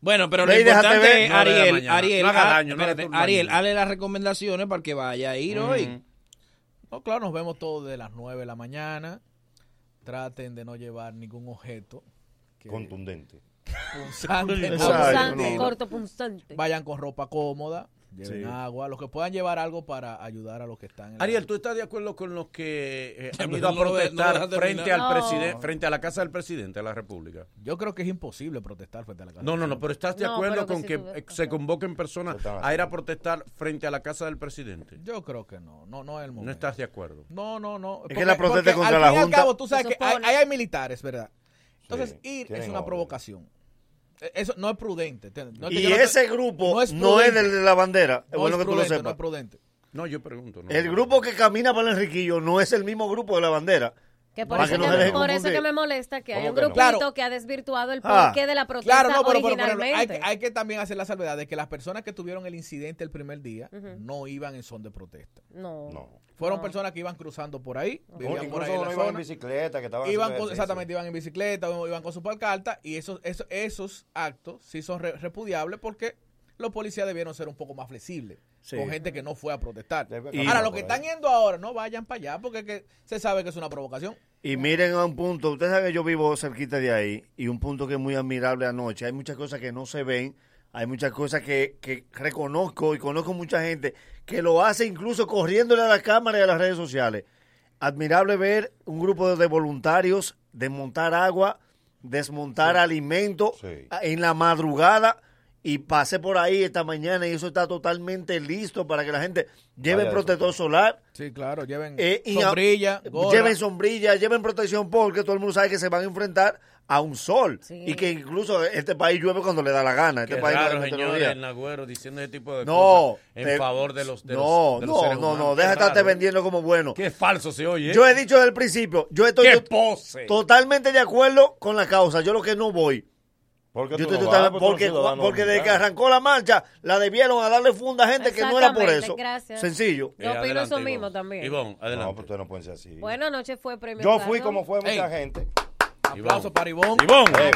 S4: Bueno, pero lo
S8: Ve y déjate
S4: importante
S8: ver.
S4: es,
S8: No le da
S4: Ariel,
S8: mañana.
S4: Ariel,
S8: No haga
S4: ha-
S8: daño, no le
S4: espérate,
S8: turba
S4: Ariel,
S8: mañana.
S4: hale las recomendaciones para que vaya a ir hoy.
S11: No, claro, nos vemos todos de las 9 de la mañana. Traten de no llevar ningún objeto que-
S1: Contundente.
S11: punzante,
S1: Exacto,
S11: punzante.
S1: no. Corto,
S12: punzante.
S11: Vayan con ropa cómoda, lleven
S3: Sí.
S11: agua, los que puedan llevar algo para ayudar a los que están en la-
S3: Ariel, ¿tú estás de acuerdo con los que eh, han
S11: pero
S3: ido a
S11: no lo de- no lo
S3: protestar
S11: dejas terminar.
S3: frente al
S11: No.
S3: presidente, frente a la casa del presidente de la República?
S11: Yo creo que es imposible protestar frente a la casa.
S3: No, no, no, pero ¿estás de
S11: No,
S3: acuerdo
S11: pero que
S3: con
S11: sí
S3: que
S11: tuve-
S3: eh, se convoquen personas a ir a protestar frente a la casa del presidente?
S11: Yo creo que no, no, no es el momento.
S3: ¿No estás de acuerdo?
S11: No, no, no.
S3: Es que la protesta es contra
S11: al
S3: la
S11: fin y al
S3: Junta.
S11: cabo, tú sabes
S3: Se
S11: que hay,
S3: supone.
S11: ahí hay militares, ¿verdad? Entonces,
S8: Sí,
S11: ir
S8: tienen
S11: es una
S8: orden.
S11: provocación. Eh, Eso no es prudente. te- no te-
S8: Y
S11: yo no te-
S8: ese grupo no es,
S11: prudente.
S8: el de la bandera. Es
S11: No
S8: bueno
S11: es
S8: que tú lo
S11: prudente,
S8: sepas.
S11: No es prudente.
S3: No, yo pregunto. no.
S8: El grupo que camina para el Enriquillo no es el mismo grupo de la bandera.
S12: Que por,
S8: Para
S12: eso,
S8: que no
S12: que,
S8: se deje
S12: por eso
S8: confundir.
S12: que me molesta que hay
S8: ¿Cómo
S12: un
S8: que no?
S12: grupito
S11: Claro.
S12: que ha desvirtuado el
S11: Ah.
S12: porqué de la protesta
S11: Claro, no, pero, pero, por ejemplo,
S12: originalmente.
S11: hay, que- hay que también hacer la salvedad de que las personas que tuvieron el incidente el primer día no iban en son de protesta.
S12: No.
S11: Fueron
S12: No.
S11: personas que iban cruzando por ahí, vivían por
S1: incluso
S11: ahí en la
S1: no iban en
S11: zona.
S1: bicicleta, que estaban
S11: Iban
S1: haciendo
S11: con-
S1: ejercicio.
S11: exactamente, iban en bicicleta, o iban con su pancarta y esos, esos, esos actos sí son re- repudiables porque los policías debieron ser un poco más flexibles
S8: Sí.
S11: con gente que no fue a protestar.
S8: Y-
S11: ahora, los que
S8: por ahí.
S11: están yendo ahora, no vayan para allá porque es que se sabe que es una provocación.
S8: Y miren a un punto, ustedes saben que yo vivo cerquita de ahí, y un punto que es muy admirable anoche, hay muchas cosas que no se ven, hay muchas cosas que, que reconozco y conozco mucha gente que lo hace incluso corriéndole a la cámara y a las redes sociales. Admirable ver un grupo de- de voluntarios desmontar agua, desmontar alimento a- en la madrugada. Y pasé por ahí esta mañana y eso está totalmente listo para que la gente lleve
S11: Vaya
S8: protector solar,
S11: Sí, claro, lleven
S8: eh, y a-
S11: sombrilla, gorra.
S8: Lleven sombrilla, lleven protección porque todo el mundo sabe que se van a enfrentar a un sol y que incluso este país llueve cuando le da la gana. Este
S3: Qué
S8: país no
S3: raro,
S8: da
S3: señores,
S8: meteorología.
S3: el Nagüero diciendo ese tipo de
S8: No,
S3: cosas en
S8: te-
S3: favor de los de los-
S8: no,
S3: de los
S8: no,
S3: seres
S8: no, no,
S3: humanos.
S8: deja de
S3: Qué
S8: estarte
S3: raro.
S8: vendiendo como bueno.
S3: Qué falso se oye. ¿eh?
S8: Yo he dicho desde el principio, yo estoy
S3: Qué
S8: to-
S3: pose.
S8: totalmente de acuerdo con la causa. Yo lo que no voy.
S1: Porque
S8: yo
S1: tú no
S8: total-
S1: vas, Pues porque tú
S8: porque,
S1: eres ciudadano
S8: porque desde que
S1: dominicano.
S8: arrancó la marcha la debieron a darle funda a gente que no era por
S12: Exactamente,
S8: eso.
S12: gracias.
S8: Sencillo.
S12: Yo Eh, opino adelante, eso mismo Ivonne. también. Ivonne,
S1: adelante. No, pero ustedes no pueden ser así.
S12: Bueno, anoche fue premio.
S1: Yo fui
S12: Saturn.
S1: como fue mucha gente.
S11: Aplauso para Ivón.
S3: Ivón.
S1: mató.
S3: Ahora sí,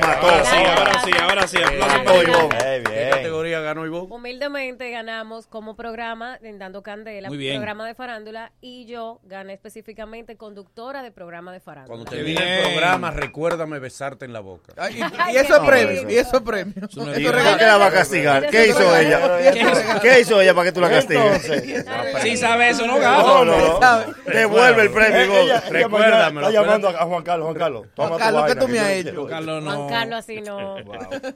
S1: Gracias,
S3: ahora sí, ahora sí. aplauso
S1: Mató
S3: para
S1: Ivonne.
S3: Ivonne.
S1: Eh,
S3: ¿Qué
S1: bien.
S3: categoría ganó Ivonne?
S12: Humildemente ganamos como programa en Dando Candela,
S3: Muy bien.
S12: programa de farándula, y yo gané específicamente conductora de programa de farándula.
S3: Cuando
S12: Qué
S3: termine
S11: bien.
S3: el programa, recuérdame besarte en la boca.
S11: Ay, y- y eso es premio, y eso es premio. Eso
S8: ¿Y por qué la va a castigar? ¿Qué hizo ella? ¿Qué hizo ella para que tú la castigues?
S4: Sí sabe eso, no gana.
S8: No, no, no. Devuelve el premio.
S1: Eh,
S8: Ivonne.
S1: ella- ella
S8: Recuérdamelo,
S1: Está llamando
S8: espérate.
S1: a a Juan Carlos. Juan Carlos, toma tu
S8: Carlos, ¿qué
S1: vaina,
S8: tú me
S1: que
S8: has
S1: no
S8: hecho?
S1: quiero.
S8: Juan Carlos,
S12: Juan Carlos así no.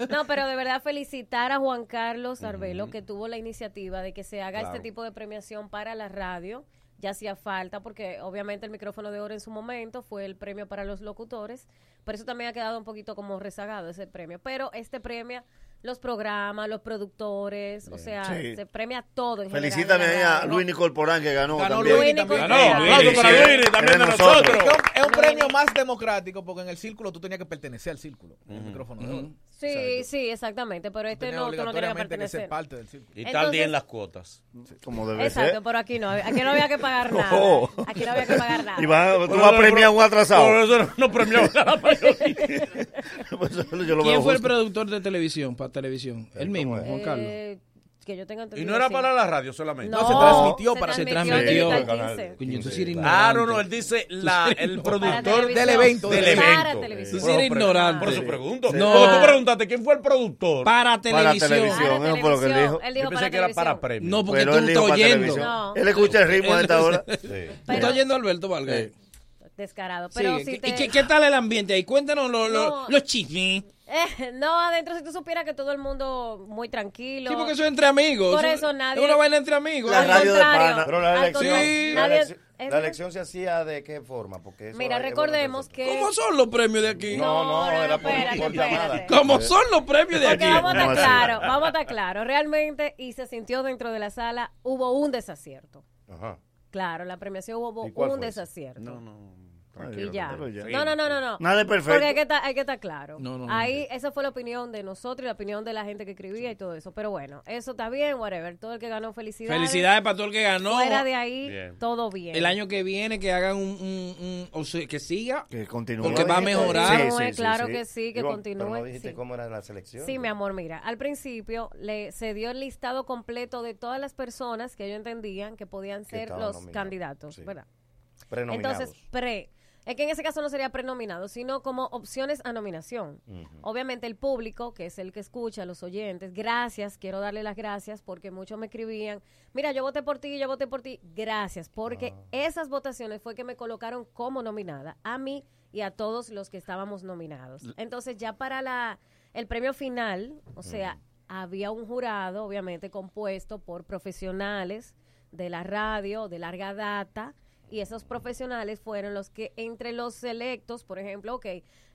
S12: No, pero de verdad felicitar a Juan Carlos Arbelo que tuvo la iniciativa de que se haga Claro. este tipo de premiación para la radio. Ya hacía falta porque obviamente el micrófono de oro en su momento fue el premio para los locutores. Por eso también ha quedado un poquito como rezagado ese premio. Pero este premio, los programas, los productores, o sea,
S8: Sí.
S12: se premia todo. En general
S8: Felicítame
S12: en la
S8: ahí
S12: radio.
S8: a Luis Nicol Porán que ganó.
S12: Ganó
S8: también.
S12: Luini Corporán. Ganó,
S8: Sí,
S12: Luini,
S8: sí,
S12: sí.
S8: también de
S11: Es un premio más democrático porque en el círculo tú tenías que pertenecer al círculo, el micrófono de oro.
S12: Sí, sí, exactamente. Pero este
S11: Tenía
S12: no, tú no tienes que
S11: obligatoriamente que
S12: pertenecer.
S11: ser parte del círculo.
S3: Y tal
S12: Entonces-
S3: día en las cuotas.
S8: Como debe
S1: eh?
S12: Exacto, pero aquí no, aquí no había que pagar nada. Aquí no había que pagar nada.
S8: Y va- tú vas a premiar a un atrasado.
S3: Por eso no premiamos a la mayoría.
S8: Pues yo lo
S4: ¿Quién
S8: veo
S4: fue el
S8: justo.
S4: productor de televisión para televisión? Él mismo, Juan Carlos.
S12: Eh, que yo tenga
S3: Y
S12: entendido,
S3: no era
S12: sí.
S3: para la radio solamente.
S12: No, No, se transmitió se para-
S4: se transmitió.
S12: en Digital 15.
S4: Coño, tú sí eres
S3: Ah,
S4: ignorante.
S3: no, no, él dice
S4: Tú
S3: la,
S4: sí eres
S3: el
S4: ignorante. Para
S3: productor
S4: televisión.
S3: Del
S4: Para
S3: evento.
S4: televisión. Tú sí eres
S3: Por eso pre-
S4: ignorante.
S3: Por eso pregunto.
S4: No.
S3: Porque tú preguntaste quién fue el productor.
S4: Para televisión.
S8: televisión, eso fue lo que él dijo.
S12: Él dijo
S3: Yo pensé
S12: para
S3: que era
S12: televisión.
S3: para premio.
S4: No, porque
S8: Pero
S4: tú
S8: él
S4: no
S8: dijo
S4: estás
S8: para
S4: oyendo.
S8: televisión.
S12: No.
S8: Él escucha el ritmo a esta hora.
S4: Tú estás oyendo a Alberto Valga.
S12: Descarado. Pero
S4: Sí,
S12: si
S4: ¿qué-
S12: te...
S4: ¿Y qué, qué tal el ambiente ahí? Cuéntanos lo- lo-
S12: No.
S4: los chismes.
S12: Eh, no, adentro, si tú supieras que todo el mundo muy tranquilo.
S4: Sí, porque eso es entre amigos.
S12: Por
S4: Eso-
S12: eso nadie.
S4: Es una vaina entre amigos.
S12: La
S4: Al
S12: radio de
S4: contrario.
S12: pana.
S1: Pero la
S12: Al
S1: elección,
S12: contrario,
S1: la,
S12: nadie-
S1: elección,
S12: es
S1: la
S12: verdad.
S1: elección se hacía de qué forma, porque eso
S12: Mira,
S1: hay que
S12: recordemos que.
S4: ¿Cómo son los premios de aquí?
S1: No, no,
S12: no,
S1: era por,
S12: espérate,
S1: por llamada.
S4: ¿Cómo son los premios de aquí?
S12: Porque vamos a estar claro, vamos a estar claro. Realmente, y se sintió dentro de la sala, hubo un desacierto.
S1: Ajá.
S12: Claro, la premiación hubo
S1: ¿Y cuál
S12: un
S1: fue ese?
S12: desacierto.
S1: No,
S12: Y
S5: Ah,
S8: Tranquilo,
S12: ya.
S8: tranquilo, ya.
S12: No, no, no, no, no.
S8: Nada es perfecto.
S12: Porque hay que estar, hay que estar claro.
S8: No, no, no,
S12: Ahí, esa fue la opinión de nosotros y la opinión de la gente que escribía y todo eso. Pero bueno, eso está bien, whatever. Todo el que ganó, felicidades.
S4: Felicidades para todo el que ganó.
S12: Fuera de ahí,
S4: Bien.
S12: todo bien.
S4: El año que viene que hagan un, un- un- o sea, que siga,
S8: que continúe,
S4: porque va a mejorar.
S12: Continúe, Eh, claro que sí, que
S26: Ivonne,
S12: continúe.
S26: Pero no dijiste
S12: sí.
S26: cómo era la selección.
S12: Sí, mi amor, mira, al principio le, se dio el listado completo de todas las personas que ellos entendían que podían ser
S26: estaban
S12: los
S26: nominadas,
S12: candidatos, ¿verdad?
S26: Prenominados.
S12: Entonces, pre. Es que en ese caso no sería prenominado, sino como opciones a nominación.
S26: Ujú.
S12: Obviamente el público, que es el que escucha, los oyentes, gracias, quiero darle las gracias porque muchos me escribían, mira, yo voté por ti, yo voté por ti, gracias, porque esas votaciones fue que me colocaron como nominada, a mí y a todos los que estábamos nominados.
S33: L-
S12: Entonces ya para la el premio final, o sea, había un jurado, obviamente, compuesto por profesionales de la radio, de larga data, y esos profesionales fueron los que entre los selectos, por ejemplo, ok,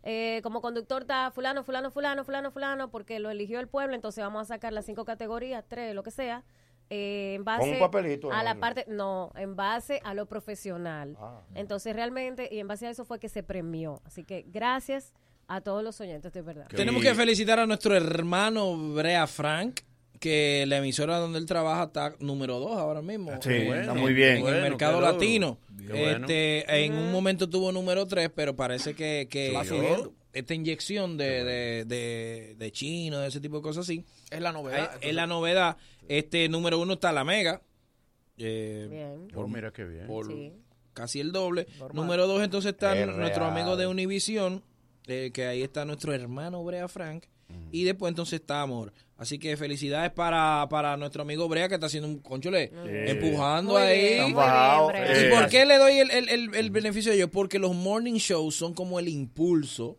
S12: eh, como conductor está fulano, fulano, fulano, fulano, fulano, porque lo eligió el pueblo, entonces vamos a sacar las cinco categorías, tres, lo que sea, eh, en base
S26: Con un papelito,
S12: a la
S26: ¿no?
S12: parte, no, en base a lo profesional.
S26: Ah.
S12: Entonces realmente, y en base a eso fue que se premió. Así que gracias a todos los oyentes, de verdad.
S4: Tenemos que felicitar a nuestro hermano Brea Frank, que la emisora donde él trabaja está número 2 ahora mismo.
S8: Sí,
S4: En-
S8: está
S4: en-
S8: muy bien.
S4: En el
S8: Bueno,
S4: mercado
S8: qué logro.
S4: latino.
S8: Qué bueno.
S4: Este, En un momento tuvo número 3, pero parece que, que
S8: Va
S4: que
S8: subiendo.
S4: esta inyección de, de, de, de chino, de ese tipo de cosas así,
S11: Es la
S4: Ahí-
S11: novedad.
S4: es la novedad. Este número uno está la mega. Eh,
S12: Bien.
S3: Oh, mira qué bien.
S4: por
S3: Sí.
S4: Casi el doble. Número dos, entonces está
S3: Es
S4: nuestro
S3: real.
S4: amigo de Univision, eh, que ahí está nuestro hermano Brea Frank. Y después entonces está Amor. Así que felicidades para, para nuestro amigo Brea que está haciendo un conchole empujando
S8: Muy
S4: ahí.
S8: bien, muy bien, Brea.
S4: ¿Y
S8: Eh,
S4: por qué le doy el, el- el- el beneficio de ello? Porque los morning shows son como el impulso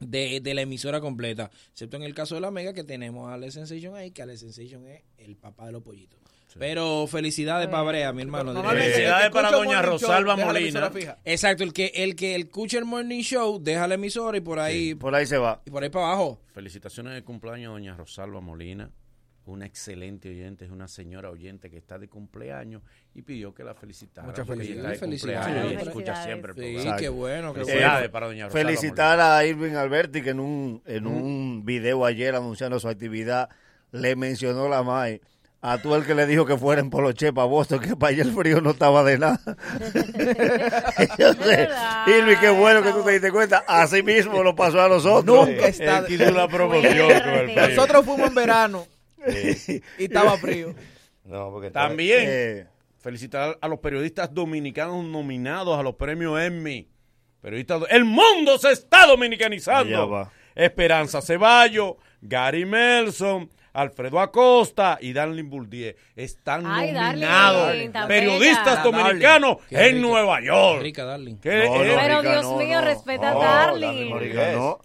S4: de, de la emisora completa. Excepto en el caso de la Mega, que tenemos a Ale Sensation ahí, que Ale Sensation es el papá de los pollitos. Pero felicidades para Brea, mi hermano.
S11: normalmente el que
S4: Felicidades
S11: escucha un morning show deja la emisora fija.
S4: Exacto, el que, el que escucha el morning show, deja la emisora y por ahí.
S8: Por ahí se va.
S4: Y por ahí para abajo.
S3: Felicitaciones de cumpleaños a doña Rosalba Molina, una excelente oyente, es una señora oyente que está de cumpleaños y pidió que la felicitara.
S4: Muchas
S3: porque ella está de
S4: felicidades, felicidades.
S3: cumpleaños y escucha
S4: Sí,
S3: siempre el
S4: qué
S3: programa.
S4: bueno, qué bueno.
S3: Felicidades
S8: Eh,
S3: para doña Rosalba
S8: Felicitar a Irving Alberti que en un, en un video ayer anunciando su actividad le mencionó la MAI. A tú el que le dijo que fuera en Poloche para Boston, que para allá el frío no estaba de nada. Yo sé. Irving, qué bueno que tú te diste cuenta. Así mismo lo pasó a nosotros.
S11: Nunca está
S8: El
S11: de-
S8: que hizo la promoción con el frío.
S11: Nosotros fuimos en verano
S26: Sí.
S11: y estaba frío.
S26: No, porque estaba-
S3: También
S26: Eh,
S3: felicitar a los periodistas dominicanos nominados a los premios Emmy. Periodistas do- el mundo se está
S8: Allá
S3: dominicanizando.
S8: va.
S3: Esperanza Ceballo, Gary Melson, Alfredo Acosta y Darlene Bourdier están
S12: Ay, Darlene,
S3: nominados.
S12: tan
S3: periodistas
S12: bella.
S3: dominicanos
S4: Qué
S3: en
S4: rica.
S3: Nueva York.
S4: Rica, Darling.
S3: ¿Qué
S8: No,
S3: es?
S12: Pero Dios mío, respeta a Darling.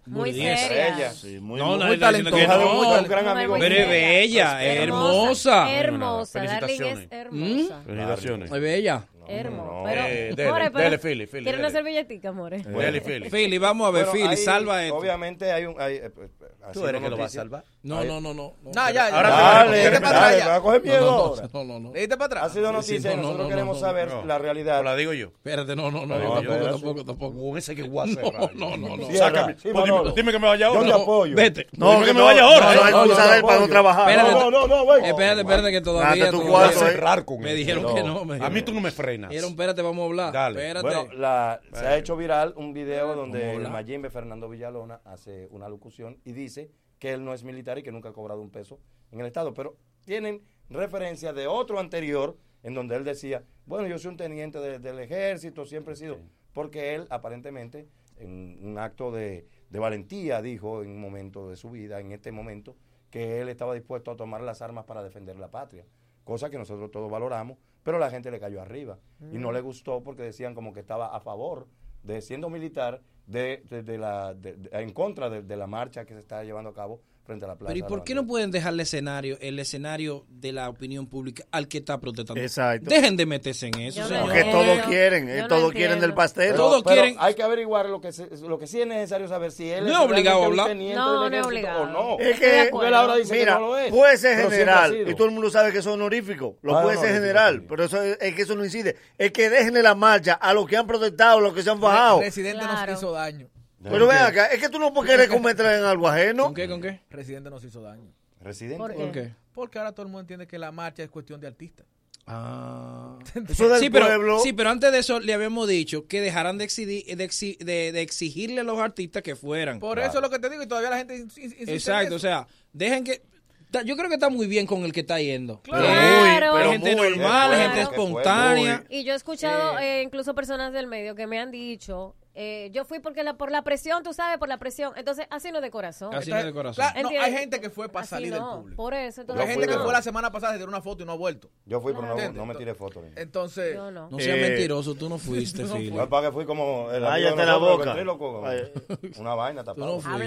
S12: Muy seria.
S8: muy,
S4: no,
S8: muy
S4: nadie está diciendo que
S8: talentosa,
S4: no.
S8: muy
S4: Pero
S8: talentosa. Muy buena.
S4: es bella, es hermosa.
S12: Hermosa, Darling es hermosa.
S3: Felicitaciones.
S4: Es bella.
S12: Hermosa.
S3: no.
S12: Pero,
S3: Eh, dele,
S12: more, pero-
S3: dele, Philly, Philly, dele.
S12: ¿Quieren una servilletica, more?
S3: Dele, Philly.
S4: Philly, vamos a ver,
S26: Bueno,
S4: Philly,
S26: ahí,
S4: salva esto.
S26: Obviamente hay un. hay, eh, eh, así
S3: Tú eres
S26: no
S3: que lo
S26: noticia.
S3: vas a salvar.
S4: No,
S26: Ahí-
S4: no, no, no.
S11: No, ya, ya.
S26: Ahora
S11: Dale,
S26: te
S11: dale,
S26: vas a
S11: dale,
S26: me va a coger miedo
S4: No, no,
S26: ahora.
S4: no, no, no.
S11: Le diste para atrás.
S26: Ha sido noticia
S4: Sí,
S26: y
S4: no,
S26: nosotros
S4: no,
S26: queremos
S4: no,
S26: saber
S4: no.
S26: la realidad.
S3: La digo yo.
S4: Espérate, no, no, no,
S3: Ahí va,
S4: tampoco,
S3: espérate.
S4: tampoco, tampoco.
S3: Con ese que guasa.
S4: No, no, no.
S3: Sácame.
S26: Sí,
S3: Pues dime,
S26: Manolo.
S3: dime que me vaya ahora.
S26: Yo te apoyo.
S4: Vete.
S3: No, Dime que que me no, vaya ahora, no, ¿eh? no, no, no, no, no,
S4: Espérate,
S3: no, no, no, güey.
S4: espérate, espérate, que todavía.
S8: Date tu
S4: todavía-
S8: cuarto,
S4: me
S8: eh.
S4: Me dijeron que no. Me
S3: A
S4: dijeron.
S3: mí tú no me frenas.
S4: Dijeron, espérate, vamos a hablar.
S3: Dale.
S4: Espérate.
S26: Bueno, la- se
S3: Espérate.
S26: ha hecho viral un video donde
S4: Vamos a
S26: el
S4: hablar.
S26: Mayimbe Fernando Villalona hace una locución y dice que él no es militar y que nunca ha cobrado un peso en el Estado. Pero tienen referencia de otro anterior en donde él decía, bueno, yo soy un teniente de- del ejército, siempre he sido. Porque él aparentemente, en un acto de, de valentía, dijo en un momento de su vida, en este momento, que él estaba dispuesto a tomar las armas para defender la patria cosa que nosotros todos valoramos, pero la gente le cayó arriba y no
S11: Mm.
S26: le gustó porque decían como que estaba a favor de siendo militar de, de- de la de- de- en contra de, de la marcha que se está llevando a cabo
S1: frente a la plaza.
S4: Pero ¿y
S1: de la
S4: por qué no pueden dejar el escenario, el escenario de la opinión pública al que está protestando?
S8: Exacto.
S4: Dejen de meterse en eso. señor.
S8: Porque todos quieren, eh, todos quieren del pastel.
S1: Pero- pero Hay que averiguar lo que, se- lo que sí es necesario saber si él
S8: No
S1: es
S8: es obligado a
S1: realmente
S8: hablar.
S1: un teniente
S8: No,
S1: del
S8: no es
S1: ejército
S8: obligado.
S1: O
S26: Oh,
S1: no.
S8: Es que,
S1: Porque él ahora dice
S8: mira,
S1: que no lo es.
S8: puede ser
S1: pero siempre ha
S8: general,
S1: sido.
S8: y todo el mundo sabe que eso es honorífico, lo
S1: Ah,
S8: puede
S1: no,
S8: ser
S1: honorífico,
S8: general, pero eso es, es que eso no incide. Es que dejen la marcha a los que han protestado, los que se han bajado.
S11: Residente
S12: Claro.
S11: nos hizo daño.
S8: Pero ven acá, es que tú no puedes querer cometer en algo ajeno.
S4: ¿Con qué, con qué?
S11: Residente nos hizo daño.
S1: ¿Residente?
S4: ¿Por qué? ¿Por qué?
S11: Porque ahora todo el mundo entiende que la marcha es cuestión de artistas.
S4: Ah.
S11: Eso del
S4: sí, pero,
S11: pueblo.
S4: sí, pero antes de eso le habíamos dicho que dejaran de, exidi- de, exi- de- de exigirle a los artistas que fueran.
S11: Por eso es lo que te digo y todavía la gente ins- ins- insiste en
S4: Exacto,
S11: eso.
S4: o sea, dejen que... ta- Yo creo que está muy bien con el que está yendo.
S12: Claro.
S4: Eh,
S12: Pero muy, pero
S4: gente
S12: muy.
S4: normal,
S12: Qué
S4: gente
S12: bueno, qué bueno.
S4: espontánea.
S12: Y yo he escuchado eh, incluso personas del medio que me han dicho, eh, yo fui porque la, por la presión, tú sabes, por la presión. Entonces, así no de corazón.
S11: Así no es de corazón. la- no, hay gente que fue para
S12: Así
S11: salir del
S12: no,
S11: público.
S12: Por eso.
S11: Porque
S12: Entonces,
S11: hay gente que
S1: pero-
S11: fue la semana pasada, se tiró una foto y no ha vuelto.
S1: Yo fui, pero no,
S11: ¿Entiendes?
S1: no me tiré fotos. ni nada.
S11: Entonces,
S12: Yo
S11: no.
S4: No seas
S1: Eh,
S4: mentirazo, tú no fuiste,
S1: No
S4: Phil.
S1: fui. Para que fui como el
S8: Cállate
S1: amigo de
S8: la
S1: nosotros,
S8: boca.
S1: el ventríloco. Una vaina tapada.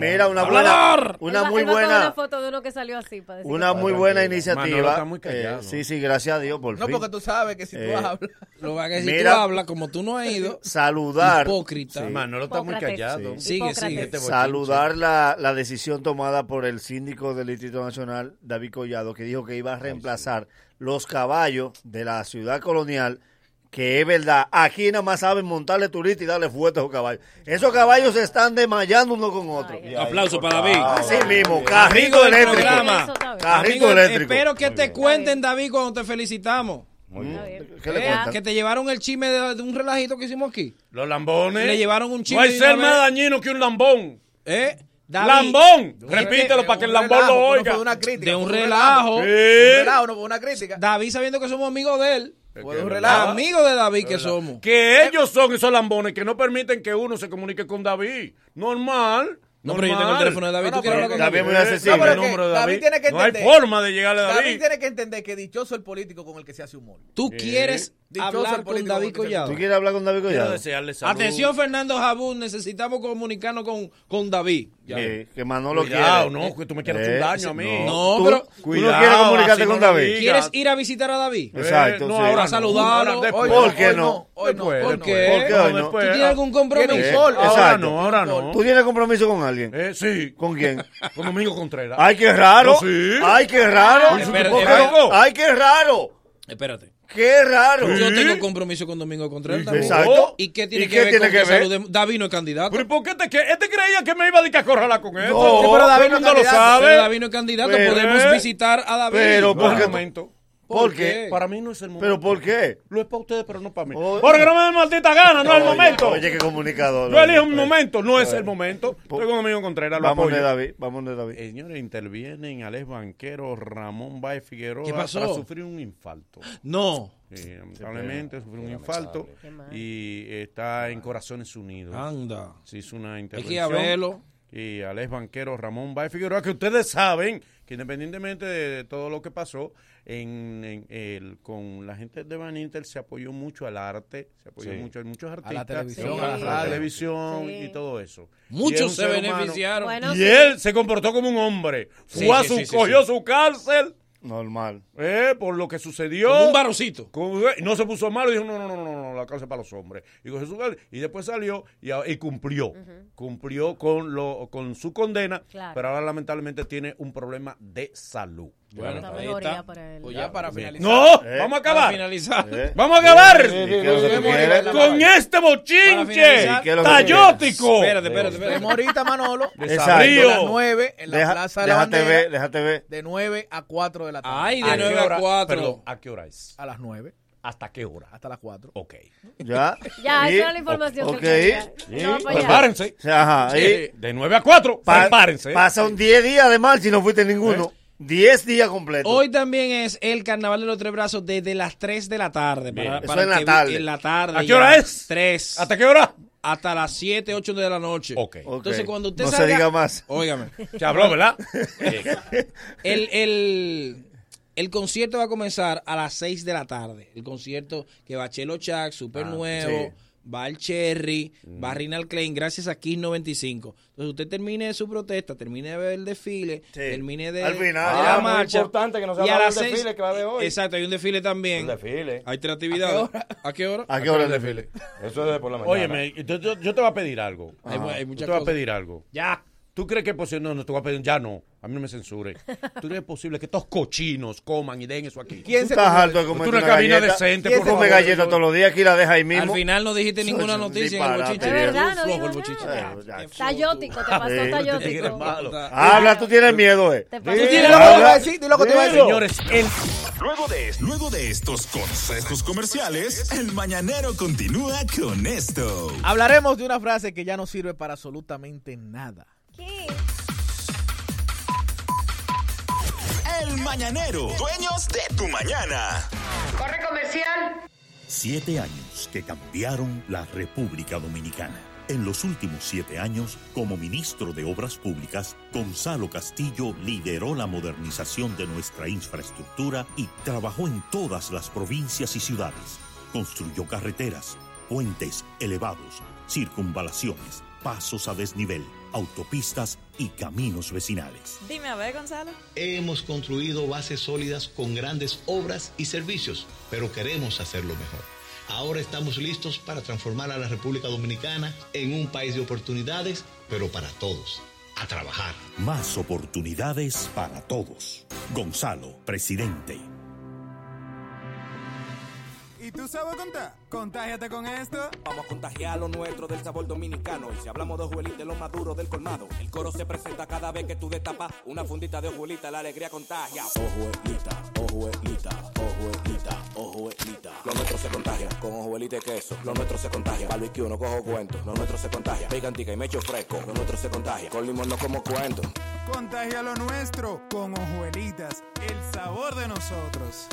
S8: Mira, una buena, una
S12: él va-
S8: muy
S12: él va a tomar
S8: buena,
S12: una foto de uno que salió así para decir
S8: una
S12: que-
S8: muy buena
S3: Manolo
S8: iniciativa.
S3: está muy
S8: Eh,
S3: callado.
S8: sí, sí, gracias a Dios por
S11: No,
S8: fin.
S11: porque tú sabes que si tú
S8: Eh,
S11: hablas.
S4: Lo va a decir,
S8: Mira.
S4: tú hablas como tú no has ido.
S8: saludar.
S4: Hipócrita.
S3: Manolo está muy Hipócrates. callado.
S4: Sigue,
S3: Hipócrates.
S4: sigue.
S3: Este bochinche.
S8: Saludar la, la decisión tomada por el síndico del Distrito Nacional, David Collado, que dijo que iba a reemplazar los caballos de la ciudad colonial, que es verdad, aquí nada más saben montarle turista y darle fuerte a esos caballos. Esos caballos se están desmayando uno con otro.
S4: Aplauso para David.
S8: Así mismo, carrito
S4: Amigo del
S8: eléctrico.
S4: programa.
S8: Carrito
S4: Amigo,
S8: eléctrico.
S4: Espero que te cuenten, David, cuando te felicitamos.
S8: ¿Qué le
S4: Eh,
S8: cuentan?
S4: que te llevaron el chisme de, de un relajito que hicimos aquí.
S3: Los lambones.
S4: Le llevaron un
S3: No
S4: chisme
S3: hay
S4: de
S3: ser
S4: una
S3: más
S4: vez.
S3: dañino que un lambón.
S4: ¿Eh?
S3: ¡Lambón!
S4: David,
S3: Repítelo
S4: de
S3: para que
S4: un
S3: el lambón
S4: relajo,
S3: lo
S4: no
S3: oiga.
S4: fue de una crítica, De un
S11: fue de un relajo.
S4: relajo. Sí.
S11: De un relajo, no fue una crítica.
S4: David sabiendo que somos amigos de él.
S11: Fue de un relajo.
S4: Amigos de David que somos.
S3: Que ellos son esos lambones que no permiten que uno se comunique con David. Normal.
S4: No, pero yo tengo el
S3: normal.
S4: teléfono de David. No, ¿Tú quieres pero hablar con David es David? muy
S3: Eh,
S4: accesible.
S3: dame el
S4: No, pero
S3: número de
S4: David
S3: David.
S4: tiene que
S3: No hay
S4: entender.
S3: forma de llegarle a David.
S11: David tiene que entender que dichoso el político con el que se hace humor.
S4: ¿Tú
S3: Eh,
S4: quieres
S11: dichoso
S4: hablar
S11: el
S4: con
S11: político
S4: David
S11: porque se-
S4: Collado?
S8: ¿Tú quieres hablar con David
S3: Quiero
S8: Collado?
S3: desearle salud.
S4: Atención, Fernando Jabú. Necesitamos comunicarnos con, con David. Ya.
S8: Eh, que Manolo
S3: Cuidado,
S8: quiere. Eh,
S3: no, que tú me quieres hacer un daño a mí.
S4: No,
S8: Tú-
S4: pero-
S8: tú no quieres comunicarte
S3: así
S8: con
S3: no lo
S8: David. Eh,
S4: ¿Quieres ir a visitar a David?
S8: Exacto,
S4: No,
S8: sí.
S4: ahora
S8: Ahora no.
S4: saludarlo.
S8: Ahora después. ¿Por qué no?
S4: Hoy no. ¿Por qué?
S8: ¿Por qué
S3: Ah,
S8: hoy no?
S4: ¿Tú tienes algún compromiso?
S8: Eh,
S3: pues, Ahora
S8: exacto.
S3: no, ahora no. Eh,
S8: ¿Tú tienes compromiso con alguien?
S3: sí.
S8: ¿Con quién?
S3: Con Domingo Contreras.
S8: ¡Ay, qué raro!
S3: No, sí.
S8: ¡Ay, qué raro!
S4: Ah, espérate,
S8: ¿Por qué
S4: espérate.
S8: no? ¡Ay, qué raro!
S4: Espérate.
S8: ¡Qué raro!
S4: Yo tengo compromiso con Domingo Contreras.
S8: Sí,
S4: también.
S8: exacto.
S4: ¿Y qué tiene
S8: ¿Y
S4: que
S8: qué
S4: ver
S8: tiene
S4: con
S8: que
S4: que
S8: ver?
S4: salude- David no es candidato.
S3: Pero ¿y ¿por qué te que- este creía que me iba a dedicar a corralar con esto?
S8: No,
S3: Sí, pero David no lo sabe.
S4: Pero David no es candidato.
S3: Pero- eh,
S4: Podemos visitar a David.
S8: Pero, ¿por qué?
S3: ¿Por
S8: ¿Por
S3: qué?
S8: qué?
S3: Para mí no es el momento.
S8: ¿Pero por qué?
S3: Lo es para ustedes, pero no para mí.
S8: Oh.
S3: Porque no me den maldita gana, no es el
S8: Oye,
S3: momento.
S8: Oye, qué comunicador.
S3: Yo elijo mi
S8: Oye.
S3: momento, no es el momento. Estoy con amigo Contreras, lo
S8: Vamos
S3: apoyo.
S8: de David, vamos de David.
S3: Señores, intervienen Alex Banquero, Ramón Baez Figueroa
S4: ¿Qué pasó?
S3: para sufrir un infarto.
S4: No.
S3: Sí, Eh, lamentablemente sufrió un infarto
S4: lamentable.
S3: y está en Corazones Unidos.
S4: Anda.
S3: Se hizo una
S4: que
S3: intervención.
S4: haberlo.
S3: Y Alex Banquero, Ramón Baez Figueroa, que ustedes saben que independientemente de todo lo que pasó, en, en el- con la gente de Van Inter se apoyó mucho al arte, se apoyó
S1: Sí.
S3: mucho a muchos artistas.
S11: televisión,
S3: a
S11: a la
S3: la
S11: radio.
S3: televisión
S11: Sí.
S3: y todo eso.
S4: Muchos
S3: Y es un
S4: se
S3: ser humano.
S4: beneficiaron. Bueno,
S3: y
S4: sí.
S3: él se comportó como un hombre.
S4: Sí,
S3: Fue a
S4: sí,
S3: su-
S4: sí, sí,
S3: cogió
S4: sí.
S3: su cárcel.
S8: Normal.
S3: Eh, por lo que sucedió.
S4: Como un varoncito.
S3: Con- y no se puso malo y dijo, no, no, no, no, no, la cárcel para los hombres. Y, cogió su cárcel, y después salió y, a- y cumplió. Cumplió con, lo, con su condena,
S4: Claro.
S3: pero ahora lamentablemente tiene un problema de salud.
S4: Bueno, ahí
S3: Lamentablemente.
S4: está. Pues ya para
S3: Sí.
S4: finalizar.
S3: No,
S4: Eh,
S3: vamos a acabar. Eh.
S4: Para finalizar.
S3: Vamos a acabar
S4: Sí, sí, sí, lo que tú quieras.
S3: con este
S4: Para finalizar.
S3: bochinche tayótico.
S4: Espérate, espérate, espérate.
S11: Vemos ahorita, Manolo.
S3: Desabrío.
S11: De las 9 en la
S3: Deja-
S11: Plaza de la
S3: déjate
S11: Bandera.
S3: ver, déjate ver.
S11: De 9 a 4 de la tarde.
S4: Ay,
S3: ¿A
S4: de
S3: qué
S4: 9 a
S3: hora?
S4: 4.
S3: Perdón, ¿a qué hora es?
S11: A las 9.
S3: ¿Hasta qué hora?
S11: Hasta las 4.
S3: Ok.
S8: Ya.
S12: Ya,
S8: Sí.
S12: esa es la información
S8: Ok.
S12: que
S8: Sí. pues
S12: quería. No, pues para allá.
S3: Prepárense.
S8: Sí, ajá, ahí.
S3: De 9 a 4.
S8: Pa-
S3: prepárense.
S8: Pasan 10 días de marcha y no fuiste ninguno. 10 días completos.
S4: Hoy también es el Carnaval de los Tres Brazos desde las 3 de la tarde.
S8: Bien.
S4: Para,
S8: Eso
S4: para
S8: en la
S4: que vi-
S8: tarde.
S4: en la tarde
S8: ¿A qué
S4: ya.
S8: hora es?
S4: 3.
S3: ¿Hasta qué hora?
S4: Hasta las 7, 8 de la noche. Entonces,
S8: Ok.
S4: cuando usted
S8: No se
S4: salga...
S8: diga más.
S4: Óigame.
S3: Se habló, ¿verdad?
S4: El, el, el concierto va a comenzar a las 6 de la tarde. El concierto que va Chelo Chac, Super Nuevo,
S36: va al Cherry, va a Rinal Klein, gracias a Kiss 95. Entonces usted termine su protesta, termine de ver el desfile, termine de,
S26: Al final.
S36: de
S26: Ah, muy importante que no se
S36: y a
S26: habla
S36: las
S26: del
S36: seis-
S26: desfile que va de
S4: eh,
S26: hoy.
S36: Exacto, hay un desfile también. Hay tres actividades. ¿A qué hora?
S26: ¿A qué hora el desfile? Eso es de por la mañana.
S3: Óyeme, yo, yo- yo te voy a pedir algo.
S36: Hay mu- hay
S3: Yo
S36: muchas
S3: te voy a
S36: cosas.
S3: pedir algo.
S36: Ya.
S3: ¿Tú crees que es posible? No, no te voy a pedir, ya no. A mí no me censure. ¿Tú crees posible que estos cochinos coman y den eso aquí?
S8: ¿Quién se estás come? harto de
S3: Tú
S8: comer
S3: una,
S8: una
S3: cabina
S8: este galleta?
S3: decente,
S8: ¿Quién
S3: por
S8: se come
S3: favor.
S8: galleta todos los días? Aquí la deja ahí mismo.
S36: Al final no dijiste ninguna
S8: Eso es un
S36: noticia en el
S8: disparate.
S36: bochiche.
S8: Es verdad,
S12: no dijo
S36: el bochiche.
S12: nada.
S8: Pues
S36: Ya, ya.
S12: Tayótico, te pasó
S8: Sí.
S12: tayótico.
S8: Ah, Habla, tú tienes miedo, eh.
S12: Te
S8: Tú
S12: pasó- Tú
S8: tienes
S12: tienes
S8: lo que te
S12: Habla.
S8: iba a decir, di lo que te iba a decir.
S2: Señores, el- Luego, de, luego de estos consejos comerciales, el mañanero continúa con esto.
S11: Hablaremos de una frase que ya no sirve para absolutamente nada.
S2: El mañanero, dueños de tu mañana.
S1: Corre comercial.
S21: Siete años que cambiaron la República Dominicana. En los últimos siete años, como ministro de Obras Públicas, Gonzalo Castillo lideró la modernización de nuestra infraestructura y trabajó en todas las provincias y ciudades. Construyó carreteras, puentes elevados, circunvalaciones, pasos a desnivel, autopistas y caminos vecinales.
S13: Dime a ver, Gonzalo.
S23: Hemos construido bases sólidas con grandes obras y servicios, pero queremos hacerlo mejor. Ahora estamos listos para transformar a la República Dominicana en un país de oportunidades, pero para todos. A trabajar.
S21: Más oportunidades para todos. Gonzalo, presidente.
S16: ¿Y tú sabes contar? Contágiate con esto. Vamos a contagiar lo nuestro del sabor dominicano. Y si hablamos de Juelita, de lo más duro del colmado. El coro se presenta cada vez que tú destapas una fundita de Juelita. La alegría contagia. Ojuelita, ojuelita, ojuelita, ojuelita. Lo nuestro se contagia con ojuelita y queso. Lo nuestro se contagia. Barbecue no cojo cuento. Lo nuestro se contagia. Picantica y mecho fresco. Lo nuestro se contagia. Con limón no como cuento.
S7: Contagia lo nuestro con hojuelitas, el sabor de nosotros.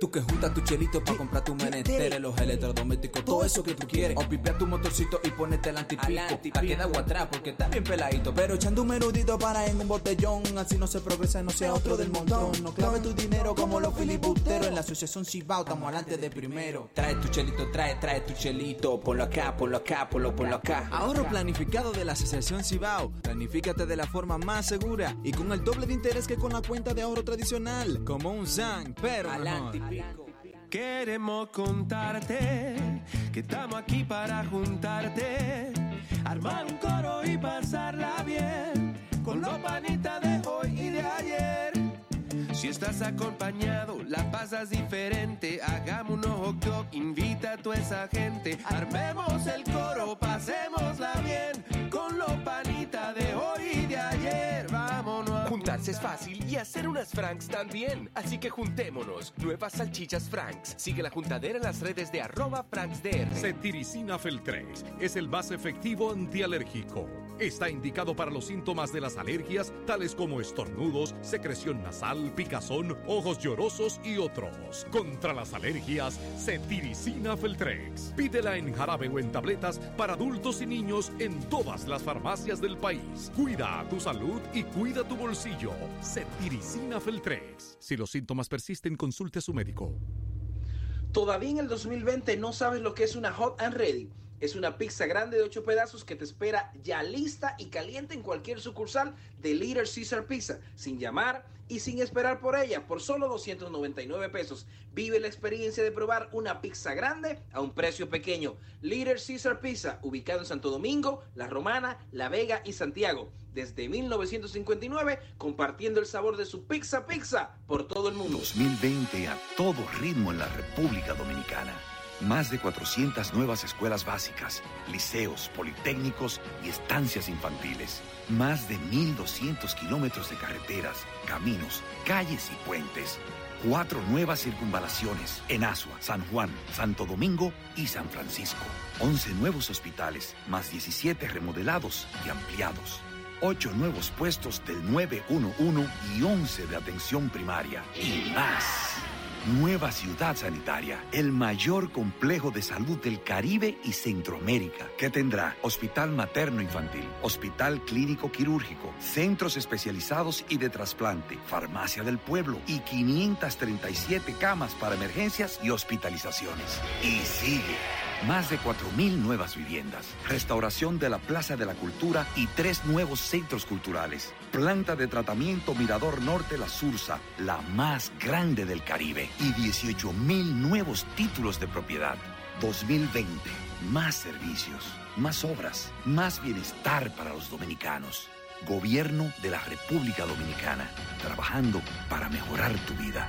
S16: Tú que juntas tu chelito para comprar tu menester, los electrodomésticos, todo eso que tú quieres. O pipea tu motorcito y ponete el antipico. Pa' queda agua atrás porque está bien peladito. Pero echando un menudito para en un botellón. Así no se progresa, no sea otro del montón. No clave tu dinero como los filibusteros. En la asociación Cibao estamos adelante de primero. Trae tu chelito, trae, trae tu chelito. Ponlo acá, ponlo acá, ponlo, ponlo acá. Ahorro planificado de la Asociación Cibao. Planifícate de la forma más segura y con el doble de interés que con la cuenta de ahorro tradicional. Como un Zang, pero
S17: Adelante,
S16: mejor.
S14: Queremos contarte
S17: que estamos aquí para juntarte, armar un coro y pasarla bien con los panitas de hoy y de ayer. Si estás acompañado, la pasas diferente. Hagamos un hot dog, invita a toda esa gente. Armemos el coro, pasémosla bien con los panitas de hoy y de ayer. Vámonos.
S14: Juntarse es fácil y hacer unas Franks también. Así que juntémonos. Nuevas salchichas Franks. Sigue la juntadera en las redes de arroba FranksDR.
S10: Cetiricina Feltrex es el más efectivo antialérgico. Está indicado para los síntomas de las alergias, tales como estornudos, secreción nasal, picazón, ojos llorosos y otros. Contra las alergias, Cetiricina Feltrex. Pídela en jarabe o en tabletas para adultos y niños en todas las farmacias del país. Cuida tu salud y cuida tu bolsillo. Cetiricina Feltrex. Si los síntomas persisten, consulte a su médico.
S4: Todavía en el 2020 no sabes lo que es una hot and ready. Es una pizza grande de 8 pedazos que te espera ya lista y caliente en cualquier sucursal de Little Caesar Pizza, sin llamar y sin esperar por ella, por solo 299 pesos. Vive la experiencia de probar una pizza grande a un precio pequeño. Little Caesar Pizza, ubicado en Santo Domingo, La Romana, La Vega y Santiago. Desde 1959, compartiendo el sabor de su pizza pizza por todo el mundo.
S15: 2020 a todo ritmo en la República Dominicana. Más de 400 nuevas escuelas básicas, liceos, politécnicos y estancias infantiles. Más de 1.200 kilómetros de carreteras, caminos, calles y puentes. Cuatro nuevas circunvalaciones en Asua, San Juan, Santo Domingo y San Francisco. 11 nuevos hospitales, más 17 remodelados y ampliados. 8 nuevos puestos del 911 y 11 de atención primaria. Y más. Nueva Ciudad Sanitaria, el mayor complejo de salud del Caribe y Centroamérica, que tendrá hospital materno infantil, hospital clínico quirúrgico, centros especializados y de trasplante, farmacia del pueblo y 537 camas para emergencias y hospitalizaciones. Y sigue. Más de 4.000 nuevas viviendas, restauración de la Plaza de la Cultura y tres nuevos centros culturales. Planta de tratamiento Mirador Norte La Sursa, la más grande del Caribe. Y 18.000 nuevos títulos de propiedad. 2020, más servicios, más obras, más bienestar para los dominicanos. Gobierno de la República Dominicana, trabajando para mejorar tu vida.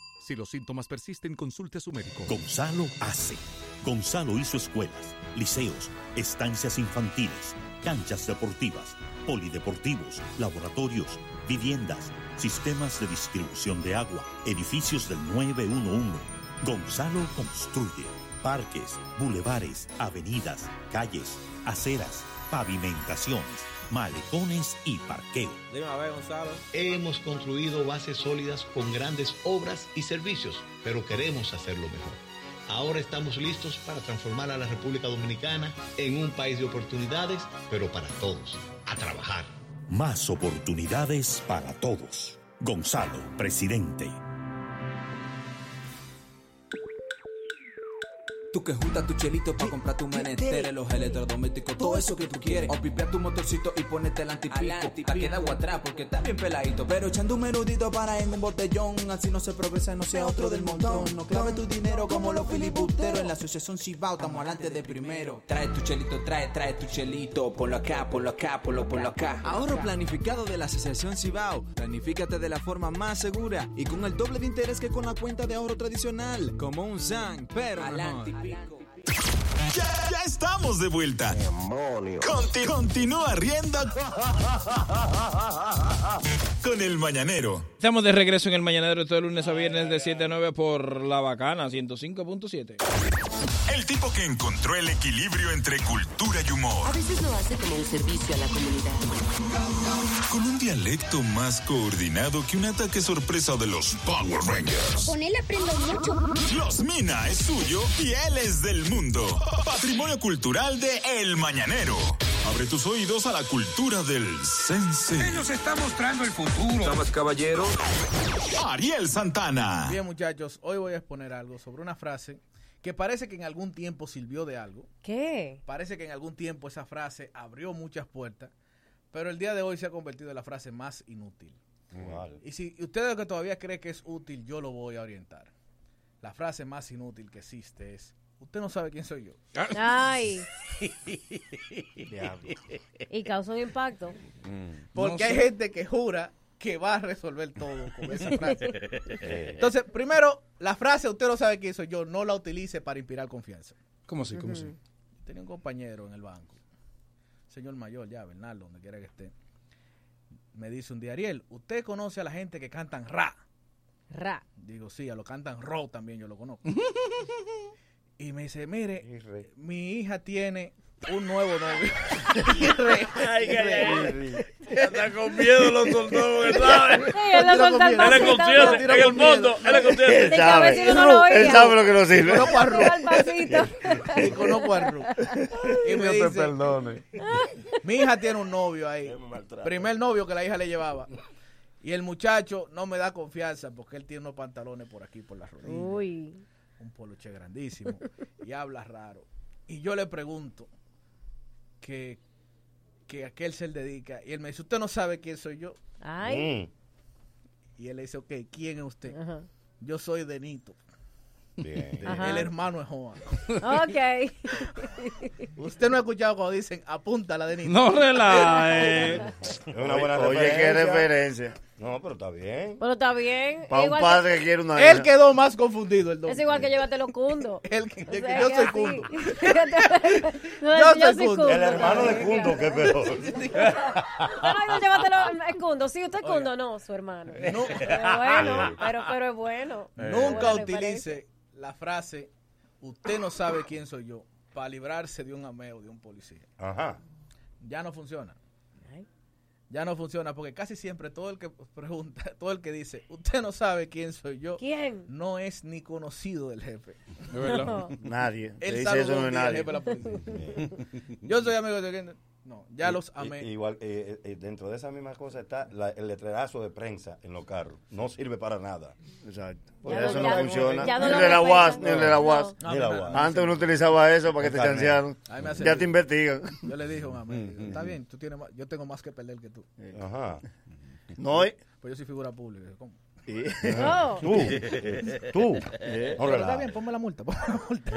S10: Si los síntomas persisten, consulte a su médico.
S21: Gonzalo hace. Gonzalo hizo escuelas, liceos, estancias infantiles, canchas deportivas, polideportivos, laboratorios, viviendas, sistemas de distribución de agua, edificios del 911. Gonzalo construye parques, bulevares, avenidas, calles, aceras, pavimentaciones, malecones y parqueo.
S23: Dime a ver, Gonzalo. Hemos construido bases sólidas con grandes obras y servicios, pero queremos hacerlo mejor. Ahora estamos listos para transformar a la República Dominicana en un país de oportunidades, pero para todos. A trabajar.
S21: Más oportunidades para todos. Gonzalo, presidente.
S32: Tú que juntas tu chelito para comprar tu menesteres, los electrodomésticos, todo eso que tú quieres. O pipea tu motorcito y ponete el antipico. Pa' queda agua atrás porque está bien peladito. Pero echando un menudito para en un botellón. Así no se progresa, no sea otro del montón. No clave tu dinero como los filibusteros. En la asociación Cibao estamos adelante de primero. Trae tu chelito, trae, trae tu chelito. Ponlo acá, ponlo acá, ponlo, ponlo acá. Ahorro planificado de la asociación Cibao. Planifícate de la forma más segura y con el doble de interés que con la cuenta de ahorro tradicional. Como un Zang, pero mejor.
S2: Ya, ya estamos de vuelta. Conti- continúa riendo con el mañanero.
S4: Estamos de regreso en el Mañanero todo el lunes a viernes de 7 a 9 por La Bacana 105.7.
S2: El tipo que encontró el equilibrio entre cultura y humor.
S5: A veces lo hace como un servicio a la comunidad.
S2: Con un dialecto más coordinado que un ataque sorpresa de los Power Rangers.
S5: Con él aprendo mucho.
S2: Los Mina es suyo y él es del mundo. Patrimonio cultural de El Mañanero. Abre tus oídos a la cultura del sense. Él nos está mostrando el futuro. ¿Sabes, caballero? Ariel Santana.
S11: Bien, muchachos, hoy voy a exponer algo sobre una frase que parece que en algún tiempo sirvió de algo.
S12: ¿Qué?
S11: Parece que en algún tiempo esa frase abrió muchas puertas, pero el día de hoy se ha convertido en la frase más inútil. Y si ustedes que todavía creen que es útil, yo lo voy a orientar. La frase más inútil que existe es, usted no sabe quién soy yo.
S12: Ay.
S11: Diablo.
S12: y causa un impacto.
S4: Mm.
S11: Porque
S12: No sé.
S11: hay gente que jura que va a resolver todo con esa frase. Entonces, primero, la frase, usted no sabe quién soy yo, no la utilice para inspirar confianza.
S4: ¿Cómo así? ¿Cómo así?
S11: Ujú. Tenía un compañero en el banco, señor mayor, ya, Bernardo, donde quiera que esté. Me dice un día, Ariel, ¿usted conoce a la gente que cantan ra?
S12: Ra.
S11: Digo, sí, a los que cantan ro también yo lo conozco. y me dice, mire, mi hija tiene un nuevo novio.
S17: Ay, qué
S11: Hasta
S17: con miedo lo soltó, ¿verdad?
S11: Sí,
S17: él lo soltó al
S11: Él es
S17: pasito,
S11: consciente,
S17: ¿verdad?
S11: en el fondo, él es consciente.
S17: Él sabe.
S11: Él sabe, él sabe lo que
S8: no sirve.
S11: Conozco a Ru.
S17: Al pasito.
S11: Y conozco a Ru. Y me
S17: Dios te
S11: dice,
S17: perdone.
S11: mi hija tiene un novio ahí.
S17: maltrato.
S11: Primer novio que la hija le llevaba. Y el muchacho no me da confianza porque él tiene unos pantalones por aquí, por las rodillas.
S12: Uy.
S11: Un poloche grandísimo. Y habla raro. Y yo le pregunto que, que a qué él se le dedica. Y él me dice, usted no sabe quién soy yo.
S12: Ay.
S8: Mm.
S11: Y él le dice, ok, ¿quién es usted? Yo soy Denito. De-
S12: Ajá.
S11: El hermano es Juan.
S12: Ok.
S11: Usted no ha escuchado cuando eh, dicen, apúntala, Denito.
S4: No relaje.
S8: Oye, qué referencia.
S1: No, pero está bien.
S12: Bueno, está bien.
S8: Para
S12: Es
S8: un
S12: igual
S8: padre
S12: que-
S8: que quiere una
S11: Él
S8: hija.
S11: quedó más confundido el domingo.
S12: Es igual que llévatelo cundo.
S11: yo soy
S12: cundo.
S11: Yo
S12: yo,
S11: soy
S12: soy
S11: cundo.
S12: cundo.
S11: El hermano de
S12: Sí,
S1: cundo,
S12: claro.
S1: que es peor.
S12: No, no, no, llévatelo es cundo. Sí, usted es cundo, no, su
S8: Eh.
S12: hermano.
S11: No.
S12: Pero bueno, pero, pero es bueno.
S11: Nunca
S12: Eh, Bueno, le
S11: utilice la frase, usted no sabe quién soy yo, para librarse de un ameo de un policía.
S1: Ajá.
S11: Ya no funciona. Ya no funciona porque casi siempre todo el que pregunta, todo el que dice, usted no sabe quién soy yo, no es ni conocido del jefe.
S8: De verdad. Nadie. Te
S11: Él
S8: dice
S11: sabe
S8: eso no
S11: dónde
S8: es
S11: vive el
S8: nadie.
S11: jefe de la policía. yo soy amigo de No, ya
S1: Y-
S11: los amé.
S1: y- igual, eh, eh, dentro de esa misma cosa está la- el letrerazo de prensa en los carros. No sirve para nada.
S8: Exacto.
S1: Porque
S8: Ya eso no funciona.
S1: ya
S8: ni
S1: no
S8: el
S1: lo
S8: de la
S1: respetan.
S8: UAS, ni el de la
S1: No.
S8: UAS.
S1: Ni la UAS.
S8: Antes uno utilizaba eso para que te
S1: Totalmente.
S8: chancearan.
S11: Ahí me hace
S8: Ya
S11: ruido.
S8: te investigan.
S11: Yo le dije a un amigo, está bien, tú tienes más- yo tengo más que perder que tú.
S1: Ajá.
S8: No, y-
S11: Pues yo soy figura pública. ¿Cómo?
S8: Sí.
S12: Oh.
S11: No.
S8: Tú, tú.
S11: Pero
S8: No
S11: está
S8: relaja.
S11: bien, ponme la multa. ponme la multa.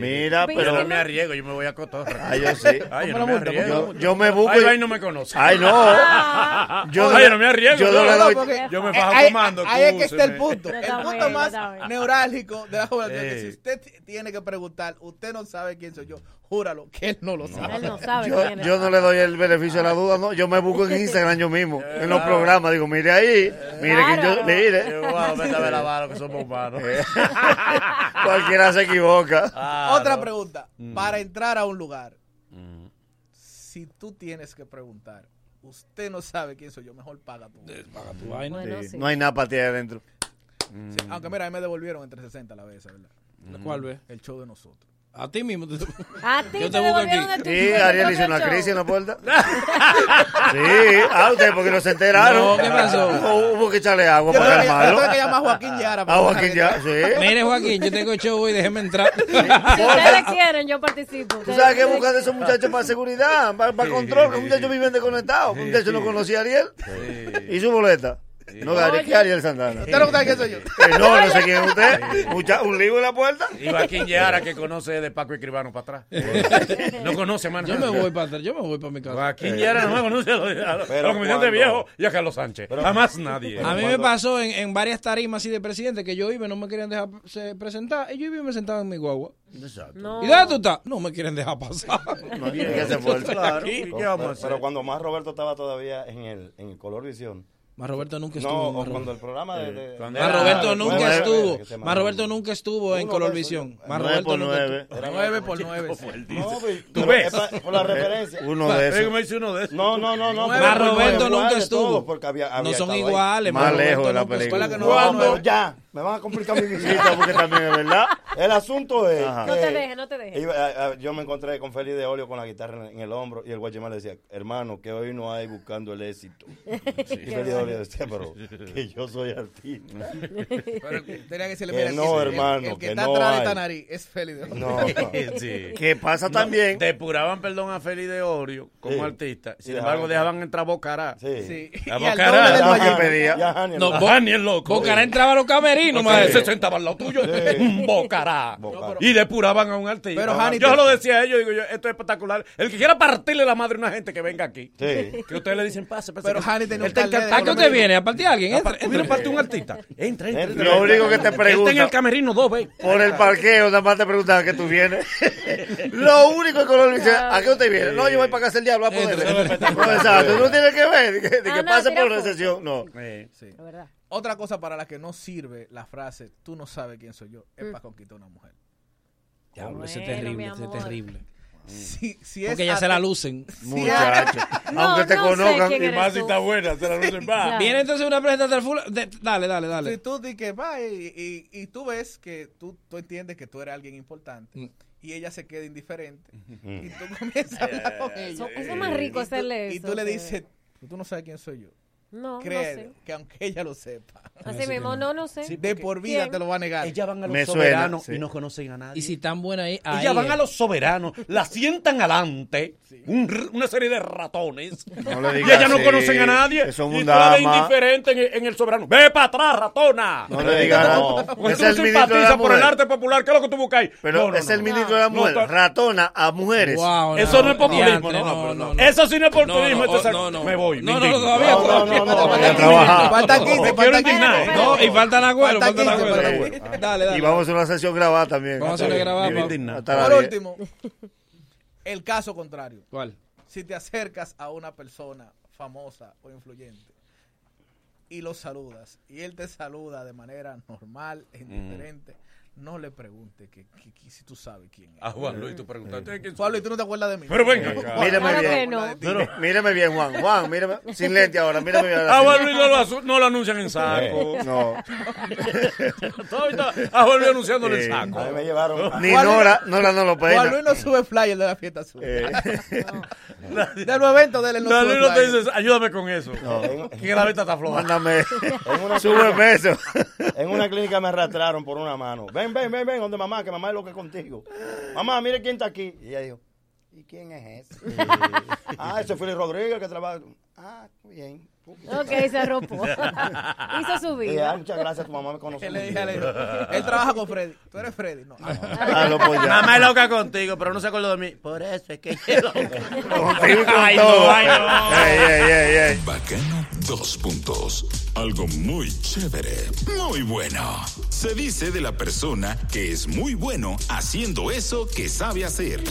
S8: Mira, pero-
S3: Yo no me arriesgo, yo me voy a cotorra.
S8: Ay, yo sí.
S3: Ay, yo no me arriesgo.
S8: Yo, yo me busco.
S3: Ay,
S8: y-
S3: ay, no me conoce.
S8: Ay, no.
S3: Ay, yo no me arriesgo.
S8: Yo no le doy.
S3: Yo me
S11: Eh,
S3: fajo
S11: ahí-
S3: comando.
S11: Ahí es que está el
S3: escúcheme.
S11: punto. El
S12: está
S11: punto
S12: bien,
S11: más
S12: está bien.
S11: neurálgico de la juventud.
S3: Eh.
S11: Que si usted t- tiene que preguntar, usted no sabe quién soy yo, júralo que él no lo sabe.
S12: Él no sabe
S8: Yo,
S12: quién es.
S8: yo no le doy el beneficio de la duda, no. Yo me busco en Instagram yo mismo, en los programas. Digo, mire ahí, mire que yo,
S3: Claro.
S8: mire. Eh,
S3: Yo, wow, vete a ver la mano, que somos humanos.
S8: Cualquiera se equivoca.
S4: Ah,
S11: Otra pregunta.
S8: Ah, Mm.
S11: Para entrar a un lugar, si tú tienes que preguntar, usted no sabe quién soy yo, mejor paga tú. Paga
S8: Sí. No hay nada para ti adentro.
S11: Aunque mira, ahí me devolvieron entre 60 la vez, esa, ¿verdad?
S8: Mm.
S4: ¿Cuál vez?
S11: El show de nosotros.
S4: A ti mismo. te-
S12: A ti
S4: Yo
S12: te
S4: busco
S12: devolvieron
S4: aquí.
S12: el
S8: Sí, Ariel hizo una crisis en la puerta. Sí, ah, ustedes porque no se enteraron.
S4: No, ¿qué pasó?
S8: Hubo- Hubo que echarle agua
S4: Yo
S8: para
S4: creo que- yo
S8: calmarlo.
S4: creo que llamó a Joaquín
S11: Yara
S8: A Joaquín Yara, sí.
S4: Mire, Joaquín, yo tengo show hoy, déjeme entrar.
S12: Si ustedes quieren, yo participo.
S8: Tú sabes que buscar de esos muchachos para seguridad, para, para control, que los muchachos viven desconectados. Un muchacho no conocía a Ariel y su boleta. No, Ariel, ¿qué Ariel Santana?
S11: ¿Usted no sabe quién soy yo?
S8: Eh, no, no sé quién es usted. Mucha- un libro en la puerta.
S3: Y Joaquín Yara, que conoce de Paco y Cribano para atrás. No conoce, mano.
S4: Yo me voy para atrás, yo me voy para mi casa.
S3: Joaquín Yara no me conoce a los, a los
S4: Pero
S3: comediantes
S4: cuando-
S3: viejos y a Carlos Sánchez. Jamás nadie.
S4: A mí me pasó en, en varias tarimas así de presidente que yo iba y no me querían dejar se- presentar. Y yo iba y me sentaba en mi guagua.
S3: Exacto.
S4: ¿Y dónde tú estás? No me quieren dejar pasar.
S1: No, tiene que hacer fuerza. Pero- pero, cuando más Roberto estaba todavía en el, en el Color Visión.
S4: Más Roberto nunca
S1: No,
S4: estuvo.
S1: o
S4: Más
S1: cuando
S4: Roberto.
S1: el programa de. de-
S4: Más
S1: era-
S4: Roberto
S1: de-
S4: nunca
S1: de- que se
S4: estuvo. Más
S1: mandaba.
S4: Roberto nunca estuvo en
S1: Uno
S4: Colorvisión.
S1: de esos,
S4: Más Roberto
S1: nueve por
S4: nunca
S1: nueve.
S4: estuvo.
S1: Era
S11: nueve por nueve.
S1: No, pues,
S4: ¿Tú
S1: no,
S4: ves?
S1: es pa- Por la referencia.
S8: Uno de esos.
S3: me hice uno de esos.
S1: No, no, no. no
S4: Más
S1: pero
S4: Roberto
S1: no es igual
S4: nunca
S1: de
S4: estuvo.
S1: todo, porque había-
S4: No
S1: había
S4: son
S1: estado ahí.
S4: iguales, Más más lejos de la Roberto nunca película. estuvo.
S1: Cuando ya, me van a complicar mi visita
S8: porque también es verdad.
S1: El asunto es.
S12: No
S1: que
S12: te dejes, no te dejes.
S1: iba- a- a- yo me encontré con Félix de Olio con la guitarra en, en el hombro y el guachimán le decía, hermano, que hoy no hay buscando el éxito. Y Félix de Olio decía, pero que yo soy artista.
S11: Pero tenía que ser
S1: Que no, hermano,
S11: el, que,
S1: que
S11: está
S1: no
S11: atrás de
S1: hay.
S11: esta nariz es Félix. de Oro.
S8: ¿Qué pasa también?
S3: Depuraban, perdón, a Félix de Orio como
S1: Sí.
S3: artista. Sin
S1: Y
S3: embargo, dejaban
S1: dejaban
S3: entrar a Bocará.
S1: Sí.
S3: A
S11: Y al
S3: Bocará.
S11: doble del
S3: Ajá.
S11: mayor.
S3: Pedía.
S11: Ya, Janiel,
S3: No,
S11: loco.
S3: Bo- Janiel, loco.
S4: Bocará entraba a los camerinos,
S3: O sea,
S4: maestro.
S3: Se sentaba al lado tuyo. Bocará. Y depuraban a un artista.
S4: Pero, Jani,
S3: yo
S4: te-
S3: lo decía a ellos, digo yo, esto es espectacular. El que quiera partirle la madre a una gente que venga aquí.
S1: Sí.
S3: Que ustedes le dicen, pase, pase.
S4: Pero
S3: que-
S4: Jani tenía
S3: Él
S4: un
S3: te
S4: carnet de
S3: encanta-
S4: ¿A qué usted viene? ¿A partir de alguien? Entra,
S3: Viene a partir un artista. Entra, entra. entra,
S8: Lo único
S3: entra. Él
S8: que te
S3: está en
S8: pregunta-
S3: el camerino dos veces.
S8: Por el parqueo, nada más te preguntaban que tú vienes. Lo único es que uno le dice, ¿a qué usted viene? No, yo voy para casa el diablo, a poder. No, exacto, no tiene que ver, de que, de que
S11: Ah, no,
S8: pase
S11: tira
S8: por
S11: foto.
S8: recesión, no.
S11: Sí. Otra cosa para la que no sirve la frase, tú no sabes quién soy yo,
S8: Mm.
S11: es para conquistar a una mujer.
S4: Diablo, ese es terrible, ese es terrible.
S11: Si, si es
S4: Porque ya se
S11: ate-
S4: la lucen.
S11: Si
S4: Muchacho,
S11: es-
S4: aunque te No, no sé conozcan. quién
S3: Y
S4: eres
S3: más si
S4: tú.
S3: está buena, se la lucen más.
S4: Viene entonces una presentación del full- de- Dale, dale,
S11: Si
S4: dale.
S11: tú di que va y, y- y tú ves que tú, tú entiendes que tú eres alguien importante
S4: Mm.
S11: y ella se queda indiferente
S4: Mm.
S11: y tú comienzas a hablar con ella.
S12: Eso- eso es más rico
S11: Y tú-
S12: hacerle
S11: Y tú
S12: eso
S11: le
S12: que-
S11: dices, tú no sabes quién soy yo.
S12: No, no
S11: Créelo,
S12: sé.
S11: que aunque ella lo sepa.
S12: Así Así mismo, que no. no, no sé. Sí,
S11: de
S12: porque-
S11: por vida
S12: ¿Quién?
S11: te lo va a negar.
S3: Ellas van a los
S11: Me suena,
S3: soberanos
S11: sí.
S3: y no conocen a nadie.
S4: Y si tan buena ahí.
S3: Ellas van a los soberanos, la sientan adelante, un r- una serie de ratones.
S8: No le
S3: y
S8: digas
S3: ellas no
S8: así,
S3: conocen a nadie.
S8: que son
S3: y
S8: un
S3: tú la ves
S8: dama.
S3: indiferente en, el- en el soberano. ¡Ve para atrás, ratona!
S8: No le digas nada.
S3: Porque
S8: Es
S3: tú
S8: el
S3: no
S8: ministro de la
S3: simpatizas por el
S8: mujer.
S3: arte popular. ¿Qué es lo que tú buscáis?
S8: Pero
S3: No, no,
S8: es
S3: no,
S8: el
S3: no.
S8: ministro de la
S3: No,
S8: mujer,
S3: to-
S8: ratona a mujeres.
S4: Wow,
S3: Eso no es populismo,
S4: diantre,
S3: no,
S4: no,
S3: no, Eso sí no es populismo.
S4: No, no,
S3: este
S4: oh,
S3: sac-
S4: no, no.
S3: Me voy.
S4: No, no,
S3: me
S4: no,
S3: indigno.
S4: todavía, No, no, todavía. no, no,
S8: voy a trabajar.
S4: Faltan 15,
S8: Me
S4: faltan
S8: quiero
S4: 15.
S8: indignar, ¿eh?
S4: No, y faltan agüero,
S8: Faltan
S4: faltan
S8: 15 para
S4: agüero.
S8: Agüero.
S4: Dale, dale.
S8: Ah. Y vamos a hacer una sesión grabada también.
S4: Vamos a hacer una
S8: Está
S4: grabada,
S8: bien.
S4: vamos.
S8: Divino. Hasta la
S11: Por
S8: diez.
S11: último, el caso contrario.
S4: ¿Cuál?
S11: Si te acercas a una persona famosa o influyente y lo saludas y él te saluda de manera normal
S3: Mm.
S11: e indiferente, no le preguntes que, que- que si tú sabes quién es. Mm.
S3: A Juan Luis, tú preguntaste, "¿Quién soy
S11: Juan Luis,
S3: yo?"
S11: tú no te acuerdas de mí.
S3: Pero venga
S11: Juan
S3: acá.
S11: Luis,
S8: Mírame
S11: claro que
S8: bien.
S11: no.
S8: Mí- Mírame bien, Juan. Juan, mírame. Sin lente ahora, mírame bien.
S3: A Juan Luis no lo, asu- no lo anuncian en
S37: Eh,
S3: saco.
S8: No.
S3: Todavía está A Juan Luis anunciándolo
S8: Sí.
S3: en saco.
S8: A mí me llevaron- Ni
S11: Juan Luis-
S8: Nora, Nora no lo pena.
S11: Juan Luis no sube flyer de la fiesta suya.
S8: Eh.
S11: De los eventos de él él no
S3: Juan
S11: sube
S3: Luis no te
S11: flyer.
S3: dice, ayúdame con eso.
S26: No.
S3: Que la venta está floja.
S8: Mándame.
S26: Súbeme
S8: eso.
S26: En una clínica me arrastraron por una mano. Ven, ven, ven, ven, donde mamá, que mamá es lo que es contigo. Mamá, mire quién está aquí. Y ella dijo, ¿y quién es ese? ah, ese es Félix Rodríguez que trabaja. Ah, muy bien.
S5: Ok, se arropó. Hizo su vida.
S26: Y, ah, muchas gracias, tu mamá me conoce. Ah,
S11: Él le dije, le dije, él trabaja con Freddy. Tú eres Freddy, no.
S37: Mamá es loca contigo, pero no se acuerda de mí. Por eso es que es loca. Ay, no, ay, no.
S2: Bacano, dos puntos. Algo muy chévere, muy bueno. Se dice de la persona que es muy bueno haciendo eso que sabe hacer.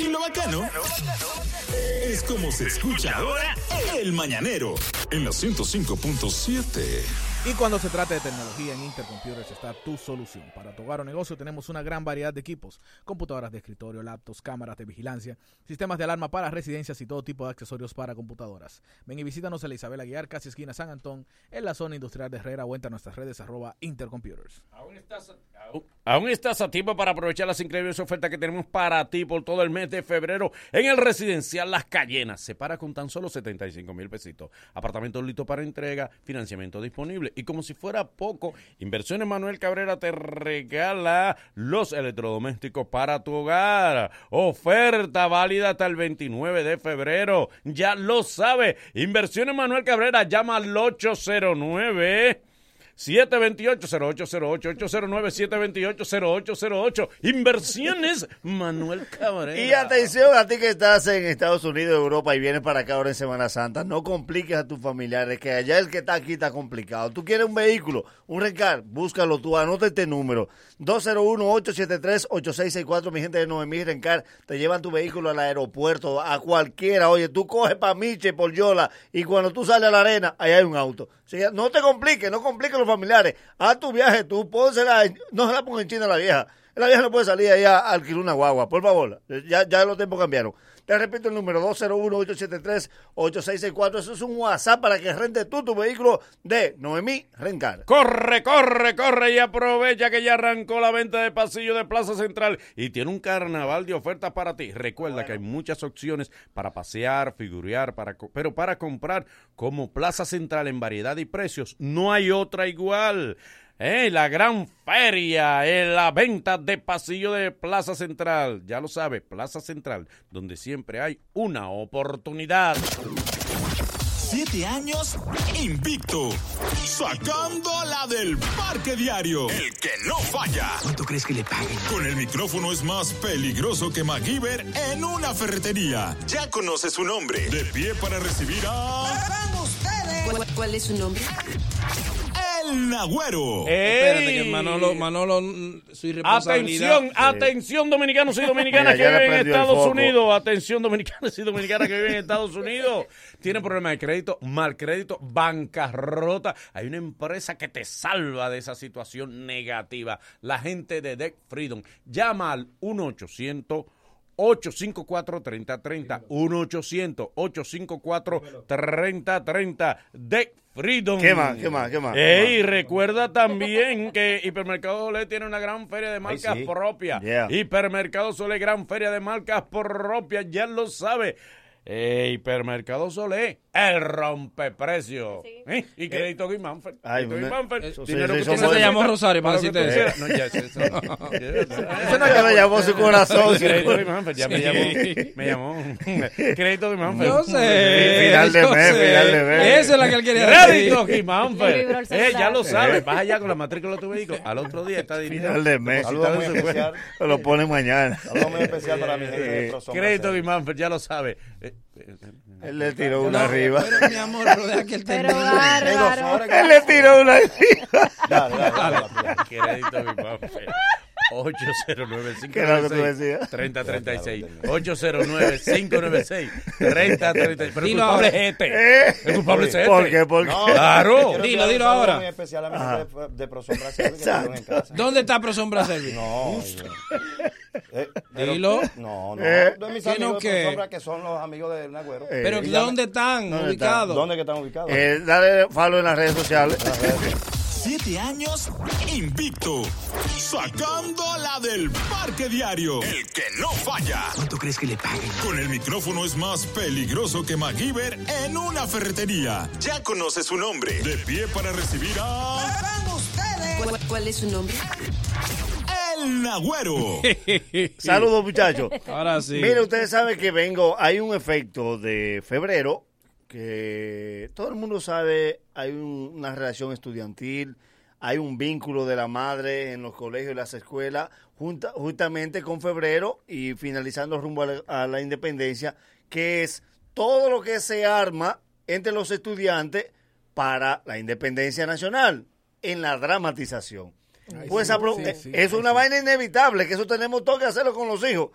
S2: Y lo bacano es como se escucha ahora el mañanero en la 105.7.
S11: Y cuando se trata de tecnología, en Intercomputers está tu solución. Para tu hogar o negocio tenemos una gran variedad de equipos, computadoras de escritorio, laptops, cámaras de vigilancia, sistemas de alarma para residencias y todo tipo de accesorios para computadoras. Ven y visítanos en la Isabel Aguiar, casi esquina San Antón, en la zona industrial de Herrera o entra a nuestras redes arroba Intercomputers.
S3: Aún estás a tiempo para aprovechar las increíbles ofertas que tenemos para ti por todo el mes de febrero en el residencial Las Cayenas. Se para con tan solo 75 mil pesitos. Apartamento listo para entrega, financiamiento disponible. Y como si fuera poco, Inversiones Manuel Cabrera te regala los electrodomésticos para tu hogar. Oferta válida hasta el 29 de febrero. Ya lo sabe. Inversiones Manuel Cabrera llama al 809. 728-0808-809-728-0808. Inversiones, Manuel Cabrera.
S8: Y atención a ti que estás en Estados Unidos, Europa y vienes para acá ahora en Semana Santa. No compliques a tus familiares, que allá el que está aquí está complicado. Tú quieres un vehículo, un rencar, búscalo tú, anota este número. 201-873-8664, mi gente de 9000 Rencar, te llevan tu vehículo al aeropuerto, a cualquiera. Oye, tú coges para Miche, por Yola, y cuando tú sales a la arena, ahí hay un auto. O sea, no te compliques, no compliques a los familiares. Haz tu viaje tú, pónsela, en- no se la pongas en China a la vieja. La vieja no puede salir ahí a alquilar una guagua, por favor. Ya, ya los tiempos cambiaron. Te repito el número 201-873-8664. Eso es un WhatsApp para que rentes tú tu vehículo de Noemí Rencar.
S3: Corre, corre, corre y aprovecha que ya arrancó la venta de pasillo de Plaza Central y tiene un carnaval de ofertas para ti. Recuerda que hay muchas opciones para pasear, figurear, para co- pero para comprar como Plaza Central en variedad y precios, no hay otra igual. Eh, La gran feria, eh, la venta de pasillo de Plaza Central. Ya lo sabe, Plaza Central, donde siempre hay una oportunidad.
S2: Siete años invicto. Sacándola del parque diario. El que no falla. ¿Cuánto crees que le paguen? Con el micrófono es más peligroso que MacGyver en una ferretería. Ya conoce su nombre. De pie para recibir a.
S19: ¿Cuál, cuál es su nombre?
S2: El Nagüero.
S4: Espérate que Manolo, Manolo, mm, su irresponsabilidad.
S3: Atención, atención dominicanos y dominicanas
S4: Mira, ya le
S3: que viven en
S4: prendió el
S3: Estados
S4: foco.
S3: Unidos. Atención dominicanos y dominicanas que viven en Estados Unidos. Tienen problemas de crédito, mal crédito, bancarrota. Hay una empresa que te salva de esa situación negativa. La gente de Debt Freedom. Llama al 1 800 854-3030. 1-800-854-3030. De Freedom.
S8: ¿Qué más? ¿Qué más? ¿Qué más?
S3: Ey, recuerda también que Hipermercado Sole tiene una gran feria de marcas
S8: sí.
S3: propias.
S8: Yeah.
S3: Hipermercado Sole, gran feria de marcas propias. Ya lo sabe. Eh, hipermercado Solé, el rompeprecio. ¿Eh? Y crédito Guimánfer.
S8: Ay,
S3: Crédito
S8: una-
S3: Guimánfer.
S8: eso sí,
S3: Dinero
S8: sí,
S3: que
S8: son
S3: tú
S8: buenos.
S3: necesitas
S8: Se llamó Rosario para
S3: lo que tú
S8: decirte
S3: quieras. No, ya, sí, sí.
S8: Eso no le llamó su corazón.
S3: Crédito Guimánfer, ya me
S8: Sí.
S3: llamó. Me llamó. Crédito Guimánfer.
S4: No sé,
S8: Final de no mes, sé. final de mes.
S4: Esa es la que él quería decir.
S3: Crédito
S4: Le vibró
S3: Guimánfer.
S4: el
S3: Eh,
S4: celular.
S3: ya lo sabes.
S4: Eh.
S3: Vas allá con la matrícula de tu vehículo. Al otro día está dinero.
S8: Final de mes.
S3: Depositado en su cuenta.
S8: Te lo ponen mañana.
S26: muy especial para mi gente de
S3: Eh,
S26: Prosombra.
S3: Crédito Guimánfer, ya lo sabe. Eh, eh, eh,
S8: Él le tiró una arriba.
S4: Pero mi amor, pero deja que él termine.
S8: Él le tiró una arriba.
S3: Crédito, mi papá. 809
S8: ¿Qué era lo que tú decías?
S3: 3036 809 596 3036 Pero el
S1: Dilo ahora.
S3: culpable es este. El culpable es este.
S8: Eh. ¿Por qué? ¿Por qué?
S3: No, Claro.
S1: Quiero enviar un saludo Muy especial a mi gente de, de Prosombra Service que estuvieron en casa.
S4: ¿Dónde está Prosombra Service?
S1: No. Eh, pero-
S4: Dilo.
S1: No, no.
S4: Eh.
S1: De mis
S4: ¿Qué
S1: amigos
S4: no
S1: de
S4: qué?
S1: Prosombra que son los amigos de Nagüero.
S26: Eh,
S4: Pero
S1: Dígame,
S4: ¿dónde están
S1: ¿dónde
S4: ubicados?
S1: ¿Dónde que están ubicados?
S8: Eh, dale follow en las redes sociales.
S26: Siete años invicto. Sacando la del parque diario. El que no falla. ¿Cuánto crees que le paguen? Con el micrófono es más peligroso que MacGyver en una ferretería. Ya conoce su nombre. De pie para recibir a...
S5: ¿Cuál, cuál es su nombre?
S26: El Nagüero.
S8: Saludos, muchachos.
S4: Ahora sí.
S8: Mire, ustedes saben que vengo, hay un efecto de febrero que todo el mundo sabe, hay un- una relación estudiantil, hay un vínculo de la madre en los colegios y las escuelas, junta- justamente con febrero y finalizando rumbo a la, a la independencia, que es todo lo que se arma entre los estudiantes para la independencia nacional en la dramatización. Pues
S11: sí,
S8: apro-
S11: sí,
S8: eh,
S11: sí,
S8: es una vaina inevitable, que eso tenemos todo que hacerlo con los hijos.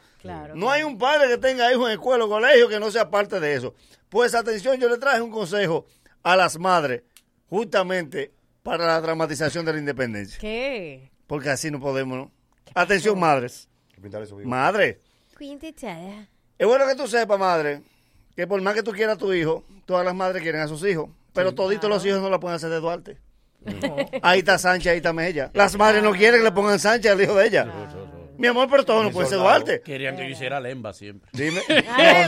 S8: no hay un padre que tenga hijos en escuela o colegio que no sea parte de eso. Pues atención, yo le traje un consejo a las madres, justamente para la dramatización de la independencia.
S12: ¿Qué?
S8: Porque así no podemos, ¿no? Atención, madres. Madre, es bueno que tú sepas, madre, que por más que tú quieras a tu hijo, todas las madres quieren a sus hijos. Pero toditos los hijos no la pueden hacer de Duarte. Ahí está Sánchez, ahí está Mella. Las madres no quieren que le pongan Sánchez al hijo de ella. Mi amor, pero todo no puede ser Duarte.
S3: Querían que yo
S12: Eh.
S3: hiciera Lemba siempre.
S8: Dime.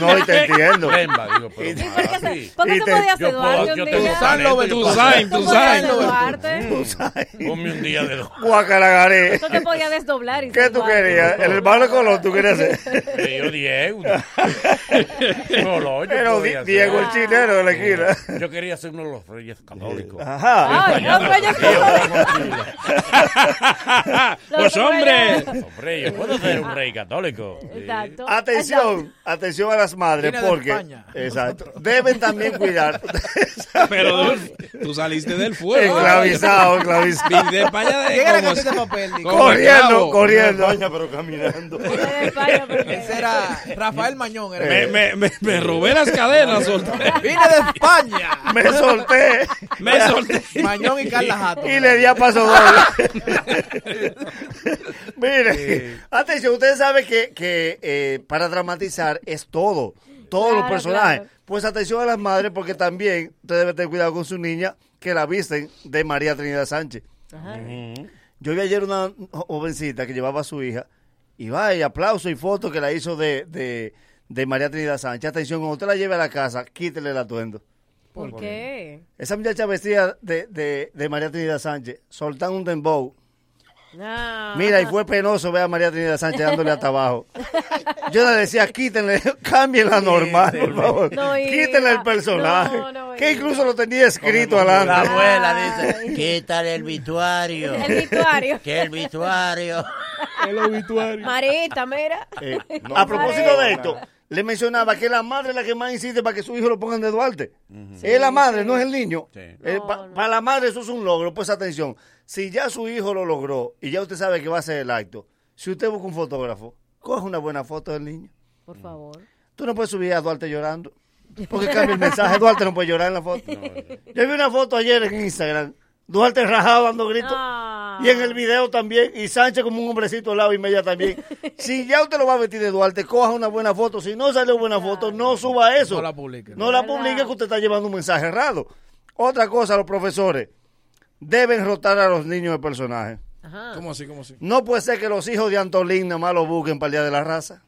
S8: No, no, y te entiendo.
S3: Lemba, digo, pero.
S8: Y-
S3: papi,
S12: ¿Por qué
S8: Y
S12: tú
S8: te-
S12: podías
S3: yo puedo,
S12: Eduardo
S3: yo
S12: un
S3: tengo
S12: día?
S3: talento, yo
S4: Tú
S3: puedo-
S4: sabes,
S12: ¿Tú
S4: tú
S12: podías
S4: sabes.
S12: desdoblarte?
S3: Ponme un día de dos.
S8: Guacalagaré.
S12: Eso te podía desdoblar. y
S8: ¿Qué tú
S12: salvar.
S8: querías? El hermano de Colón, ¿tú querías hacer?
S3: Eh, Yo Diego. Colón, yo
S8: Pero
S3: podía
S8: Di-
S3: ser.
S8: Diego el chinero de la esquina.
S3: Yo quería ser uno de los reyes católicos.
S8: Ajá.
S12: Ay, los reyes
S3: Pues
S12: Los
S3: hombre,
S12: reyes.
S3: hombre, yo puedo ser un rey católico.
S12: Exacto.
S8: Atención, atención a las madres,
S12: Viene de
S8: porque.
S12: España.
S8: Exacto. Deben también cuidar.
S4: Pero Dulce, tú saliste del fuego.
S8: Enclavizado, enclavizado.
S4: Y de España de
S11: Llega la
S4: como-
S11: cajita de papel, digo.
S4: como
S8: Corriendo,
S4: esclavo.
S8: corriendo.
S1: pero caminando.
S11: Ese era Rafael Mañón.
S8: Eh,
S11: Era
S4: Me, me, me, me robé las cadenas, solté.
S11: Vine de España.
S8: Me solté.
S4: Me solté.
S11: Mañón y Carla Jato.
S8: Y le di a paso doble. Mire, atención, ustedes saben que, que, eh, para dramatizar es todo, todos los
S31: Claro,
S8: personajes.
S31: claro.
S8: Pues atención a las madres porque también ustedes deben tener cuidado con su niña que la visten de María Trinidad Sánchez. Yo vi ayer una jovencita que llevaba a su hija y va y aplauso y foto que la hizo de, de, de María Trinidad Sánchez. Atención, cuando usted la lleve a la casa, quítele el atuendo.
S12: ¿Por qué?
S8: Esa muchacha vestida de, de- de María Trinidad Sánchez, soltando un dembow.
S12: Ah.
S8: Mira, y fue penoso ver a María Trinidad Sánchez dándole hasta abajo. Yo le decía, quítenle, cambien la normal, por favor.
S12: No, hija.
S8: quítenle el personaje.
S12: No, no,
S8: que incluso lo tenía escrito adelante.
S9: La abuela dice, quítale el vituario.
S12: El vituario.
S9: Que el vituario.
S4: El obituario.
S12: Marita, mira.
S8: Eh,
S12: No,
S8: a propósito
S12: no,
S8: de
S12: no.
S8: esto, le mencionaba que la madre es la que más insiste para que su hijo lo pongan de Duarte. Es la madre, no es el niño. Eh, Para la madre eso es un logro. Pues atención, si ya su hijo lo logró y ya usted sabe que va a ser el acto, si usted busca un fotógrafo, coge una buena foto del niño.
S12: Por favor.
S8: Tú no puedes subir a Duarte llorando. Porque cambia el mensaje. Duarte no puede llorar en la foto. Yo vi una foto ayer en Instagram. Duarte rajado dando gritos. Y en el video también. Y Sánchez como un hombrecito al lado y media también. si ya usted lo va a vestir de Duarte, coja una buena foto. Si no salió buena foto, no suba eso.
S11: No la publique.
S8: No la publique que usted está llevando un mensaje errado. Otra cosa, los profesores deben rotar a los niños de personajes.
S4: ¿Cómo así, cómo así?
S8: No puede ser que los hijos de Antolín nada más lo busquen para el Día de la Raza.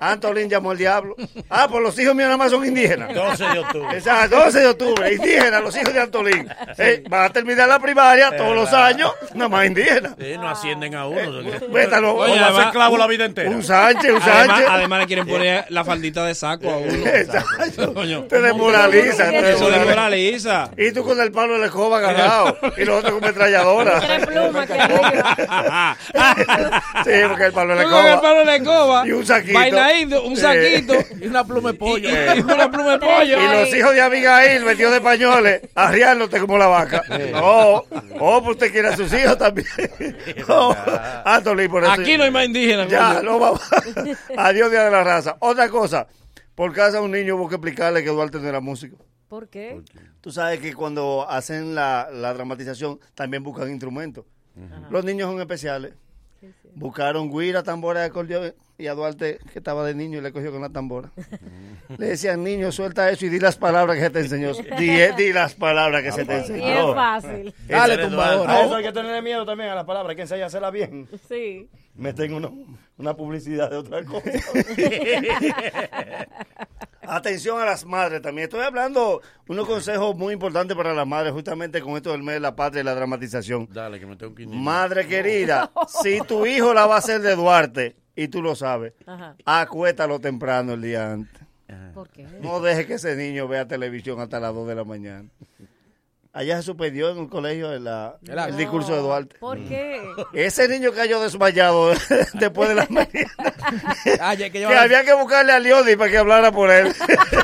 S8: Antolín llamó al diablo. Ah, pues los hijos míos nada más son indígenas.
S3: 12 de octubre.
S8: Exacto, 12 de octubre, indígenas, los hijos de Antolín. Eh, van a terminar la primaria todos los años, nada más indígenas.
S12: Ah.
S3: Eh, no ascienden a uno.
S8: Eh, Vétalo,
S3: Oye,
S8: o va a
S3: además-
S8: ser clavo la vida entera. Un Sánchez, un
S4: Además,
S8: Sánchez.
S4: además le quieren poner la faldita de saco a uno. Coño.
S8: Te desmoraliza, te
S4: Eso
S8: desmoraliza.
S4: desmoraliza.
S8: Y tú con el palo de la escoba agarrado. Y los otros con metralladora.
S12: Tres plumas que
S8: Sí, porque el palo de la
S4: Tú con el
S8: escoba.
S4: palo de la escoba,
S8: Y un saquito.
S4: vaina indio, un
S8: Sí.
S4: saquito. y una pluma de pollo. Y, una pluma de pollo.
S8: Y los hijos de Abigail metidos de pañoles, arriándote como la vaca. Oh, oh, pues usted quiere a sus hijos también. Oh, Anthony, por eso.
S4: Aquí no hay más indígenas.
S8: Ya,
S4: coño.
S8: no vamos. Adiós, Día de la Raza. Otra cosa, por casa a un niño hubo que explicarle que Duarte no era músico.
S12: ¿Por qué?
S8: Tú sabes que cuando hacen la, la dramatización también buscan instrumentos. Los niños son especiales. Buscaron guira, tambora y acordeón y a Duarte, que estaba de niño, y le cogió con la tambora. le decían, niño, suelta eso y di las palabras que se te enseñó. Di, di las palabras que se te
S12: Y
S8: enseñó.
S12: es fácil.
S8: Dale, tumbador.
S26: A eso hay que tenerle miedo también a las palabras. Hay que ensayar a hacerla bien.
S12: Sí.
S26: Me tengo uno- una publicidad de otra cosa.
S8: Atención a las madres también. Estoy hablando unos consejos muy importantes para las madres, justamente con esto del mes de la patria y la dramatización.
S3: Dale, que me tengo que ir.
S8: Madre querida, si tu hijo la va a hacer de Duarte, y tú lo sabes,
S12: Ajá.
S8: acuéstalo temprano el día antes.
S12: ¿Por qué?
S8: No dejes que ese niño vea televisión hasta las 2 de la mañana. Allá se suspendió en un colegio el, la- el
S12: No,
S8: discurso de Duarte.
S12: ¿Por qué?
S8: Ese niño cayó desmayado después de la mañana. que
S38: llevarlo-
S8: había que buscarle a Leoni para que hablara por él.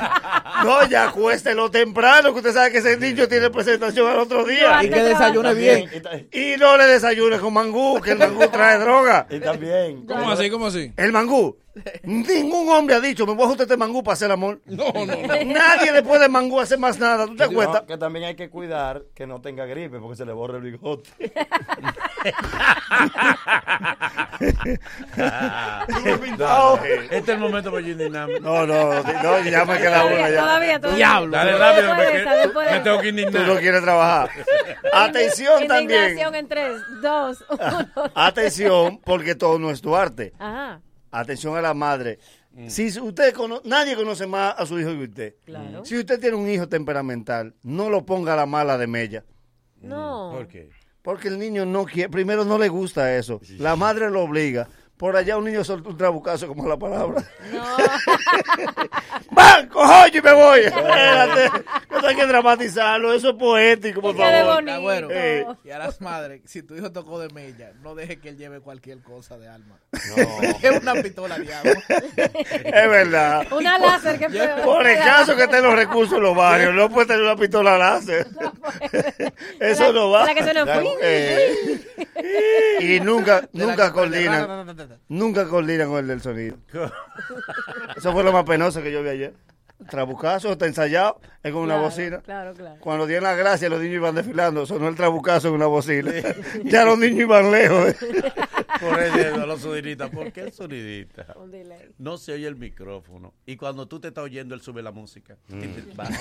S8: no, ya acuéstelo temprano, que usted sabe que ese niño tiene presentación al otro día.
S38: Y que desayune bien.
S8: Y no le desayune con mangú, que el mangú trae droga.
S26: Y también.
S4: ¿Cómo así? ¿Cómo así?
S8: El mangú. Ningún hombre ha dicho, me voy a juntar este mangú para hacer el amor.
S4: No, no.
S8: Nadie después del mangú hace más nada, ¿tú te
S26: No,
S8: acuerdas?
S26: que también hay que cuidar que no tenga gripe porque se le borra el bigote.
S3: Este es el momento para Jimmy Nam.
S8: No, no, no, ya me queda una ya.
S12: Todavía, todavía.
S8: Diablo.
S3: Dale
S8: Después
S3: rápido,
S8: de
S3: porque
S8: esa, después de
S3: me
S8: esa.
S3: tengo que indignar.
S8: Tú no quieres trabajar. Atención también.
S12: Indignación en 3, 2, 1.
S8: Atención, porque todo no es Duarte.
S12: Ajá.
S8: Atención a la madre.
S3: Mm.
S8: Si usted cono- nadie conoce más a su hijo que usted.
S12: Claro.
S8: Si usted tiene un hijo temperamental, no lo ponga a la mala de mella.
S12: No.
S8: Porque el niño no quiere, primero no le gusta eso. La madre lo obliga. Por allá un niño soltó un trabucazo como la palabra. ¡Van! ¡Cojo y me voy! Espérate. No hay que dramatizarlo. Eso es poético, por favor.
S11: Agüero,
S8: Eh,
S11: Y a las madres, si tu hijo tocó de mella, no dejes que él lleve cualquier cosa de alma.
S8: No.
S11: Lleve una pistola, diablo.
S8: es verdad.
S12: Una láser, qué feo.
S8: Por el caso que estén los recursos en los barrios, no puede tener una pistola láser. Eso no va.
S12: la que suena, "Fuin,
S8: Eh, Y nunca,
S11: De la que prende, ra,
S8: nunca coordinan.
S11: ra, ra, ra.
S8: Nunca coordinan con el del sonido. Eso fue lo más penoso que yo vi ayer. Trabucazo, está ensayado, es con una
S12: Claro,
S8: bocina.
S12: Claro, claro.
S8: Cuando dieron la gracia, los niños iban desfilando. Sonó el trabucazo en una bocina. ya los niños iban lejos. eh.
S3: Por el dedo, los soniditas. ¿Por qué sonidita?
S12: Un delay.
S3: No se oye el micrófono. Y cuando tú te estás oyendo, él sube la música.
S8: Mm.
S3: Baja.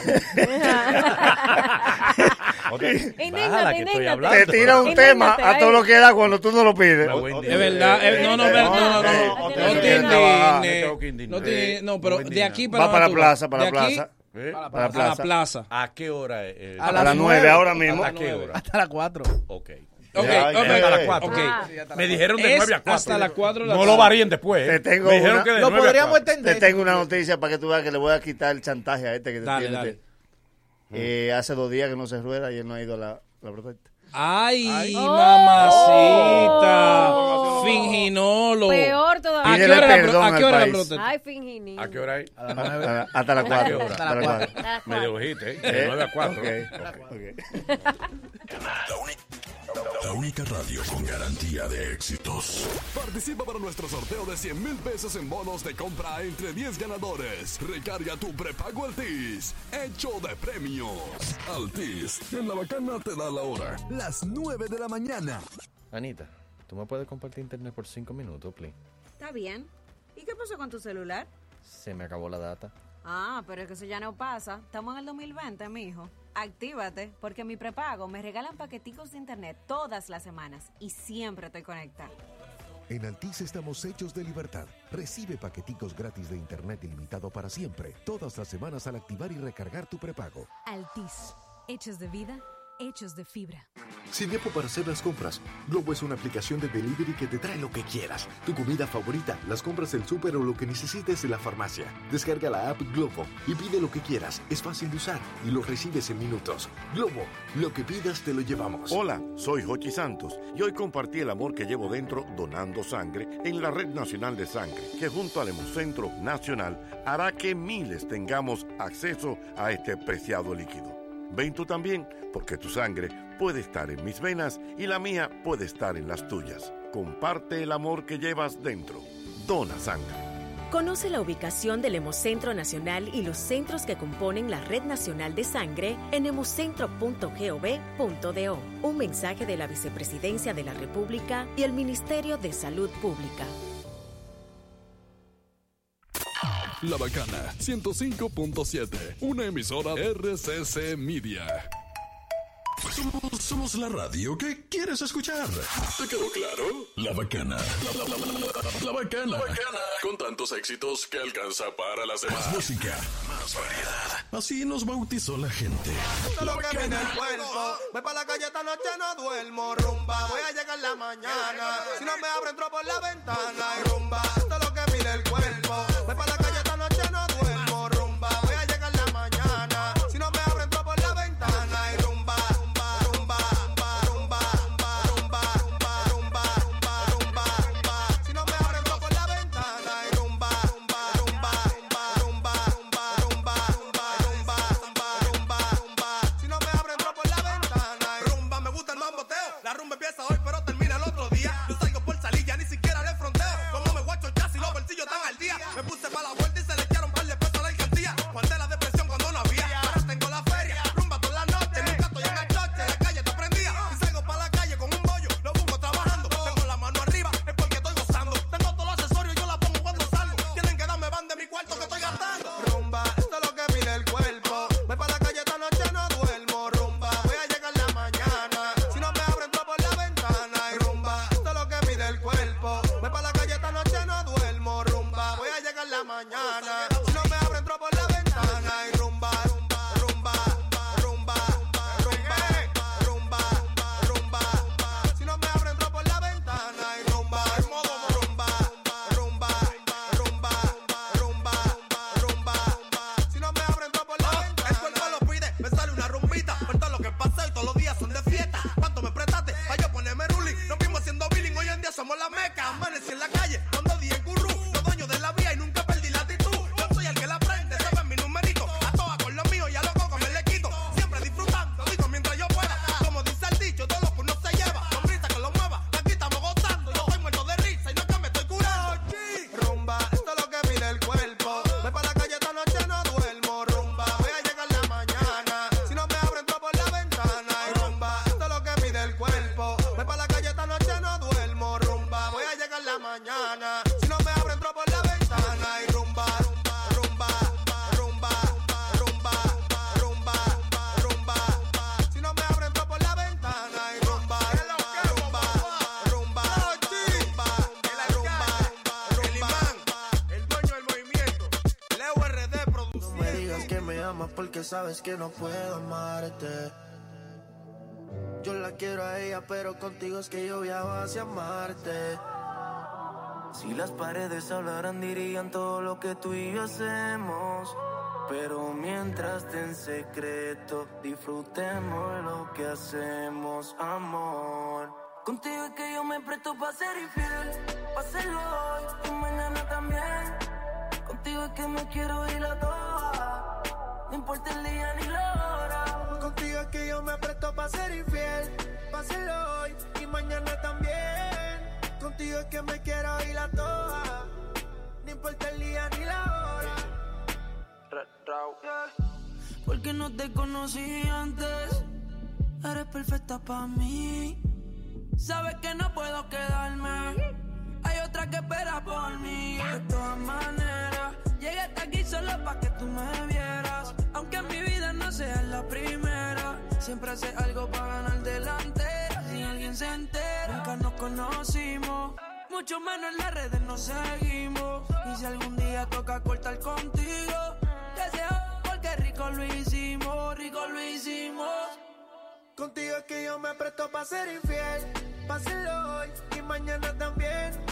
S26: Otra-
S12: Indígnate, indígnate.
S8: Te tira un tema a todo lo que da cuando tú no lo pides.
S4: Es verdad, eh, no, no, no, no, no, no, no,
S8: Otra-
S4: te
S8: Trabajar, me
S4: indignes,
S8: tengo que
S4: no,
S8: indignar.
S4: te indignes, no, pero de aquí para
S8: Va para la
S4: donde tú
S8: plaza,
S4: vas,
S8: para la
S4: de aquí
S8: plaza.
S3: ¿Eh?
S4: a la
S8: Para la
S4: plaza. A la plaza.
S3: ¿A qué hora? eh?
S4: A las A las nueve, nueve. ahora mismo.
S3: ¿A qué hora?
S11: Hasta las 4.
S3: Ok.
S4: Ok,
S3: Ya,
S4: ok,
S3: ya, Ah, hasta las cuatro.
S4: ok.
S3: Me dijeron de
S4: Es
S3: 9 a 4.
S4: hasta las cuatro de la
S3: No
S4: tarde.
S3: lo varíen después. ¿eh?
S8: Te tengo
S3: Me dijeron
S8: una-
S3: que de 9 a 4.
S8: Te tengo una noticia para que tú veas que le voy a quitar el chantaje a este que te
S4: Dale,
S8: tiene.
S4: dale.
S8: Eh, hace dos días que no se rueda y él no ha ido a la, la protesta.
S4: Ay, mamacita. Finginolo.
S12: Peor todavía.
S4: ¿A qué hora la, pro-
S8: perdón
S4: a qué
S8: al
S4: hora la
S8: país.
S4: protesta?
S12: Ay, fingini.
S3: ¿A qué hora hay?
S8: A- a- hasta las
S3: ¿A qué
S8: 4.
S3: hora?
S8: Hasta las cuatro.
S3: Me devolviste, ¿eh? De
S8: Eh,
S3: 9 a 4.
S8: ok,
S39: La única radio con garantía de éxitos.
S40: Participa para nuestro sorteo de 100 mil pesos en bonos de compra entre 10 ganadores. Recarga tu prepago Altis, hecho de premios. Altis, en la bacana te da la hora. Las 9 de la mañana.
S28: Anita, ¿tú me puedes compartir internet por cinco minutos, please?
S33: Está bien. ¿Y qué pasó con tu celular?
S28: Se me acabó la data.
S33: Ah, pero es que eso ya no pasa. Estamos en el 2020, mijo. Actívate, porque en mi prepago me regalan paqueticos de internet todas las semanas y siempre estoy conectada.
S10: En Altiz estamos hechos de libertad. Recibe paqueticos gratis de internet ilimitado para siempre, todas las semanas al activar y recargar tu prepago.
S33: Altis, hechos de vida,
S41: hechos de fibra.
S15: Sin tiempo para hacer las compras, Globo es una aplicación de delivery que te trae lo que quieras. Tu comida favorita, las compras del súper o lo que necesites de la farmacia. Descarga la app Globo y pide lo que quieras. Es fácil de usar y lo recibes en minutos. Globo, lo que pidas te lo llevamos.
S28: Hola, soy Jochi Santos y hoy compartí el amor que llevo dentro donando sangre en la Red Nacional de Sangre, que junto al Hemocentro Nacional hará que miles tengamos acceso a este preciado líquido. Ven tú también, porque tu sangre puede estar en mis venas y la mía puede estar en las tuyas. Comparte el amor que llevas dentro. Dona sangre.
S33: Conoce la ubicación del Hemocentro Nacional y los centros que componen la Red Nacional de Sangre en hemocentro.gov.do. Un mensaje de la Vicepresidencia de la República y el Ministerio de Salud Pública.
S39: La Bacana 105.7, una emisora RCC Media.
S40: Somos, somos la radio que quieres escuchar.
S39: ¿Te quedó claro?
S40: La bacana.
S39: La, la, la, la, la bacana.
S40: La Bacana.
S39: Con tantos éxitos que alcanza para las demás.
S40: Más música.
S39: Más variedad.
S40: Así nos bautizó la gente.
S18: Lo que me en el cuerpo. Voy para la calle esta noche, no duermo. Rumba, voy a llegar la mañana. Si no me abro, entro por la ventana y rumba. Esto es lo que mira el cuerpo. Voy para la calle esta noche, no duermo. Rumba, voy a llegar la mañana. Si no me abro, entro por la ventana y rumba, rumba, rumba, rumba, rumba, rumba, rumba, rumba, rumba, rumba, rumba, rumba. Si no me abro, entro por la ventana y rumba, rumba, rumba, rumba, rumba, rumba, rumba, rumba, rumba, rumba, rumba, rumba. Si no me abro, entro por la ventana y rumba. Me gusta el mamboteo. La rumba empieza hoy, pero termina el otro día. Yo salgo por salilla, ni siquiera le fronteo. Como me guacho ya si los bolsillos están al día. Me puse para la vuelta y se le echaron par de pesos a la alcantía. Cuanté la depresión cuando no había. Ahora tengo la feria, rumba toda la noche. Nunca estoy en el choche, la calle está prendida. Y salgo para la calle con un bollo, lo busco trabajando. Tengo la mano arriba, es porque estoy gozando. Tengo todos los accesorios, yo la pongo cuando salgo. Tienen que darme van de mi cuarto que estoy gastando. Rumba, esto es lo que mira el cuerpo. Voy para la calle esta noche, no duermo. Rumba, voy a llegar la mañana. Si no me abro, entro por la ventana y rumba. Esto es lo que mira el cuerpo. Voy para la calle esta noche, no duermo. Rumba, voy a llegar la mañana. Si no me abro, entro por la ventana y rumba, rumba, rumba, rumba, rumba, rumba, rumba, rumba, rumba, rumba. Si no me abro, entro por la ventana y rumba, rumba, rumba, rumba, rumba, rumba, rumba, rumba. Si no me abro, entro por la ventana. El cuerpo lo pide, me sale una rumbita. Por todo lo que pasa y todos los días son de fiesta. ¿Cuánto me prestaste? Pa' yo ponerme ruling. Nos vimos haciendo billing, hoy en día somos la meca. Amanecí en la calle, cuando di en gurú. Los dueños de la vía y nunca perdí la actitud. Yo soy el que la prende, saben mi numerito. A todas con lo mío y a los cocos me le quito. Siempre disfrutando, digo mientras yo pueda. Como dice el dicho, todo lo que uno se lleva. Con brisa que lo mueva, aquí estamos gozando. Yo estoy muerto de risa y no es que me estoy curando. Rumba, esto es lo que mira el cuerpo. Voy para la calle esta noche, no duermo. Rumba, voy a llegar la mañana. Si no me abro, entro por la ventana. Y rumba, esto es lo que mira el cuerpo. Voy para la calle esta noche, no duermo. Rumba, voy a llegar la mañana. Si no me abro, entro por la ventana. Y rumba, rumba, rumba, rumba, rumba, rumba, rumba, rumba. Si no me abro, entro por la ventana. Y rumba, rumba, rumba, rumba, rumba, rumba, El imán, el dueño del movimiento. Leo RD producido.
S31: me digas que me amas porque sabes que no puedo amarte. Yo la quiero a ella, pero contigo es que yo viajo hacia Marte. Si las paredes hablaran, dirían todo lo que tú y yo hacemos. Pero mientras esté en secreto, disfrutemos lo que hacemos, amor.
S13: Contigo es que yo me presto para ser infiel, para hacerlo hoy y mañana también. Contigo es que me quiero ir a toa, no importa el día ni la hora.
S31: Contigo es que yo me presto para ser infiel, para hacerlo hoy y mañana también. Contigo es que me quiero ir a toa, no importa el día ni la hora.
S13: Porque no te conocí antes, eres perfecta para mí. Sabes que no puedo quedarme, hay otra que espera por mí. De todas maneras, llegué hasta aquí solo para que tú me vieras. Aunque en mi vida no seas la primera, siempre haces algo para ganar delantera. Si alguien se entera, nunca nos conocimos. Mucho menos en las redes nos seguimos. Y si algún día toca cortar contigo, deseo porque rico lo hicimos, rico lo hicimos. Contigo es que yo me presto para ser infiel. Pásenlo hoy y mañana también.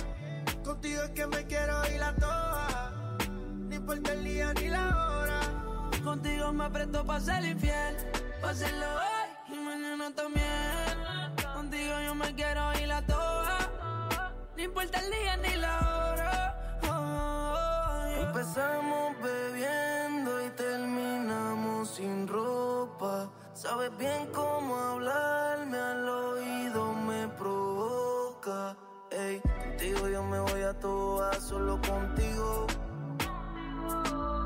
S13: Contigo es que me quiero ir a toa. Ni importa el día ni la hora. Contigo me presto para ser infiel. Pásenlo hoy y mañana también. Contigo yo me quiero ir a toa. No importa el día ni la hora. Oh, oh, oh. Empezamos bebiendo y terminamos sin ropa. Sabes bien cómo hablarme al oído me provoca. Ey, contigo yo me voy a toa solo contigo.